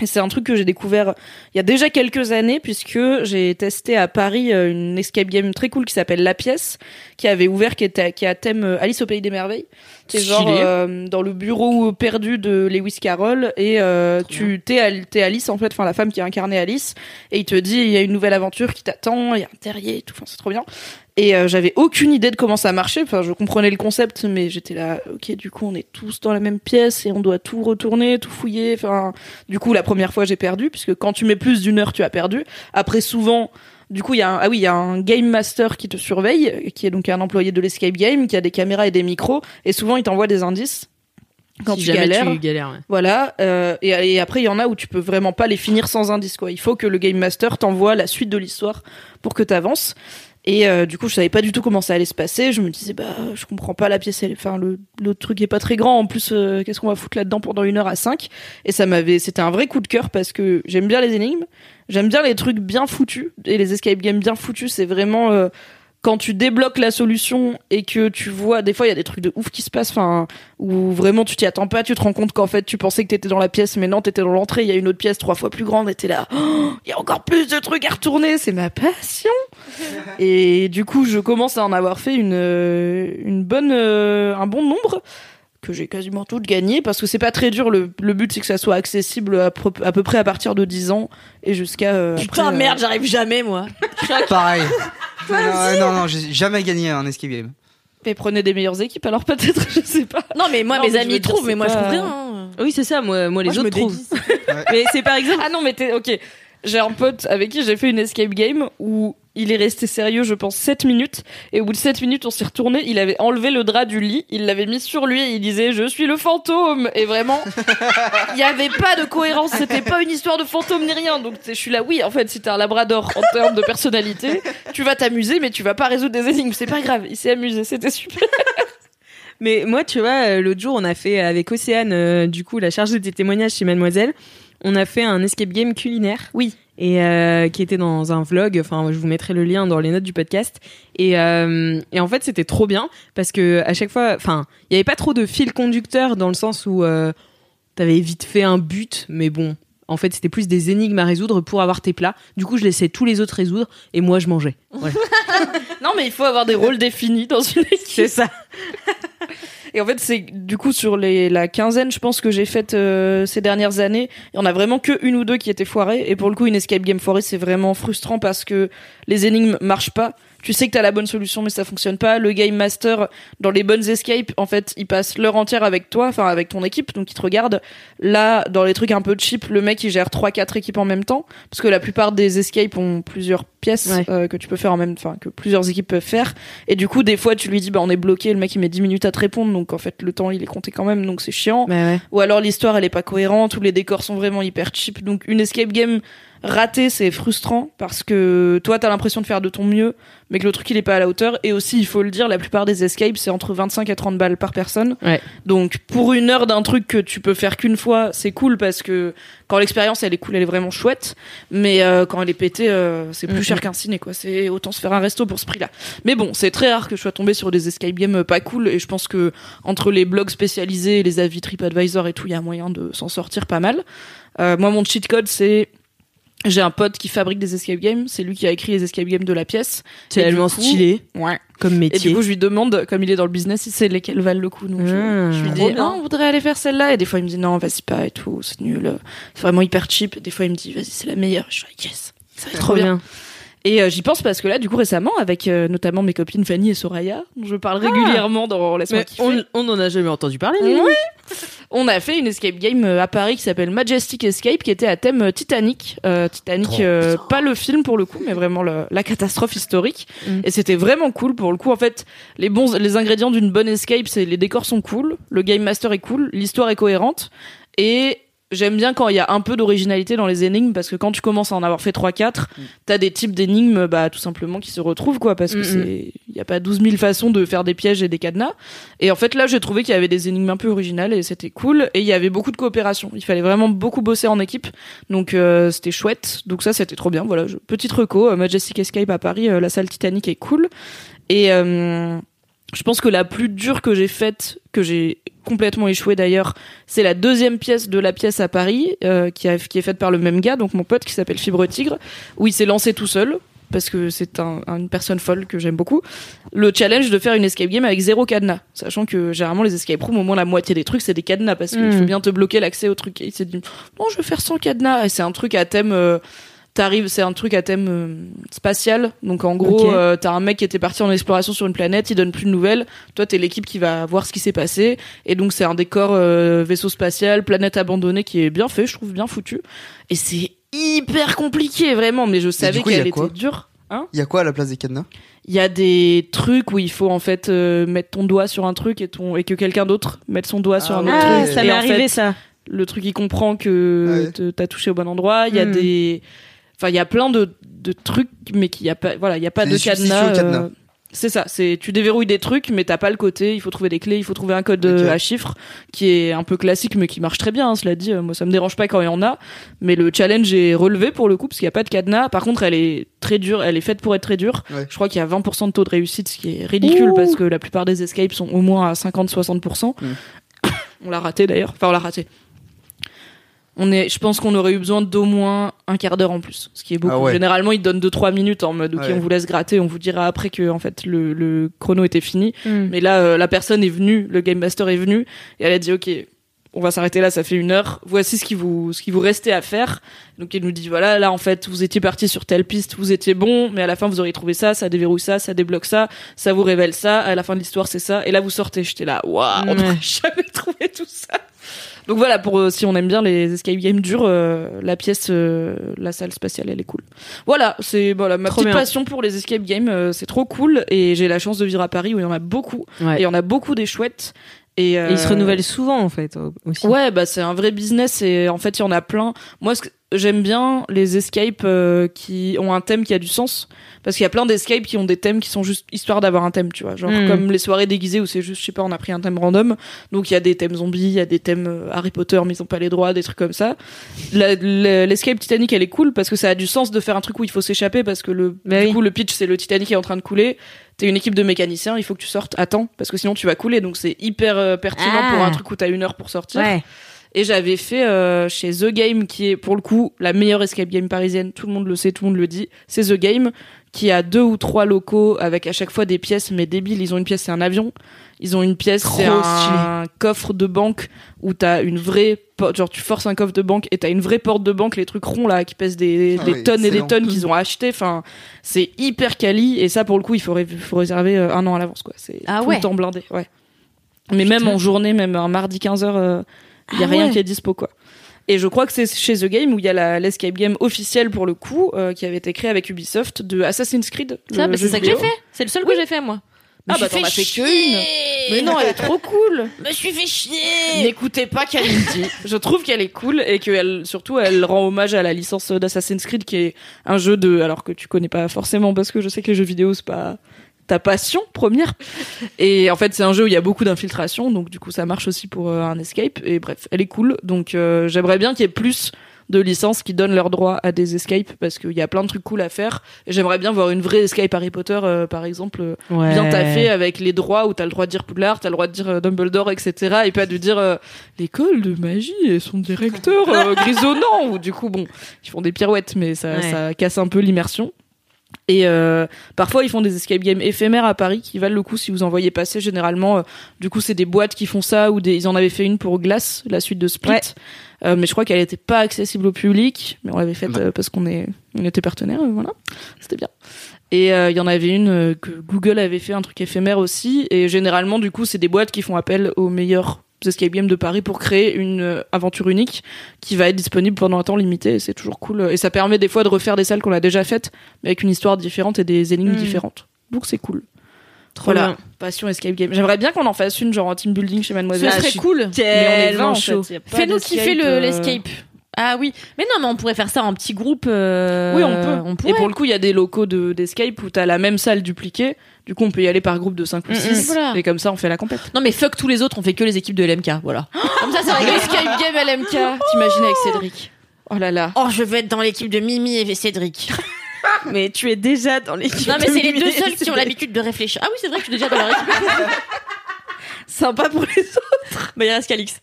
[SPEAKER 5] Et c'est un truc que j'ai découvert il y a déjà quelques années puisque j'ai testé à Paris euh, une escape game très cool qui s'appelle La Pièce qui avait ouvert qui était qui a thème euh, Alice au pays des merveilles qui est genre
[SPEAKER 2] Stylé.
[SPEAKER 5] euh, dans le bureau perdu de Lewis Carroll et euh, tu t'es Al- t'es Alice en fait enfin la femme qui a incarné Alice et il te dit il y a une nouvelle aventure qui t'attend il y a un terrier et tout enfin c'est trop bien et euh, j'avais aucune idée de comment ça marchait enfin je comprenais le concept mais j'étais là ok du coup on est tous dans la même pièce et on doit tout retourner tout fouiller enfin du coup, la première fois, j'ai perdu, puisque quand tu mets plus d'une heure, tu as perdu. Après, souvent, du coup, il y a un, ah oui, il y a un game master qui te surveille, qui est donc un employé de l'escape game, qui a des caméras et des micros, et souvent, il t'envoie des indices quand
[SPEAKER 11] Si
[SPEAKER 5] tu
[SPEAKER 11] jamais
[SPEAKER 5] galères.
[SPEAKER 11] tu galères, ouais.
[SPEAKER 5] Voilà, euh, et, et après il y en a où tu peux vraiment pas les finir sans indice quoi. Il faut que le game master t'envoie la suite de l'histoire pour que t'avances. Et euh, du coup, je savais pas du tout comment ça allait se passer. Je me disais bah je comprends pas la pièce, elle, enfin le l'autre truc est pas très grand. En plus, euh, qu'est-ce qu'on va foutre là-dedans pendant une heure à cinq Et ça m'avait, c'était un vrai coup de cœur parce que j'aime bien les énigmes, j'aime bien les trucs bien foutus et les escape games bien foutus. C'est vraiment euh, quand tu débloques la solution et que tu vois, des fois il y a des trucs de ouf qui se passent. Enfin, où vraiment tu t'y attends pas, tu te rends compte qu'en fait tu pensais que t'étais dans la pièce, mais non, t'étais dans l'entrée, il y a une autre pièce trois fois plus grande, et t'es là, oh, il y a encore plus de trucs à retourner, c'est ma passion Et du coup, je commence à en avoir fait une, euh, une bonne, euh, un bon nombre que j'ai quasiment toutes gagnées parce que c'est pas très dur le, le but c'est que ça soit accessible à, pro- à peu près à partir de 10 ans et jusqu'à euh,
[SPEAKER 2] Putain,
[SPEAKER 5] après, euh,
[SPEAKER 2] merde, j'arrive jamais, moi.
[SPEAKER 3] Pareil. non, euh, non, non, j'ai jamais gagné un escape game.
[SPEAKER 5] mais prenez des meilleures équipes alors peut-être je sais pas
[SPEAKER 2] Non, mais moi,
[SPEAKER 5] Non,
[SPEAKER 2] mes
[SPEAKER 5] mais je
[SPEAKER 2] amis
[SPEAKER 5] veux dire,
[SPEAKER 2] trouvent, mais
[SPEAKER 5] c'est
[SPEAKER 2] moi, je
[SPEAKER 5] pas-
[SPEAKER 2] trouve rien. hein.
[SPEAKER 11] Oui, c'est ça, moi, moi les
[SPEAKER 2] Moi, je
[SPEAKER 11] autres
[SPEAKER 2] me
[SPEAKER 11] trouvent.
[SPEAKER 2] déguise.
[SPEAKER 11] Mais c'est par exemple.
[SPEAKER 5] Ah non, mais t'es. Ok. J'ai un pote avec qui j'ai fait une escape game où il est resté sérieux, je pense, 7 minutes. Et au bout de 7 minutes, on s'est retourné. Il avait enlevé le drap du lit, il l'avait mis sur lui et il disait Je suis le fantôme. Et vraiment, il n'y avait pas de cohérence. C'était pas une histoire de fantôme ni rien. Donc t'es- je suis là, oui, en fait, si t'es un labrador en termes de personnalité, tu vas t'amuser, mais tu vas pas résoudre des énigmes. C'est pas grave. Il s'est amusé. C'était super.
[SPEAKER 11] Mais moi, tu vois, euh, l'autre jour, on a fait avec Océane, euh, du coup, la chargée des témoignages chez Mademoiselle, on a fait un escape game culinaire. Oui. Et euh, qui était dans un vlog. Enfin, je vous mettrai le lien dans les notes du podcast. Et, euh, et en fait, c'était trop bien parce que à chaque fois, enfin, il n'y avait pas trop de fil conducteur dans le sens où euh, t'avais vite fait un but, mais bon. En fait, c'était plus des énigmes à résoudre pour avoir tes plats. Du coup, je laissais tous les autres résoudre et moi, je mangeais. Voilà.
[SPEAKER 5] Non, mais il faut avoir des rôles définis dans une équipe.
[SPEAKER 11] C'est ça.
[SPEAKER 5] Et en fait, c'est du coup sur les la quinzaine, je pense que j'ai faite euh, ces dernières années, il y en a vraiment que une ou deux qui étaient foirées. Et pour le coup, une escape game foirée, c'est vraiment frustrant parce que les énigmes marchent pas. Tu sais que t'as la bonne solution, mais ça fonctionne pas. Le game master, dans les bonnes escapes, en fait, il passe l'heure entière avec toi, enfin avec ton équipe, donc il te regarde. Là, dans les trucs un peu cheap, le mec il gère trois quatre équipes en même temps, parce que la plupart des escapes ont plusieurs pièces
[SPEAKER 11] Ouais.
[SPEAKER 5] euh, que tu peux faire en même, enfin que plusieurs équipes peuvent faire. Et du coup, des fois, tu lui dis, bah, on est bloqué, le mec, il met 10 minutes à te répondre, donc en fait, le temps, il est compté quand même, donc c'est chiant.
[SPEAKER 11] Bah
[SPEAKER 5] Ou alors, l'histoire, elle est pas cohérente, ou les décors sont vraiment hyper cheap. Donc, une escape game ratée, c'est frustrant, parce que toi, t'as l'impression de faire de ton mieux, mais que le truc, il est pas à la hauteur. Et aussi, il faut le dire, la plupart des escapes, c'est entre 25 et 30 balles par personne.
[SPEAKER 11] Ouais.
[SPEAKER 5] Donc, pour une heure d'un truc que tu peux faire qu'une fois, c'est cool, parce que quand l'expérience, elle est cool, elle est vraiment chouette. Mais euh, quand elle est pétée, euh, c'est plus
[SPEAKER 11] Mhm.
[SPEAKER 5] cher qu'un ciné, quoi. C'est autant se faire un resto pour ce prix-là. Mais bon, c'est très rare que je sois tombé sur des escape games pas cool et je pense que entre les blogs spécialisés et les avis TripAdvisor et tout, il y a moyen de s'en sortir pas mal. Euh, moi, mon cheat code, c'est J'ai un pote qui fabrique des escape games, c'est lui qui a écrit les escape games de la pièce.
[SPEAKER 11] C'est
[SPEAKER 5] Et du
[SPEAKER 11] tellement
[SPEAKER 5] coup-
[SPEAKER 11] stylé
[SPEAKER 5] Ouais.
[SPEAKER 11] comme
[SPEAKER 5] Et
[SPEAKER 11] métier.
[SPEAKER 5] du coup, je lui demande, comme il est dans le business, si c'est lesquelles valent le coup. Donc, je-
[SPEAKER 11] Mmh.
[SPEAKER 5] je, lui dis,
[SPEAKER 11] Trop
[SPEAKER 5] Ah, on voudrait aller faire celle-là. Et des fois, il me dit, non, vas-y pas et tout, c'est nul. C'est vraiment hyper cheap. Des fois, il me dit, vas-y, c'est la meilleure. Je suis là, yes, ça va être trop bien. Et euh, j'y pense parce que là, du coup, récemment, avec euh, notamment mes copines Fanny et Soraya, dont je parle régulièrement dans Laisse-moi
[SPEAKER 11] Mais
[SPEAKER 5] kiffer.
[SPEAKER 11] on, on en a jamais entendu parler.
[SPEAKER 5] Oui. On a fait une escape game euh, à Paris qui s'appelle Majestic Escape, qui était à thème euh, Titanic. Euh, Titanic, euh, pas le film pour le coup, mais vraiment le- la catastrophe historique.
[SPEAKER 11] Mm.
[SPEAKER 5] Et c'était vraiment cool pour le coup. En fait, les bons, les ingrédients d'une bonne escape, c'est les décors sont cool, le game master est cool, l'histoire est cohérente et J'aime bien quand il y a un peu d'originalité dans les énigmes parce que quand tu commences à en avoir fait 3-4, t'as des types d'énigmes bah, tout simplement qui se retrouvent quoi parce
[SPEAKER 11] Mm.
[SPEAKER 5] que
[SPEAKER 11] Mm,
[SPEAKER 5] c'est il y a pas 12 000 façons de faire des pièges et des cadenas. Et en fait, là, j'ai trouvé qu'il y avait des énigmes un peu originales et c'était cool. Et il y avait beaucoup de coopération. Il fallait vraiment beaucoup bosser en équipe. Donc, euh, c'était chouette. Donc, ça, c'était trop bien. Voilà, je- petite reco. euh, Majestic Escape à Paris, euh, la salle Titanic est cool. Et euh, je pense que la plus dure que j'ai faite, que j'ai complètement échoué d'ailleurs, c'est la deuxième pièce de la pièce à Paris, euh, qui, a- qui est faite par le même gars, donc mon pote qui s'appelle Fibre Tigre, où il s'est lancé tout seul. Parce que c'est un- une personne folle que j'aime beaucoup le challenge de faire une escape game avec zéro cadenas. Sachant que généralement les escape rooms, au moins la moitié des trucs, c'est des cadenas parce qu'il
[SPEAKER 11] Mm.
[SPEAKER 5] faut bien te bloquer l'accès au truc. Et il s'est dit, non, je vais faire sans cadenas. Et c'est un truc à thème. euh, T'arrives, c'est un truc à thème euh, spatial. Donc en gros,
[SPEAKER 11] Ok.
[SPEAKER 5] euh, t'as un mec qui était parti en exploration sur une planète, il donne plus de nouvelles. Toi, t'es l'équipe qui va voir ce qui s'est passé. Et donc c'est un décor euh, vaisseau spatial, planète abandonnée qui est bien fait, je trouve bien foutu. Et c'est hyper compliqué vraiment, mais je savais
[SPEAKER 3] coup, il y a
[SPEAKER 5] qu'elle
[SPEAKER 3] quoi
[SPEAKER 5] était dure. Hein
[SPEAKER 3] Il y a quoi à la place des cadenas
[SPEAKER 5] il y a des trucs où il faut en fait euh, mettre ton doigt sur un truc et, ton, et que quelqu'un d'autre mette son doigt sur un autre
[SPEAKER 11] Ah,
[SPEAKER 5] truc.
[SPEAKER 11] ça
[SPEAKER 5] Et
[SPEAKER 11] m'est
[SPEAKER 5] en
[SPEAKER 11] arrivé
[SPEAKER 5] fait,
[SPEAKER 11] ça.
[SPEAKER 5] le truc il comprend que
[SPEAKER 3] Ouais.
[SPEAKER 5] te- t'as touché au bon endroit. Il y a
[SPEAKER 11] Mm.
[SPEAKER 5] des, enfin il y a plein de, de trucs mais qu'il y a pas, voilà il y a pas
[SPEAKER 3] C'est
[SPEAKER 5] de
[SPEAKER 3] des substituts
[SPEAKER 5] cadenas.
[SPEAKER 3] au cadenas.
[SPEAKER 5] euh, c'est ça, c'est tu déverrouilles des trucs mais t'as pas le côté. Il faut trouver des clés, il faut trouver un code euh,
[SPEAKER 3] Ok.
[SPEAKER 5] à chiffres qui est un peu classique mais qui marche très bien. hein, cela dit, Euh, moi ça me dérange pas quand il y en a. Mais le challenge est relevé pour le coup parce qu'il y a pas de cadenas. Par contre elle est très dure, elle est faite pour être très dure.
[SPEAKER 3] Ouais.
[SPEAKER 5] Je crois qu'il y a 20% de taux de réussite, ce qui est ridicule parce que la plupart des escapes sont au moins à 50-60%.
[SPEAKER 3] Mm.
[SPEAKER 5] on l'a raté d'ailleurs. Enfin, on l'a raté. On est, je pense qu'on aurait eu besoin d'au moins un quart d'heure en plus, ce qui est beaucoup.
[SPEAKER 3] Ah ouais.
[SPEAKER 5] Généralement, ils te donnent 2-3 minutes en mode, ok,
[SPEAKER 3] Ouais.
[SPEAKER 5] on vous laisse gratter, on vous dira après que en fait le, le chrono était fini.
[SPEAKER 2] Mm.
[SPEAKER 11] Mm.
[SPEAKER 5] Mais là, euh, la personne est venue, le game master est venu, et elle a dit, ok, on va s'arrêter là, ça fait une heure. Voici ce qui vous, ce qui vous restait à faire. Donc il nous dit, voilà, là en fait, vous étiez parti sur telle piste, vous étiez bon, mais à la fin vous auriez trouvé ça, ça déverrouille ça, ça débloque ça, ça vous révèle ça, à la fin de l'histoire c'est ça, et là vous sortez. J'étais là, waouh, on
[SPEAKER 11] Ouais.
[SPEAKER 5] n'aurait jamais trouvé tout ça. Donc voilà, pour euh, si on aime bien les escape games durs, euh, la pièce, euh, la salle spatiale, elle est cool. Voilà, c'est voilà ma
[SPEAKER 11] Trop
[SPEAKER 5] petite
[SPEAKER 11] bien.
[SPEAKER 5] passion pour les escape games, euh, c'est trop cool et j'ai la chance de vivre à Paris où il y en a beaucoup et il y en a beaucoup des chouettes et,
[SPEAKER 11] Et ils se
[SPEAKER 5] euh,
[SPEAKER 11] renouvellent souvent en fait au- aussi.
[SPEAKER 5] Ouais, bah c'est un vrai business et en fait il y en a plein. Moi, ce que- j'aime bien les escapes euh, qui ont un thème qui a du sens parce qu'il y a plein d'escapes qui ont des thèmes qui sont juste histoire d'avoir un thème, tu vois. Genre
[SPEAKER 11] Mm.
[SPEAKER 5] comme les soirées déguisées où c'est juste, je sais pas, on a pris un thème random. Donc il y a des thèmes zombies, il y a des thèmes euh, Harry Potter, mais ils ont pas les droits, des trucs comme ça. La- la- L'escape Titanic, elle est cool parce que ça a du sens de faire un truc où il faut s'échapper parce que le
[SPEAKER 11] Bah
[SPEAKER 5] du
[SPEAKER 11] oui.
[SPEAKER 5] coup le pitch c'est le Titanic est en train de couler. T'es une équipe de mécaniciens, il faut que tu sortes à temps parce que sinon tu vas couler. Donc c'est hyper euh, pertinent
[SPEAKER 11] Ah.
[SPEAKER 5] pour un truc où t'as une heure pour sortir.
[SPEAKER 11] Ouais.
[SPEAKER 5] Et j'avais fait euh, chez The Game, qui est pour le coup la meilleure escape game parisienne, tout le monde le sait, tout le monde le dit, c'est The Game, qui a deux ou trois locaux avec à chaque fois des pièces, mais débiles. Ils ont une pièce, c'est un avion. Ils ont une pièce, c'est
[SPEAKER 11] Trop
[SPEAKER 5] un coffre de banque où t'as une vraie porte, genre tu forces un coffre de banque et t'as une vraie porte de banque, les trucs ronds là, qui pèsent des,
[SPEAKER 3] Ah
[SPEAKER 5] des
[SPEAKER 3] oui,
[SPEAKER 5] tonnes et des
[SPEAKER 3] excellent.
[SPEAKER 5] tonnes qu'ils ont acheté. Enfin, c'est hyper quali et ça pour le coup, il faut, ré- faut réserver euh, un an à l'avance quoi. C'est
[SPEAKER 2] Ah
[SPEAKER 5] tout
[SPEAKER 2] ouais.
[SPEAKER 5] le temps blindé, ouais. Mais même en journée, même un mardi 15h, il y a
[SPEAKER 2] Ah
[SPEAKER 5] rien
[SPEAKER 2] ouais.
[SPEAKER 5] qui est dispo quoi. Et je crois que c'est chez The Game où il y a la- l'escape game officielle pour le coup, euh, qui avait été créée avec Ubisoft de Assassin's Creed.
[SPEAKER 2] Ça,
[SPEAKER 5] le
[SPEAKER 2] bah, c'est
[SPEAKER 5] jeu
[SPEAKER 2] ça que j'ai
[SPEAKER 5] vidéo.
[SPEAKER 2] fait. C'est le seul que j'ai fait, moi.
[SPEAKER 5] Ah bah, t'en as fait que Mais non, elle est trop cool.
[SPEAKER 2] Je me suis fait chier
[SPEAKER 5] N'écoutez pas Kalindi. je trouve qu'elle est cool et qu'elle, surtout, elle rend hommage à la licence d'Assassin's Creed qui est un jeu de, alors que tu connais pas forcément parce que je sais que les jeux vidéo c'est pas ta passion première. Et en fait, c'est un jeu où il y a beaucoup d'infiltration, donc du coup, ça marche aussi pour euh, un escape. Et bref, elle est cool. Donc, euh, j'aimerais bien qu'il y ait plus de licences qui donnent leur droit à des escapes parce qu'il y a plein de trucs cool à faire. Et J'aimerais bien voir une vraie escape Harry Potter, euh, par exemple, euh, bien taffée avec les droits où t'as le droit de dire Poudlard, t'as le droit de dire euh, Dumbledore, etc. Et pas de dire euh, l'école de magie et son directeur euh, grisonnant. Ou du coup, bon, ils font des pirouettes, mais ça,
[SPEAKER 2] Ouais.
[SPEAKER 5] ça casse un peu l'immersion. Et euh, parfois, ils font des escape games éphémères à Paris qui valent le coup si vous en voyez passer. Généralement, euh, du coup, c'est des boîtes qui font ça ou des, ils en avaient fait une pour Glace, la suite de Split. Euh, mais je crois qu'elle n'était pas accessible au public, mais on l'avait faite
[SPEAKER 3] Bah.
[SPEAKER 5] euh, parce qu'on est, on était partenaire, voilà, c'était bien. Et euh, il y en avait une euh, que Google avait fait un truc éphémère aussi, et généralement du coup c'est des boîtes qui font appel aux meilleurs escape games de Paris pour créer une euh, aventure unique qui va être disponible pendant un temps limité, et c'est toujours cool. Et ça permet des fois de refaire des salles qu'on a déjà faites, mais avec une histoire différente et des énigmes
[SPEAKER 1] Mm.
[SPEAKER 5] différentes. Donc c'est cool.
[SPEAKER 1] Trop
[SPEAKER 5] voilà, passion escape game. J'aimerais bien qu'on en fasse une genre en team building chez
[SPEAKER 12] Ce
[SPEAKER 5] Mademoiselle. Ah,
[SPEAKER 12] serait cool.
[SPEAKER 5] tellement chaud.
[SPEAKER 2] Fais-nous kiffer le-
[SPEAKER 12] l'escape.
[SPEAKER 2] l'escape. Ah oui, mais non, mais on pourrait faire ça en petit groupe. euh,
[SPEAKER 5] Oui, on peut.
[SPEAKER 2] On pourrait.
[SPEAKER 5] Et pour le coup, il y a des locaux de- d'escape où t'as la même salle dupliquée. Du coup, on peut y aller par groupe de 5 ou
[SPEAKER 1] Mm,
[SPEAKER 5] 6.
[SPEAKER 2] mm. Voilà.
[SPEAKER 5] Et comme ça, on fait la compète.
[SPEAKER 2] Non, mais fuck tous les autres, on fait que les équipes de LMK, voilà.
[SPEAKER 12] Comme ça, c'est réglé.
[SPEAKER 2] Escape Game LMK, t'imagines avec Cédric.
[SPEAKER 5] Oh là là.
[SPEAKER 2] Oh, je veux être dans l'équipe de Mimi et Cédric.
[SPEAKER 1] Mais tu es déjà dans les.
[SPEAKER 2] Non, mais c'est les deux seuls qui ont l'habitude de réfléchir. Ah oui, c'est vrai que je suis déjà dans leur équipe.
[SPEAKER 12] Sympa pour les autres.
[SPEAKER 2] Bah, il reste qu'Alix.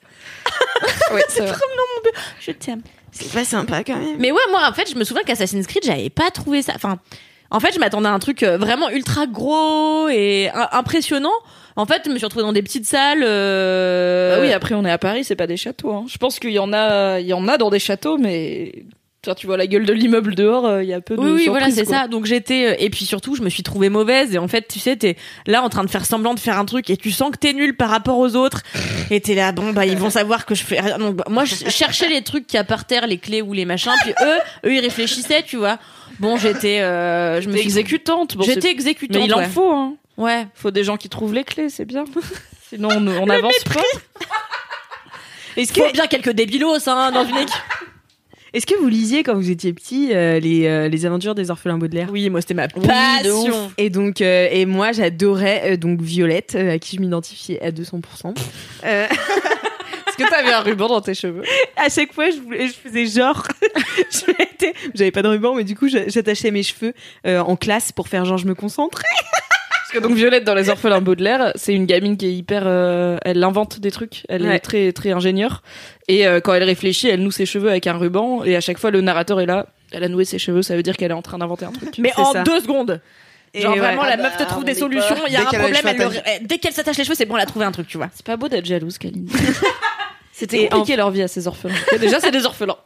[SPEAKER 5] c'est vrai.
[SPEAKER 2] Je t'aime.
[SPEAKER 1] C'est pas sympa quand même.
[SPEAKER 2] Mais ouais, moi, en fait, je me souviens qu'Assassin's Creed, j'avais pas trouvé ça. Enfin, en fait, je m'attendais à un truc euh, vraiment ultra gros et euh, impressionnant. En fait, je me suis retrouvée dans des petites salles. euh,
[SPEAKER 5] Bah oui, après, on est à Paris, c'est pas des châteaux. hein. Je pense qu'il y en a, il y en a dans des châteaux, mais toi, tu vois la gueule de l'immeuble dehors, euh, il y a peu de
[SPEAKER 2] Oui, oui,
[SPEAKER 5] surprises,
[SPEAKER 2] voilà, c'est
[SPEAKER 5] quoi.
[SPEAKER 2] ça. Donc j'étais euh, et puis surtout, je me suis trouvée mauvaise et en fait, tu sais, t'es là en train de faire semblant de faire un truc et tu sens que t'es nul par rapport aux autres et t'es là, bon bah ils vont savoir que je fais. rien. Donc, bah, moi, je cherchais les trucs qui a par terre, les clés ou les machins, puis eux, eux ils réfléchissaient, tu vois. Bon, j'étais, euh, je me
[SPEAKER 5] T'es
[SPEAKER 2] suis
[SPEAKER 5] exécutante. Bon,
[SPEAKER 2] J'étais
[SPEAKER 5] c'est-
[SPEAKER 2] exécutante.
[SPEAKER 5] Mais il en
[SPEAKER 2] ouais.
[SPEAKER 5] faut, hein.
[SPEAKER 2] Ouais.
[SPEAKER 5] Faut des gens qui trouvent les clés, c'est bien. Sinon, on, on avance pas.
[SPEAKER 2] Est-ce qu'il faut bien quelques débilos hein, dans une équipe
[SPEAKER 1] Est-ce que vous lisiez quand vous étiez petit euh, les, euh, les aventures des orphelins Baudelaire
[SPEAKER 2] Oui, moi c'était ma
[SPEAKER 1] de ouf. Et donc, euh, et moi, j'adorais euh, donc Violette, euh, à qui je m'identifiais à 200%. Euh,
[SPEAKER 5] Est-ce que t'avais un ruban dans tes cheveux
[SPEAKER 1] à chaque fois, je, voulais- je faisais genre, je mettais- j'avais pas de ruban, mais du coup, je- j'attachais mes cheveux euh, en classe pour faire genre, je me concentre.
[SPEAKER 5] Parce que donc Violette dans Les Orphelins Baudelaire, c'est une gamine qui est hyper, euh, elle invente des trucs, elle
[SPEAKER 1] Ouais.
[SPEAKER 5] est très très ingénieure. Et euh, quand elle réfléchit, elle noue ses cheveux avec un ruban. Et à chaque fois, le narrateur est là. Elle a noué ses cheveux, ça veut dire qu'elle est en train d'inventer un truc.
[SPEAKER 2] Mais
[SPEAKER 1] C'est
[SPEAKER 2] en
[SPEAKER 1] ça.
[SPEAKER 2] deux secondes.
[SPEAKER 1] Et
[SPEAKER 2] Genre
[SPEAKER 1] ouais.
[SPEAKER 2] vraiment, la
[SPEAKER 12] Ah
[SPEAKER 2] meuf te
[SPEAKER 12] bah,
[SPEAKER 2] trouve
[SPEAKER 12] on
[SPEAKER 2] des
[SPEAKER 12] est
[SPEAKER 2] solutions.
[SPEAKER 3] pas-
[SPEAKER 2] Il y a
[SPEAKER 3] Dès
[SPEAKER 2] un
[SPEAKER 3] qu'elle a les
[SPEAKER 2] problème.
[SPEAKER 3] cheveux
[SPEAKER 2] elle le- eh, Dès qu'elle s'attache les cheveux, c'est bon, elle a trouvé un truc, tu vois.
[SPEAKER 5] C'est pas beau d'être jalouse, Kaline.
[SPEAKER 1] Et
[SPEAKER 5] C'était
[SPEAKER 1] en-
[SPEAKER 5] compliqué leur vie à ces orphelins. Déjà, c'est des orphelins.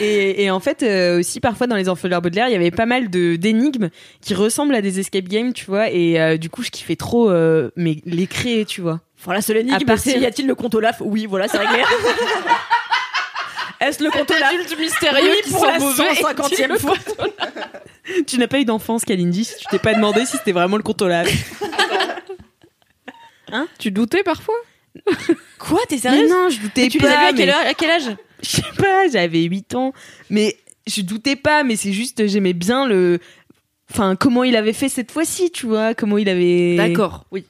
[SPEAKER 1] Et, et en fait, euh, aussi parfois dans les orphelins Baudelaire, il y avait pas mal de d'énigmes qui ressemblent à des escape games, tu vois. Et euh, du coup, je kiffais trop euh, mais les créer, tu vois.
[SPEAKER 2] Voilà, c'est l'énigme.
[SPEAKER 1] À partir-
[SPEAKER 2] c'est, Y a-t-il le compte Olaf Oui, voilà, c'est réglé. Est-ce le compte Olaf
[SPEAKER 5] mystérieux
[SPEAKER 2] Oui,
[SPEAKER 5] qui
[SPEAKER 2] pour
[SPEAKER 5] sont
[SPEAKER 2] la
[SPEAKER 5] mauvais.
[SPEAKER 2] 150e fois.
[SPEAKER 1] Tu n'as pas eu d'enfance, Kalindi. si Tu t'es pas demandé si c'était vraiment le Hein, compte Olaf.
[SPEAKER 5] Tu doutais parfois
[SPEAKER 2] Quoi T'es
[SPEAKER 1] Mais
[SPEAKER 2] sérieuse
[SPEAKER 1] non, je doutais
[SPEAKER 2] Et Tu
[SPEAKER 1] pas.
[SPEAKER 2] les as vus à
[SPEAKER 1] mais-
[SPEAKER 2] quelle heure À quel âge
[SPEAKER 1] Je sais pas, j'avais 8 ans, mais je doutais pas, mais c'est juste j'aimais bien le enfin comment il avait fait cette fois-ci, tu vois, comment il avait
[SPEAKER 2] D'accord, oui.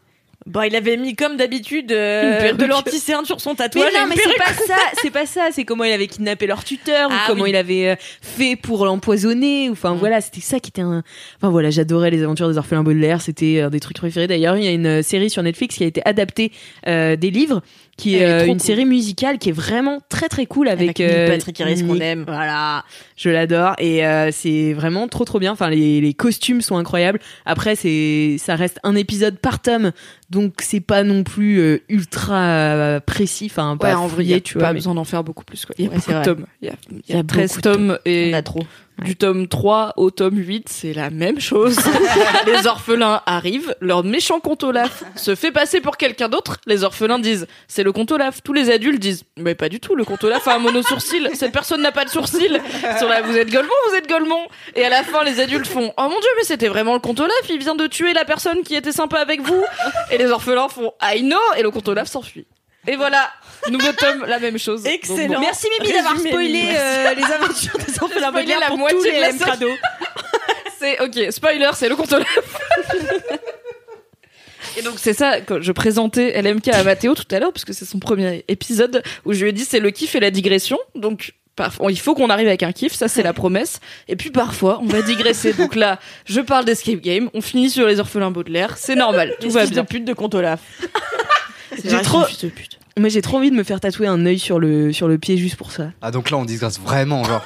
[SPEAKER 2] Bah, il avait mis comme d'habitude euh,
[SPEAKER 5] Une perruque.
[SPEAKER 2] de l'anticerne sur son
[SPEAKER 1] Mais
[SPEAKER 2] tatouage. et
[SPEAKER 1] non,
[SPEAKER 2] une
[SPEAKER 1] mais
[SPEAKER 2] perruque.
[SPEAKER 1] c'est pas ça, c'est pas ça, c'est comment il avait kidnappé leur tuteur
[SPEAKER 2] Ah
[SPEAKER 1] ou comment
[SPEAKER 2] oui.
[SPEAKER 1] il avait euh, fait pour l'empoisonner ou enfin
[SPEAKER 2] Mm.
[SPEAKER 1] voilà, c'était ça qui était un enfin voilà, j'adorais les aventures des orphelins Baudelaire, c'était euh, un des trucs préférés d'ailleurs, il y a une euh, série sur Netflix qui a été adaptée euh, des livres qui est,
[SPEAKER 2] Elle est
[SPEAKER 1] euh,
[SPEAKER 2] trop
[SPEAKER 1] une
[SPEAKER 2] cool.
[SPEAKER 1] série musicale qui est vraiment très très cool avec,
[SPEAKER 2] Avec Neil
[SPEAKER 1] euh,
[SPEAKER 2] Patrick Harris qu'on
[SPEAKER 1] Nick
[SPEAKER 2] aime. Voilà.
[SPEAKER 1] Je l'adore et euh, c'est vraiment trop trop bien. Enfin, les, les costumes sont incroyables. Après, c'est ça reste un épisode par tome, donc c'est pas non plus euh, ultra euh, précis. Enfin, pas fouillé, tu vois.
[SPEAKER 5] pas
[SPEAKER 1] mais-
[SPEAKER 5] besoin d'en faire beaucoup plus. Quoi. Il y a
[SPEAKER 2] Ouais,
[SPEAKER 5] beaucoup
[SPEAKER 2] c'est
[SPEAKER 5] de
[SPEAKER 2] vrai.
[SPEAKER 5] tomes. Il y a, il y a
[SPEAKER 2] Il y a
[SPEAKER 5] 13
[SPEAKER 2] beaucoup de
[SPEAKER 5] tomes et
[SPEAKER 2] On a trop.
[SPEAKER 5] du tome 3 au tome 8, c'est la même chose. les orphelins arrivent, leur méchant compte Olaf se fait passer pour quelqu'un d'autre. Les orphelins disent c'est le compte Olaf. Tous les adultes disent mais pas du tout, le compte Olaf a un mono-sourcil. Cette personne n'a pas de sourcil. Ils sont là, vous êtes Golemont, vous êtes Golemont. Et à la fin, les adultes font oh mon dieu, mais c'était vraiment le compte Olaf, il vient de tuer la personne qui était sympa avec vous. Et les orphelins font I know, et le compte Olaf s'enfuit. Et voilà, nouveau tome, la même chose. Donc, bon.
[SPEAKER 2] Excellent.
[SPEAKER 1] Merci Mimi d'avoir
[SPEAKER 2] Résumé,
[SPEAKER 1] spoilé
[SPEAKER 2] Mimi.
[SPEAKER 1] euh, les aventures des
[SPEAKER 5] Spoiler
[SPEAKER 1] orphelins Baudelaire
[SPEAKER 5] la
[SPEAKER 1] pour
[SPEAKER 5] moitié
[SPEAKER 1] tous
[SPEAKER 5] de
[SPEAKER 1] les
[SPEAKER 5] la
[SPEAKER 1] LM
[SPEAKER 5] série.
[SPEAKER 1] Crado.
[SPEAKER 5] C'est ok, spoiler, c'est le compte Olaf. Et donc c'est ça que je présentais LMK à Mathéo tout à l'heure parce que c'est son premier épisode où je lui ai dit c'est le kiff et la digression. Donc
[SPEAKER 1] Parfois, il faut qu'on arrive avec un kiff, ça c'est la promesse. Et puis parfois, on va digresser. Donc là, je parle d'escape game, on finit sur les orphelins Baudelaire, c'est
[SPEAKER 13] Oh,
[SPEAKER 1] normal, tout va bien.
[SPEAKER 5] de pute de Contolaf.
[SPEAKER 2] J'ai trop. Moi, j'ai trop envie de me faire tatouer un œil sur le, sur le pied juste pour ça.
[SPEAKER 3] Ah, donc là, on disgrâce vraiment, genre.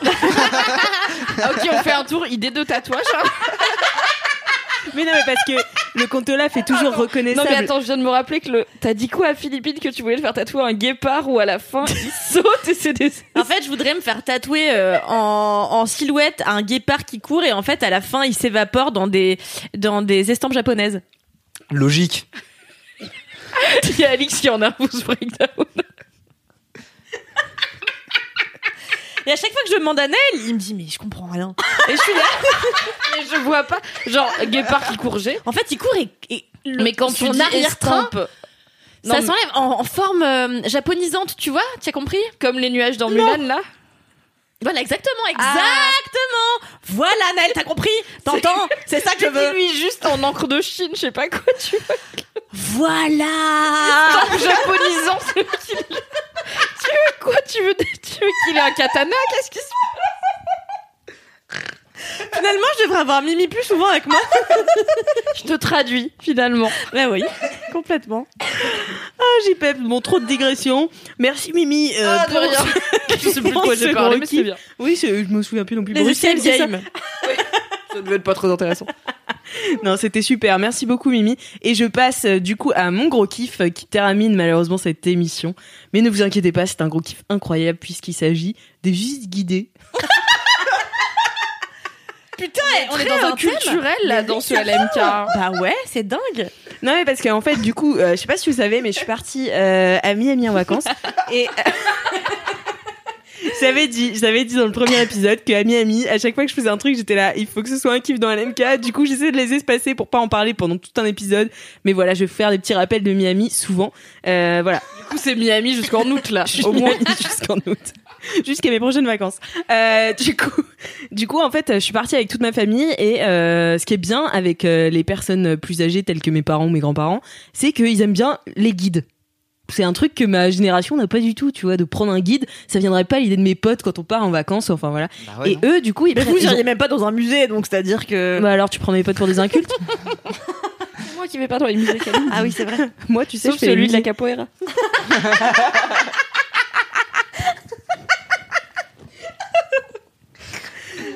[SPEAKER 1] Ah, ok, on fait un tour, idée de tatouage. hein.
[SPEAKER 2] Mais non, mais parce que le Contolaf est toujours
[SPEAKER 1] Non
[SPEAKER 2] reconnaissable.
[SPEAKER 1] mais attends, je viens de me rappeler que le. T'as dit quoi à Philippine que tu voulais le faire tatouer un guépard ou à la fin il saute et c'est des.
[SPEAKER 13] En fait, je voudrais me faire tatouer euh, en, en silhouette un guépard qui court et en fait, à la fin, il s'évapore dans des, dans des estampes japonaises.
[SPEAKER 3] Logique.
[SPEAKER 1] Il y a Alix qui en a un pouce breakdown.
[SPEAKER 13] Et à chaque fois que je demande à Nel, il me dit mais je comprends rien.
[SPEAKER 1] Et je suis là. Et je vois pas. Genre guépard qui court G.
[SPEAKER 13] En fait, il court et, et le-
[SPEAKER 1] Mais quand
[SPEAKER 13] son
[SPEAKER 1] tu dis
[SPEAKER 13] arrière-train,
[SPEAKER 1] estampe, non,
[SPEAKER 13] ça
[SPEAKER 1] mais-
[SPEAKER 13] s'enlève en, en forme euh, japonisante, tu vois Tu as compris
[SPEAKER 1] comme les nuages dans Mulan là.
[SPEAKER 13] Voilà, exactement, exactement. Ah. Voilà, Nel, t'as compris T'entends C'est ça que je veux.
[SPEAKER 1] lui juste en encre de Chine, je sais pas quoi tu vois.
[SPEAKER 13] Voilà.
[SPEAKER 1] En japonisant ce qu'il. Tu veux quoi Tu veux, tu veux qu'il ait un katana Qu'est-ce qui se
[SPEAKER 13] Finalement, je devrais avoir Mimi plus souvent avec moi.
[SPEAKER 1] Je te traduis finalement.
[SPEAKER 13] Bah oui.
[SPEAKER 2] Complètement. Ah, j'ai pas bon trop de digression. Merci Mimi euh, pour-
[SPEAKER 1] Ah, Je sais plus de quoi j'ai parlé, mais c'est bien.
[SPEAKER 2] Oui, c'est- je me souviens plus non plus.
[SPEAKER 13] Les
[SPEAKER 2] Bruxelles,
[SPEAKER 13] escape
[SPEAKER 2] c'est ça
[SPEAKER 13] games.
[SPEAKER 1] Ça devait être pas très intéressant.
[SPEAKER 2] Non, c'était super. Merci beaucoup Mimi. Et je passe euh, du coup à mon gros kiff euh, qui termine malheureusement cette émission. Mais ne vous inquiétez pas, c'est un gros kiff incroyable puisqu'il s'agit des visites guidées.
[SPEAKER 13] Putain, on est
[SPEAKER 1] Très
[SPEAKER 13] dans un thème.
[SPEAKER 1] culturel là dans ce LMK.
[SPEAKER 13] Bah ouais, c'est dingue.
[SPEAKER 2] Non mais parce qu'en fait du coup, euh, je sais pas si vous savez, mais je suis partie euh, à Miami en vacances et j'avais dit, j'avais dit dans le premier épisode que à Miami, à chaque fois que je faisais un truc, j'étais là, il faut que ce soit un kiff dans LMK. Du coup, j'essaie de les espacer pour pas en parler pendant tout un épisode. Mais voilà, je vais vous faire des petits rappels de Miami souvent. Euh, voilà.
[SPEAKER 1] Du coup, c'est Miami jusqu'en août là.
[SPEAKER 2] au moins jusqu'en août jusqu'à mes prochaines vacances Euh, du coup du coup en fait je suis partie avec toute ma famille et euh, ce qui est bien avec euh, les personnes plus âgées telles que mes parents ou mes grands-parents c'est qu'ils aiment bien les guides c'est un truc que ma génération n'a pas du tout, tu vois, de prendre un guide. Ça viendrait pas à l'idée de mes potes quand on part en vacances, enfin voilà.
[SPEAKER 3] Bah ouais,
[SPEAKER 2] et
[SPEAKER 3] non.
[SPEAKER 2] eux, du coup, ils,
[SPEAKER 5] Mais
[SPEAKER 2] prennent-
[SPEAKER 5] vous,
[SPEAKER 2] ils ont-
[SPEAKER 5] iriez même pas dans un musée, donc c'est-à-dire que.
[SPEAKER 2] Bah alors, tu prends mes potes pour des incultes
[SPEAKER 1] C'est moi qui vais pas dans les musées Camille.
[SPEAKER 5] Ah oui, c'est vrai.
[SPEAKER 2] Moi, tu sais,
[SPEAKER 1] Sauf
[SPEAKER 2] je fais les
[SPEAKER 1] celui de la
[SPEAKER 2] guides.
[SPEAKER 1] capoeira.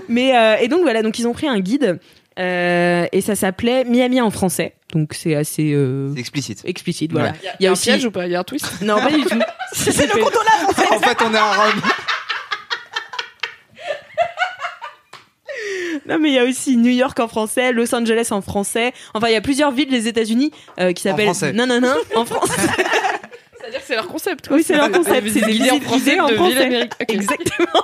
[SPEAKER 2] Mais euh, et donc voilà, donc ils ont pris un guide euh, et ça s'appelait Miami en français. Donc c'est assez euh,
[SPEAKER 3] C'est explicite.
[SPEAKER 2] explicite, voilà.
[SPEAKER 1] Il y a,
[SPEAKER 2] Il y a
[SPEAKER 1] un
[SPEAKER 2] aussi-
[SPEAKER 1] piège ou pas Il y a un twist
[SPEAKER 2] Non, pas du tout.
[SPEAKER 5] C'est le Contolaf
[SPEAKER 3] en fait, on est à Rome.
[SPEAKER 2] Non, mais il y a aussi New York en français, Los Angeles en français. Enfin, il y a plusieurs villes des États-Unis euh, qui
[SPEAKER 3] En
[SPEAKER 2] s'appellent.
[SPEAKER 3] français.
[SPEAKER 2] Non, non, non, en français.
[SPEAKER 1] C'est-à-dire que c'est leur concept.
[SPEAKER 2] Oui, c'est leur concept. C'est des
[SPEAKER 1] guidés en
[SPEAKER 2] visites
[SPEAKER 1] français
[SPEAKER 2] guidées en
[SPEAKER 1] de villes
[SPEAKER 2] français.
[SPEAKER 1] américaines.
[SPEAKER 2] Exactement.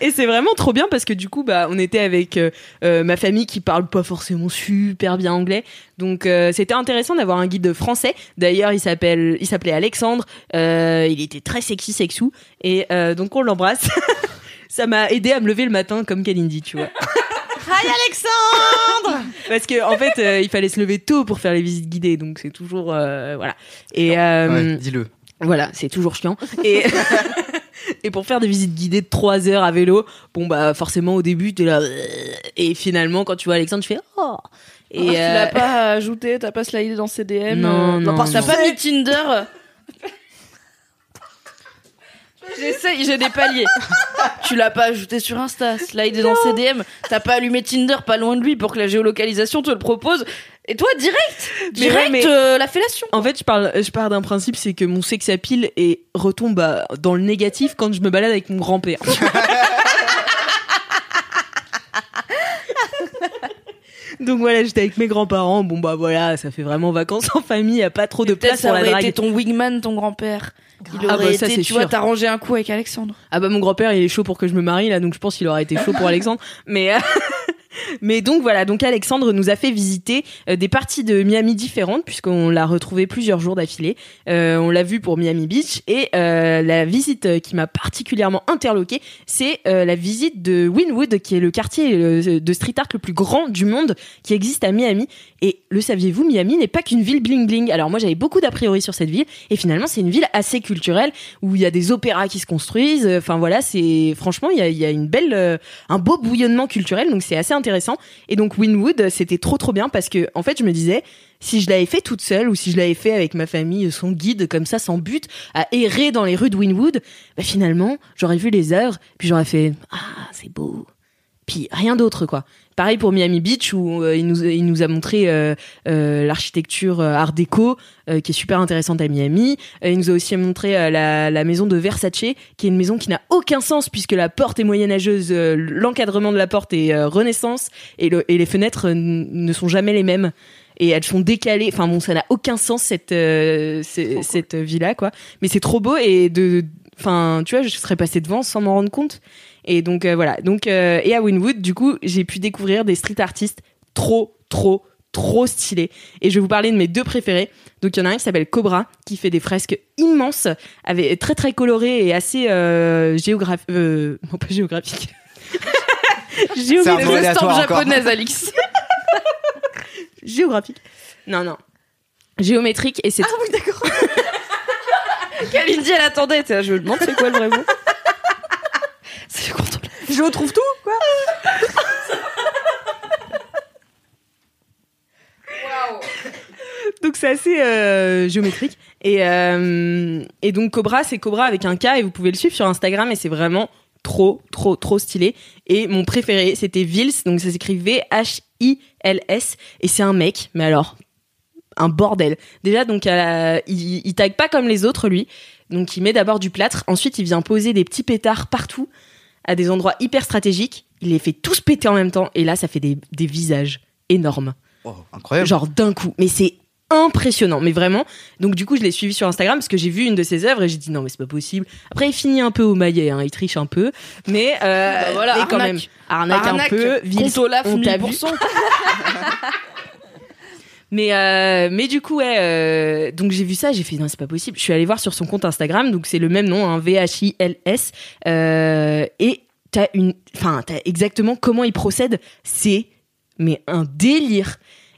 [SPEAKER 2] Et c'est vraiment trop bien parce que du coup, bah, on était avec euh, euh, ma famille qui parle pas forcément super bien anglais, donc euh, c'était intéressant d'avoir un guide français. D'ailleurs, il s'appelle, il s'appelait Alexandre. Euh, il était très sexy, sexou, et euh, donc on l'embrasse. Ça m'a aidé à me lever le matin comme Kalindi, tu vois.
[SPEAKER 13] Hi Alexandre.
[SPEAKER 2] Parce que en fait, euh, il fallait se lever tôt pour faire les visites guidées, donc c'est toujours euh, voilà. Et euh,
[SPEAKER 3] Ouais, dis-le.
[SPEAKER 2] voilà, c'est toujours chiant. Et, et pour faire des visites guidées de 3 heures à vélo, bon bah forcément au début t'es là et finalement quand tu vois Alexandre, tu fais oh. Et
[SPEAKER 1] Et tu
[SPEAKER 2] euh,
[SPEAKER 1] l'as pas ajouté, t'as pas slidé dans CDM.
[SPEAKER 2] Non, euh, non,
[SPEAKER 1] T'as
[SPEAKER 2] non.
[SPEAKER 1] pas mis Tinder. J'essaye, j'ai des paliers.
[SPEAKER 5] Tu l'as pas ajouté sur Insta, slide est dans CDM. T'as pas allumé Tinder pas loin de lui pour que la géolocalisation te le propose. Et toi, direct, direct
[SPEAKER 2] mais-
[SPEAKER 5] euh, la fellation.
[SPEAKER 2] en fait, je parle, je pars d'un principe, c'est que mon sex appeal et retombe à- dans le négatif quand je me balade avec mon grand-père. Donc voilà, j'étais avec mes grands-parents. Bon bah voilà, ça fait vraiment vacances en famille, y a pas trop de
[SPEAKER 5] Peut-être
[SPEAKER 2] place
[SPEAKER 5] ça
[SPEAKER 2] pour la
[SPEAKER 5] aurait
[SPEAKER 2] drague.
[SPEAKER 5] été ton wingman, ton grand-père. Il
[SPEAKER 2] Ah
[SPEAKER 5] aurait
[SPEAKER 2] bah ça,
[SPEAKER 5] été,
[SPEAKER 2] c'est
[SPEAKER 5] tu vois,
[SPEAKER 2] sûr.
[SPEAKER 5] t'as rangé un coup avec Alexandre.
[SPEAKER 2] Ah bah mon grand-père il est chaud pour que je me marie là donc je pense qu'il aurait été chaud pour Alexandre mais euh, Mais donc voilà, donc Alexandre nous a fait visiter euh, des parties de Miami différentes puisqu'on l'a retrouvé plusieurs jours d'affilée. Euh, on l'a vu pour Miami Beach et euh, la visite euh, qui m'a particulièrement interloqué, c'est euh, la visite de Wynwood qui est le quartier euh, de street art le plus grand du monde qui existe à Miami. Et le saviez-vous, Miami n'est pas qu'une ville bling bling. Alors moi j'avais beaucoup d'a priori sur cette ville et finalement c'est une ville assez culturelle où il y a des opéras qui se construisent. Enfin voilà, c'est franchement il y a, il y a une belle euh, un beau bouillonnement culturel, donc c'est assez intéressant. Et donc Winwood, c'était trop trop bien parce que en fait je me disais, si je l'avais fait toute seule ou si je l'avais fait avec ma famille, son guide comme ça, sans but, à errer dans les rues de Winwood, bah finalement j'aurais vu les œuvres, puis j'aurais fait ah c'est beau, puis rien d'autre quoi. Pareil pour Miami Beach où euh, il, nous, il nous a montré euh, euh, l'architecture euh, Art déco euh, qui est super intéressante à Miami. Euh, il nous a aussi montré euh, la, la maison de Versace qui est une maison qui n'a aucun sens puisque la porte est moyenâgeuse, euh, l'encadrement de la porte est euh, renaissance et, le- et les fenêtres euh, n- ne sont jamais les mêmes et elles sont décalées. Enfin bon, ça n'a aucun sens cette euh, ce- cette villa quoi. Mais c'est trop beau et de enfin tu vois, je serais passé devant sans m'en rendre compte. Et donc euh, voilà. Donc euh, et à Winwood, du coup, j'ai pu découvrir des street artistes trop trop trop stylés. Et je vais vous parler de mes deux préférés. Donc il y en a un qui s'appelle Cobra qui fait des fresques immenses avec très très colorées et assez euh, géographique euh, non pas géographique.
[SPEAKER 3] C'est un mot
[SPEAKER 14] Les
[SPEAKER 3] aléatoire
[SPEAKER 14] estampes
[SPEAKER 3] encore.
[SPEAKER 14] japonaises, Alix.
[SPEAKER 2] géographique. Non non. Géométrique
[SPEAKER 1] Ah
[SPEAKER 2] et c'est
[SPEAKER 1] Kalindi, elle attendait.
[SPEAKER 2] hein,
[SPEAKER 1] t'es là, Je me demande c'est quoi le vrai mot. C'est quand on-
[SPEAKER 15] Je retrouve tout
[SPEAKER 2] Donc c'est assez euh, géométrique. Et, euh, et donc Cobra, c'est Cobra avec un K et vous pouvez le suivre sur Instagram et c'est vraiment trop, trop, trop stylé. Et mon préféré, c'était Vils, donc ça s'écrit V-H-I-L-S et c'est un mec, mais alors un bordel. Déjà, donc euh, il, il tague pas comme les autres, lui. Donc il met d'abord du plâtre, ensuite il vient poser des petits pétards partout à des endroits hyper stratégiques. Il les fait tous péter en même temps et là, ça fait des, des visages énormes
[SPEAKER 3] Oh, incroyable.
[SPEAKER 2] genre d'un coup. Mais c'est impressionnant, mais vraiment. Donc du coup, je l'ai suivi sur Instagram parce que j'ai vu une de ses œuvres et j'ai dit non, mais c'est pas possible. Après, il finit un peu au maillet, hein, il triche un peu, mais euh,
[SPEAKER 14] Bah voilà,
[SPEAKER 2] mais quand
[SPEAKER 14] arnaque.
[SPEAKER 2] même arnaque, un peu, Vils,
[SPEAKER 14] Compte Olaf,
[SPEAKER 2] on t'a vu. Ah,
[SPEAKER 14] 1000%.
[SPEAKER 2] Mais euh, mais du coup ouais euh, donc j'ai vu ça j'ai fait non c'est pas possible je suis allée voir sur son compte Instagram donc c'est le même nom hein, V H I L S euh, et t'as une enfin t'as exactement comment il procède c'est mais un délire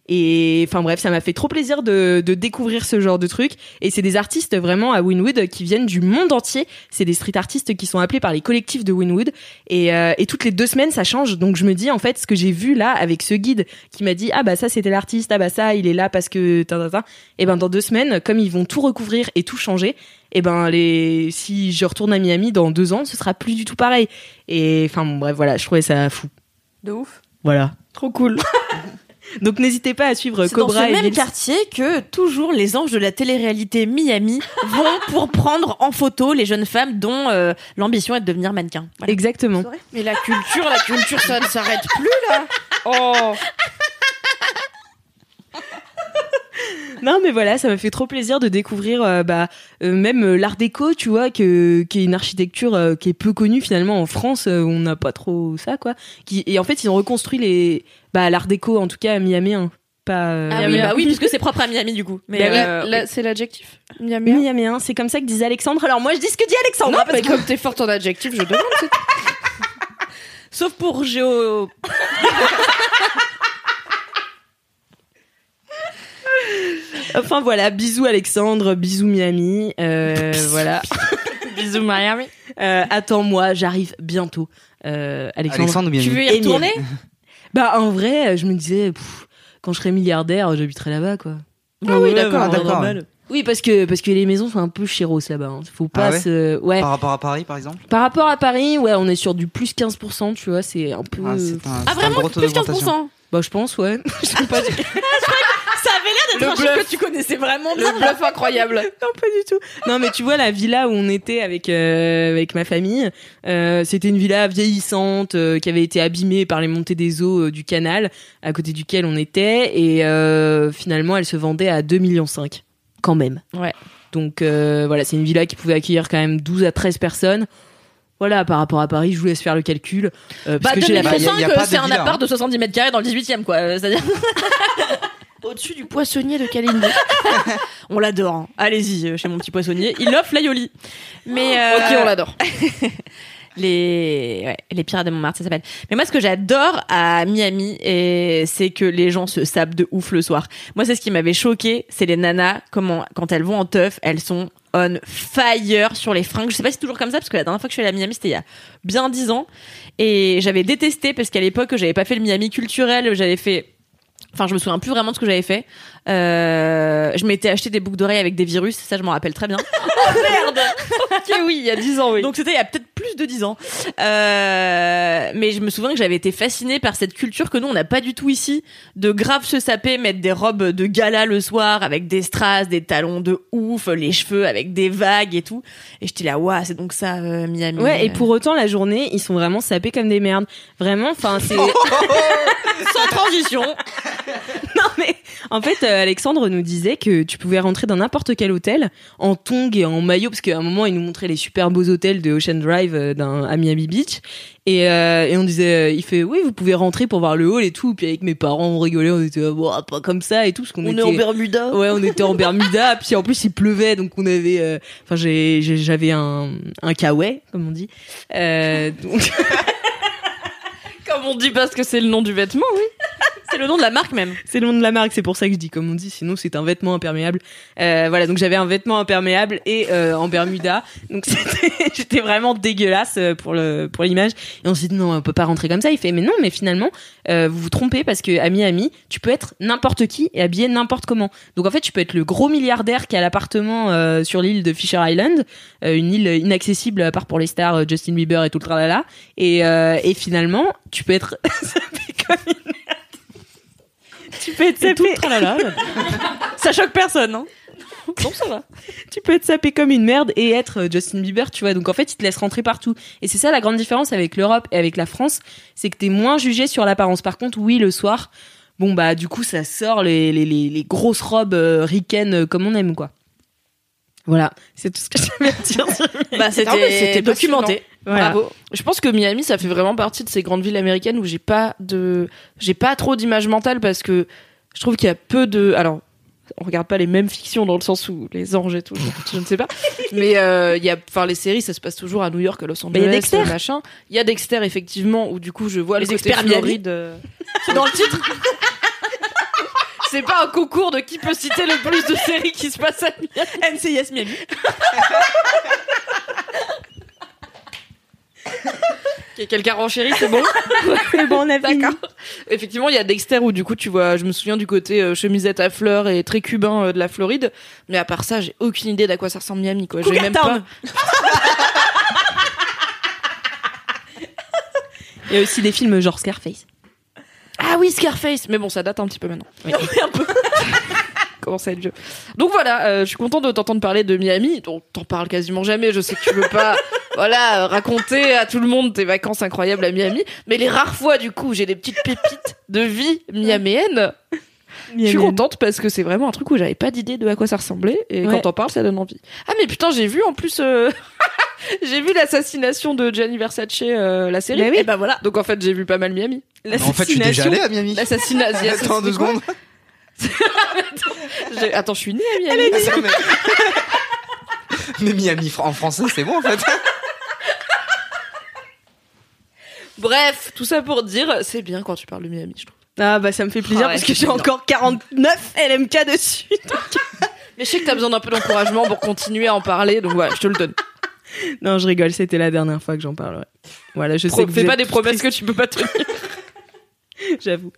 [SPEAKER 2] et enfin bref ça m'a fait trop plaisir de, de découvrir ce genre de truc et c'est des artistes vraiment à Winwood qui viennent du monde entier c'est des street artistes qui sont appelés par les collectifs de Winwood et, euh, et toutes les deux semaines ça change donc je me dis en fait ce que j'ai vu là avec ce guide qui m'a dit ah bah ça c'était l'artiste ah bah ça il est là parce que ta ta ta et ben dans deux semaines comme ils vont tout recouvrir et tout changer et ben les si je retourne à Miami dans deux ans ce sera plus du tout pareil et enfin bon, bref voilà je trouvais ça fou
[SPEAKER 1] De ouf.
[SPEAKER 2] voilà
[SPEAKER 14] Trop cool.
[SPEAKER 2] donc n'hésitez pas à suivre
[SPEAKER 1] C'est dans
[SPEAKER 2] Cobra
[SPEAKER 1] ce
[SPEAKER 2] et
[SPEAKER 1] même
[SPEAKER 2] Vince.
[SPEAKER 1] quartier que toujours les anges de la télé-réalité Miami vont pour prendre en photo les jeunes femmes dont euh, l'ambition est de devenir mannequin. Voilà.
[SPEAKER 2] exactement
[SPEAKER 5] Mais la culture, la culture, ça ne s'arrête plus là.
[SPEAKER 14] Oh,
[SPEAKER 2] Non, mais voilà, ça m'a fait trop plaisir de découvrir euh, bah, euh, même euh, l'art déco, tu vois, que, qui est une architecture euh, qui est peu connue finalement en France, euh, où on n'a pas trop ça, quoi. Qui, et en fait, ils ont reconstruit les bah, l'art déco, en tout cas à Miami, hein, pas euh,
[SPEAKER 1] Ah oui, bah oui, puisque c'est propre à Miami du coup. Mais
[SPEAKER 2] Bah oui.
[SPEAKER 1] euh,
[SPEAKER 5] Là, c'est l'adjectif. Miami.
[SPEAKER 2] Miami, hein, c'est comme ça que disait Alexandre. Alors moi, je dis ce que dit Alexandre.
[SPEAKER 5] Non,
[SPEAKER 2] hein, parce
[SPEAKER 5] Ah, mais
[SPEAKER 2] que-
[SPEAKER 5] comme t'es forte en adjectif, je demande. c'est tout.
[SPEAKER 1] sauf pour Géo.
[SPEAKER 2] Enfin voilà, bisous Alexandre, bisous Miami, euh, voilà.
[SPEAKER 1] Bisous Miami.
[SPEAKER 2] Euh, Attends-moi, j'arrive bientôt. Euh, Alexandre,
[SPEAKER 3] Alexandre ou bien
[SPEAKER 1] Tu veux y
[SPEAKER 2] Et
[SPEAKER 1] retourner
[SPEAKER 2] Bah en vrai, euh, je me disais, pff, quand je serais milliardaire, euh, j'habiterais là-bas quoi.
[SPEAKER 3] Ah oui, d'accord,
[SPEAKER 2] bah,
[SPEAKER 3] d'accord.
[SPEAKER 2] normal. Oui, parce que parce que les maisons sont un peu chéros là-bas. hein. Faut pas
[SPEAKER 3] Ah ouais
[SPEAKER 2] se- ouais.
[SPEAKER 3] par rapport à Paris, par exemple
[SPEAKER 2] Par rapport à Paris, ouais, on est sur du plus 15%, tu vois, c'est un peu.
[SPEAKER 3] Ah, c'est un- c'est un
[SPEAKER 1] vraiment
[SPEAKER 3] gros taux
[SPEAKER 1] plus
[SPEAKER 3] d'augmentation.
[SPEAKER 1] 15%
[SPEAKER 2] Bah je pense, ouais. Je sais pas du-
[SPEAKER 1] Ça avait l'air d'être un chiffre que tu connaissais vraiment bien.
[SPEAKER 5] Le bluff incroyable.
[SPEAKER 2] non, pas du tout. Non, mais tu vois la villa où on était avec euh, avec ma famille, euh, c'était une villa vieillissante euh, qui avait été abîmée par les montées des eaux euh, du canal à côté duquel on était et euh, finalement elle se vendait à 2,5 millions quand même.
[SPEAKER 1] Ouais.
[SPEAKER 2] Donc euh, voilà, c'est une villa qui pouvait accueillir quand même 12 à 13 personnes.
[SPEAKER 1] Voilà, par rapport à Paris, je vous laisse faire le calcul. euh, parce
[SPEAKER 5] Bah,
[SPEAKER 1] que
[SPEAKER 5] donne
[SPEAKER 1] j'ai la
[SPEAKER 5] les
[SPEAKER 3] Bah, y a-
[SPEAKER 5] dessins
[SPEAKER 3] y a
[SPEAKER 5] que
[SPEAKER 3] pas de
[SPEAKER 5] c'est un
[SPEAKER 3] dealer, hein.
[SPEAKER 5] appart de 70 mètres carrés dans le 18 e quoi. euh, C'est-à-dire,
[SPEAKER 1] Au-dessus du poissonnier de Kalindi. on l'adore. hein. Allez-y euh, chez mon petit poissonnier. Il offre l'aioli. Mais euh,
[SPEAKER 5] ok, on l'adore.
[SPEAKER 1] les ouais, les pirates de Montmartre ça s'appelle. Mais moi ce que j'adore à Miami et c'est que les gens se sapent de ouf le soir. Moi c'est ce qui m'avait choqué, c'est les nanas comment quand elles vont en teuf, elles sont on fire sur les fringues. Je sais pas si c'est toujours comme ça parce que la dernière fois que je suis allée à Miami c'était il y a bien 10 ans et j'avais détesté parce qu'à l'époque j'avais pas fait le Miami culturel, j'avais fait Enfin, je me souviens plus vraiment de ce que j'avais fait. Euh, je m'étais acheté des boucles d'oreilles avec des virus, ça je m'en rappelle très bien.
[SPEAKER 5] ok, oui, il y a 10 ans, oui.
[SPEAKER 1] Oh, Donc c'était il y a peut-être plus de 10 ans. Euh, mais je me souviens que j'avais été fascinée par cette culture que nous on n'a pas du tout ici de grave se saper, mettre des robes de gala le soir avec des strass, des talons de ouf, les cheveux avec des vagues et tout. Et j'étais là, waouh, c'est donc ça euh, Miami.
[SPEAKER 2] Ouais, et pour autant, la journée, ils sont vraiment sapés comme des merdes. Vraiment, enfin, c'est.
[SPEAKER 1] sans transition.
[SPEAKER 2] Non mais en fait euh, Alexandre nous disait que tu pouvais rentrer dans n'importe quel hôtel en tongs et en maillot parce qu'à un moment il nous montrait les super beaux hôtels de Ocean Drive euh, d'un- à Miami Beach et, euh, et on disait euh, il fait oui vous pouvez rentrer pour voir le hall et tout puis avec mes parents on rigolait on était ah, bon, pas comme ça et tout parce qu'on
[SPEAKER 5] On
[SPEAKER 2] était
[SPEAKER 5] est en Bermuda.
[SPEAKER 2] Ouais, on était en Bermuda, puis en plus il pleuvait, donc on avait, euh, enfin j'ai- j'ai- j'avais un un kawaii comme on dit, Euh, donc
[SPEAKER 5] Comme on dit parce que c'est le nom du vêtement, oui.
[SPEAKER 1] C'est le nom de la marque même.
[SPEAKER 2] C'est le nom de la marque, c'est pour ça que je dis comme on dit, sinon c'est un vêtement imperméable. Euh, voilà, donc j'avais un vêtement imperméable et euh, en Bermuda. Donc c'était- j'étais vraiment dégueulasse euh, pour le pour l'image. Et on s'est dit non, on peut pas rentrer comme ça. Il fait mais non, mais finalement euh, vous vous trompez parce que à Miami, tu peux être n'importe qui et habillé n'importe comment. Donc en fait, tu peux être le gros milliardaire qui a l'appartement euh, sur l'île de Fisher Island, euh, une île inaccessible à part pour les stars euh, Justin Bieber et tout le tralala. Et euh, et finalement, tu peux être sapé comme une merde. Tu peux être sapé.
[SPEAKER 1] Ça choque personne, hein.
[SPEAKER 2] tu peux être sapé comme une merde et être euh, Justin Bieber, tu vois. Donc en fait, ils te laissent rentrer partout. Et c'est ça la grande différence avec l'Europe et avec la France, c'est que t'es moins jugé sur l'apparence. Par contre, oui, le soir, bon bah du coup, ça sort les, les, les, les grosses robes euh, ricaines euh, comme on aime, quoi. Voilà, c'est tout ce que j'avais à dire. sur-
[SPEAKER 5] Bah,
[SPEAKER 16] Non, mais
[SPEAKER 5] c'était
[SPEAKER 16] c'était
[SPEAKER 5] documenté.
[SPEAKER 2] Voilà.
[SPEAKER 5] Bravo. Je pense que Miami, ça fait vraiment partie de ces grandes villes américaines où j'ai pas de, j'ai pas trop d'image mentale parce que je trouve qu'il y a peu de, alors, on regarde pas les mêmes fictions dans le sens où les anges et tout, je, je ne sais pas. Mais euh, il y a, enfin, les séries, ça se passe toujours à New York, à Los
[SPEAKER 2] il y
[SPEAKER 5] Angeles,
[SPEAKER 2] a Dexter.
[SPEAKER 5] euh, machin. Il y a Dexter effectivement où du coup je vois
[SPEAKER 1] Les
[SPEAKER 5] le côté
[SPEAKER 1] experts Miami.
[SPEAKER 5] Floride, euh, C'est dans le titre. C'est pas un concours de qui peut citer le plus de séries qui se passent à Miami.
[SPEAKER 1] NCIS Miami.
[SPEAKER 5] Que Quelqu'un renchérit, c'est bon.
[SPEAKER 2] C'est bon, on a fini.
[SPEAKER 5] D'accord. Effectivement, il y a Dexter où du coup tu vois, je me souviens du côté euh, chemisette à fleurs et très cubain euh, de la Floride, mais à part ça, j'ai aucune idée d'à quoi ça ressemble Miami quoi. J'ai
[SPEAKER 1] Cougar
[SPEAKER 5] même
[SPEAKER 1] Town.
[SPEAKER 5] pas.
[SPEAKER 2] Il y a aussi des films genre Scarface.
[SPEAKER 5] Ah oui, Scarface, mais bon, ça date un petit peu maintenant.
[SPEAKER 2] Oui.
[SPEAKER 5] un peu. Commence à être vieux. Donc voilà, euh, je suis content de t'entendre parler de Miami. dont t'en parles quasiment jamais. Je sais que tu veux pas, voilà, euh, raconter à tout le monde tes vacances incroyables à Miami. Mais les rares fois, du coup, où j'ai des petites pépites de vie miamienne. Je suis contente parce que c'est vraiment un truc où j'avais pas d'idée de à quoi ça ressemblait et
[SPEAKER 2] Ouais.
[SPEAKER 5] quand on parle ça donne envie. Ah mais putain j'ai vu en plus euh, j'ai vu l'assassination de Gianni Versace euh, la série.
[SPEAKER 2] Bah oui.
[SPEAKER 5] Et bah voilà. Donc en fait j'ai vu pas mal Miami.
[SPEAKER 3] En fait, je suis déjà allé à Miami.
[SPEAKER 5] L'assassination.
[SPEAKER 3] Attends deux secondes.
[SPEAKER 5] J'ai- Attends je suis née à Miami.
[SPEAKER 3] Attends, mais... mais Miami fr- en français, c'est bon en fait.
[SPEAKER 5] Bref tout ça pour dire c'est bien quand tu parles de Miami je trouve.
[SPEAKER 2] Ah bah ça me fait plaisir
[SPEAKER 5] Ah ouais,
[SPEAKER 2] parce que j'ai encore 49 LMK dessus.
[SPEAKER 5] Mais je sais que t'as besoin d'un peu d'encouragement pour continuer à en parler donc voilà je te le donne.
[SPEAKER 2] Non, je rigole, c'était la dernière fois que j'en parlerai. Voilà, je sais
[SPEAKER 5] Pro-
[SPEAKER 2] que
[SPEAKER 5] fais
[SPEAKER 2] vous
[SPEAKER 5] pas
[SPEAKER 2] êtes
[SPEAKER 5] des promesses que tu peux pas tenir.
[SPEAKER 2] J'avoue.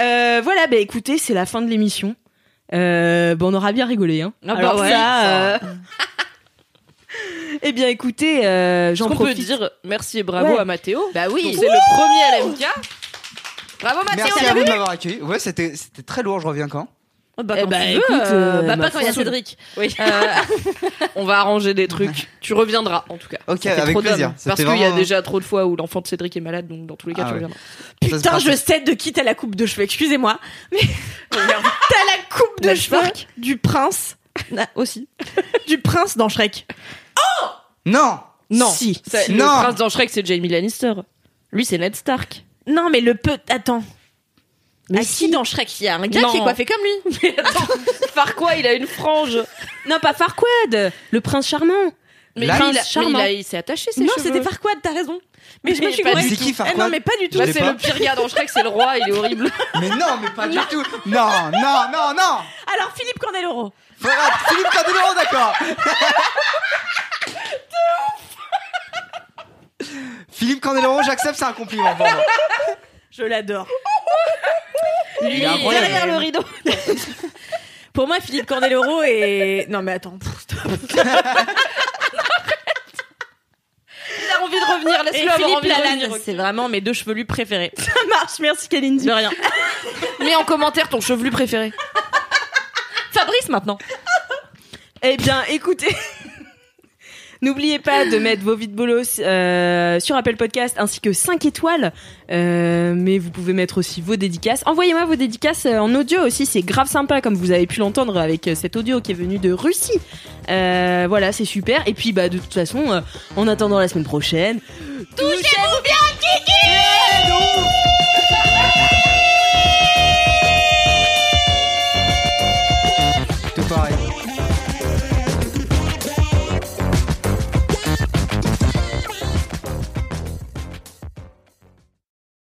[SPEAKER 2] Euh, voilà, bah écoutez, c'est la fin de l'émission. Euh, bon, on aura bien rigolé, hein.
[SPEAKER 5] Ah bah
[SPEAKER 2] Alors
[SPEAKER 5] ouais,
[SPEAKER 2] ça. euh, eh bien, écoutez, euh,
[SPEAKER 5] Ce
[SPEAKER 2] j'en
[SPEAKER 5] qu'on peut
[SPEAKER 2] profite.
[SPEAKER 5] dire merci et bravo
[SPEAKER 2] Ouais.
[SPEAKER 5] à Mathéo.
[SPEAKER 1] Bah oui.
[SPEAKER 5] C'est le premier LMK. Bravo Mathéo.
[SPEAKER 3] Merci à vous de m'avoir accueilli. Ouais, c'était c'était très lourd, je reviens quand
[SPEAKER 5] Bah,
[SPEAKER 2] Eh
[SPEAKER 5] quand
[SPEAKER 2] bah,
[SPEAKER 5] tu veux,
[SPEAKER 2] écoute,
[SPEAKER 5] euh,
[SPEAKER 2] euh,
[SPEAKER 5] bah,
[SPEAKER 2] ma
[SPEAKER 5] pas quand il y a
[SPEAKER 2] foi.
[SPEAKER 5] Cédric. Euh, on va arranger des trucs. Tu reviendras, en tout cas.
[SPEAKER 3] Ok,
[SPEAKER 5] Ça fait
[SPEAKER 3] avec
[SPEAKER 5] trop d'hommes.
[SPEAKER 3] plaisir.
[SPEAKER 5] Parce
[SPEAKER 3] C'était
[SPEAKER 5] qu'il y a
[SPEAKER 3] vraiment-
[SPEAKER 5] déjà trop de fois où l'enfant de Cédric est malade, donc dans tous les cas,
[SPEAKER 3] Ah
[SPEAKER 5] tu
[SPEAKER 3] ouais.
[SPEAKER 5] reviendras.
[SPEAKER 3] Ça, c'est
[SPEAKER 1] Putain, je
[SPEAKER 3] parfait.
[SPEAKER 1] sais de qui t'as la coupe de cheveux. Excusez-moi.
[SPEAKER 5] Oh,
[SPEAKER 1] T'as la coupe de cheveux
[SPEAKER 5] Matchfork.
[SPEAKER 1] du prince. Ah, aussi. du prince dans Shrek.
[SPEAKER 3] Non
[SPEAKER 5] Non.
[SPEAKER 2] Si.
[SPEAKER 5] C'est- Le
[SPEAKER 3] Non.
[SPEAKER 5] prince dans Shrek, c'est Jamie Lannister. Lui, c'est Ned Stark.
[SPEAKER 17] Non, mais le peu. Attends.
[SPEAKER 2] Mais
[SPEAKER 17] à
[SPEAKER 2] si.
[SPEAKER 17] qui dans Shrek Il y a un gars
[SPEAKER 5] Non.
[SPEAKER 17] qui est coiffé comme lui. Mais attends,
[SPEAKER 5] Farquaad, il a une frange.
[SPEAKER 2] Non, pas Farquaad, le prince charmant.
[SPEAKER 5] Mais
[SPEAKER 3] Là,
[SPEAKER 5] lui,
[SPEAKER 3] il
[SPEAKER 5] il,
[SPEAKER 3] a-
[SPEAKER 17] mais
[SPEAKER 5] a- mais
[SPEAKER 17] il
[SPEAKER 5] il,
[SPEAKER 17] a-
[SPEAKER 5] a- il s'est attaché ses
[SPEAKER 17] Non,
[SPEAKER 5] cheveux.
[SPEAKER 17] c'était Farquaad, t'as raison. Mais, je
[SPEAKER 5] Mais
[SPEAKER 17] me suis
[SPEAKER 5] pas
[SPEAKER 17] convaincue.
[SPEAKER 3] C'est qui
[SPEAKER 17] Ah non,
[SPEAKER 2] Eh
[SPEAKER 3] Farquaad
[SPEAKER 17] mais pas du tout.
[SPEAKER 3] Je
[SPEAKER 5] Là,
[SPEAKER 3] l'ai
[SPEAKER 5] c'est
[SPEAKER 3] pas.
[SPEAKER 5] le pire gars dans Shrek, c'est le roi, il est horrible.
[SPEAKER 3] Mais non, mais pas du tout. Non, non, non, non.
[SPEAKER 17] Alors, Philippe Corneloro.
[SPEAKER 3] Farad, Philippe Candeloro, d'accord. Philippe Candeloro, j'accepte, c'est un compliment pour moi.
[SPEAKER 17] Je l'adore.
[SPEAKER 3] Il est incroyable.
[SPEAKER 17] derrière le rideau. Pour moi, Philippe Corneloro est. Non, mais attends. pff, stop.
[SPEAKER 5] Il a envie de revenir,
[SPEAKER 17] Et
[SPEAKER 5] laisse-le avoir
[SPEAKER 17] Philippe
[SPEAKER 5] envie de revenir.
[SPEAKER 17] Lalanne, c'est vraiment mes deux chevelus préférés.
[SPEAKER 2] Ça marche, merci Kalindi.
[SPEAKER 17] De rien.
[SPEAKER 5] Mets en commentaire ton chevelu préféré.
[SPEAKER 17] Fabrice maintenant.
[SPEAKER 2] Eh bien, écoutez. N'oubliez pas de mettre vos vides bolos euh, sur Apple Podcast ainsi que 5 étoiles. Euh, mais vous pouvez mettre aussi vos dédicaces. Envoyez-moi vos dédicaces euh, en audio aussi, c'est grave sympa comme vous avez pu l'entendre avec euh, cet audio qui est venu de Russie. Euh, voilà, c'est super. Et puis bah de toute façon, euh, en attendant la semaine prochaine, touchez-vous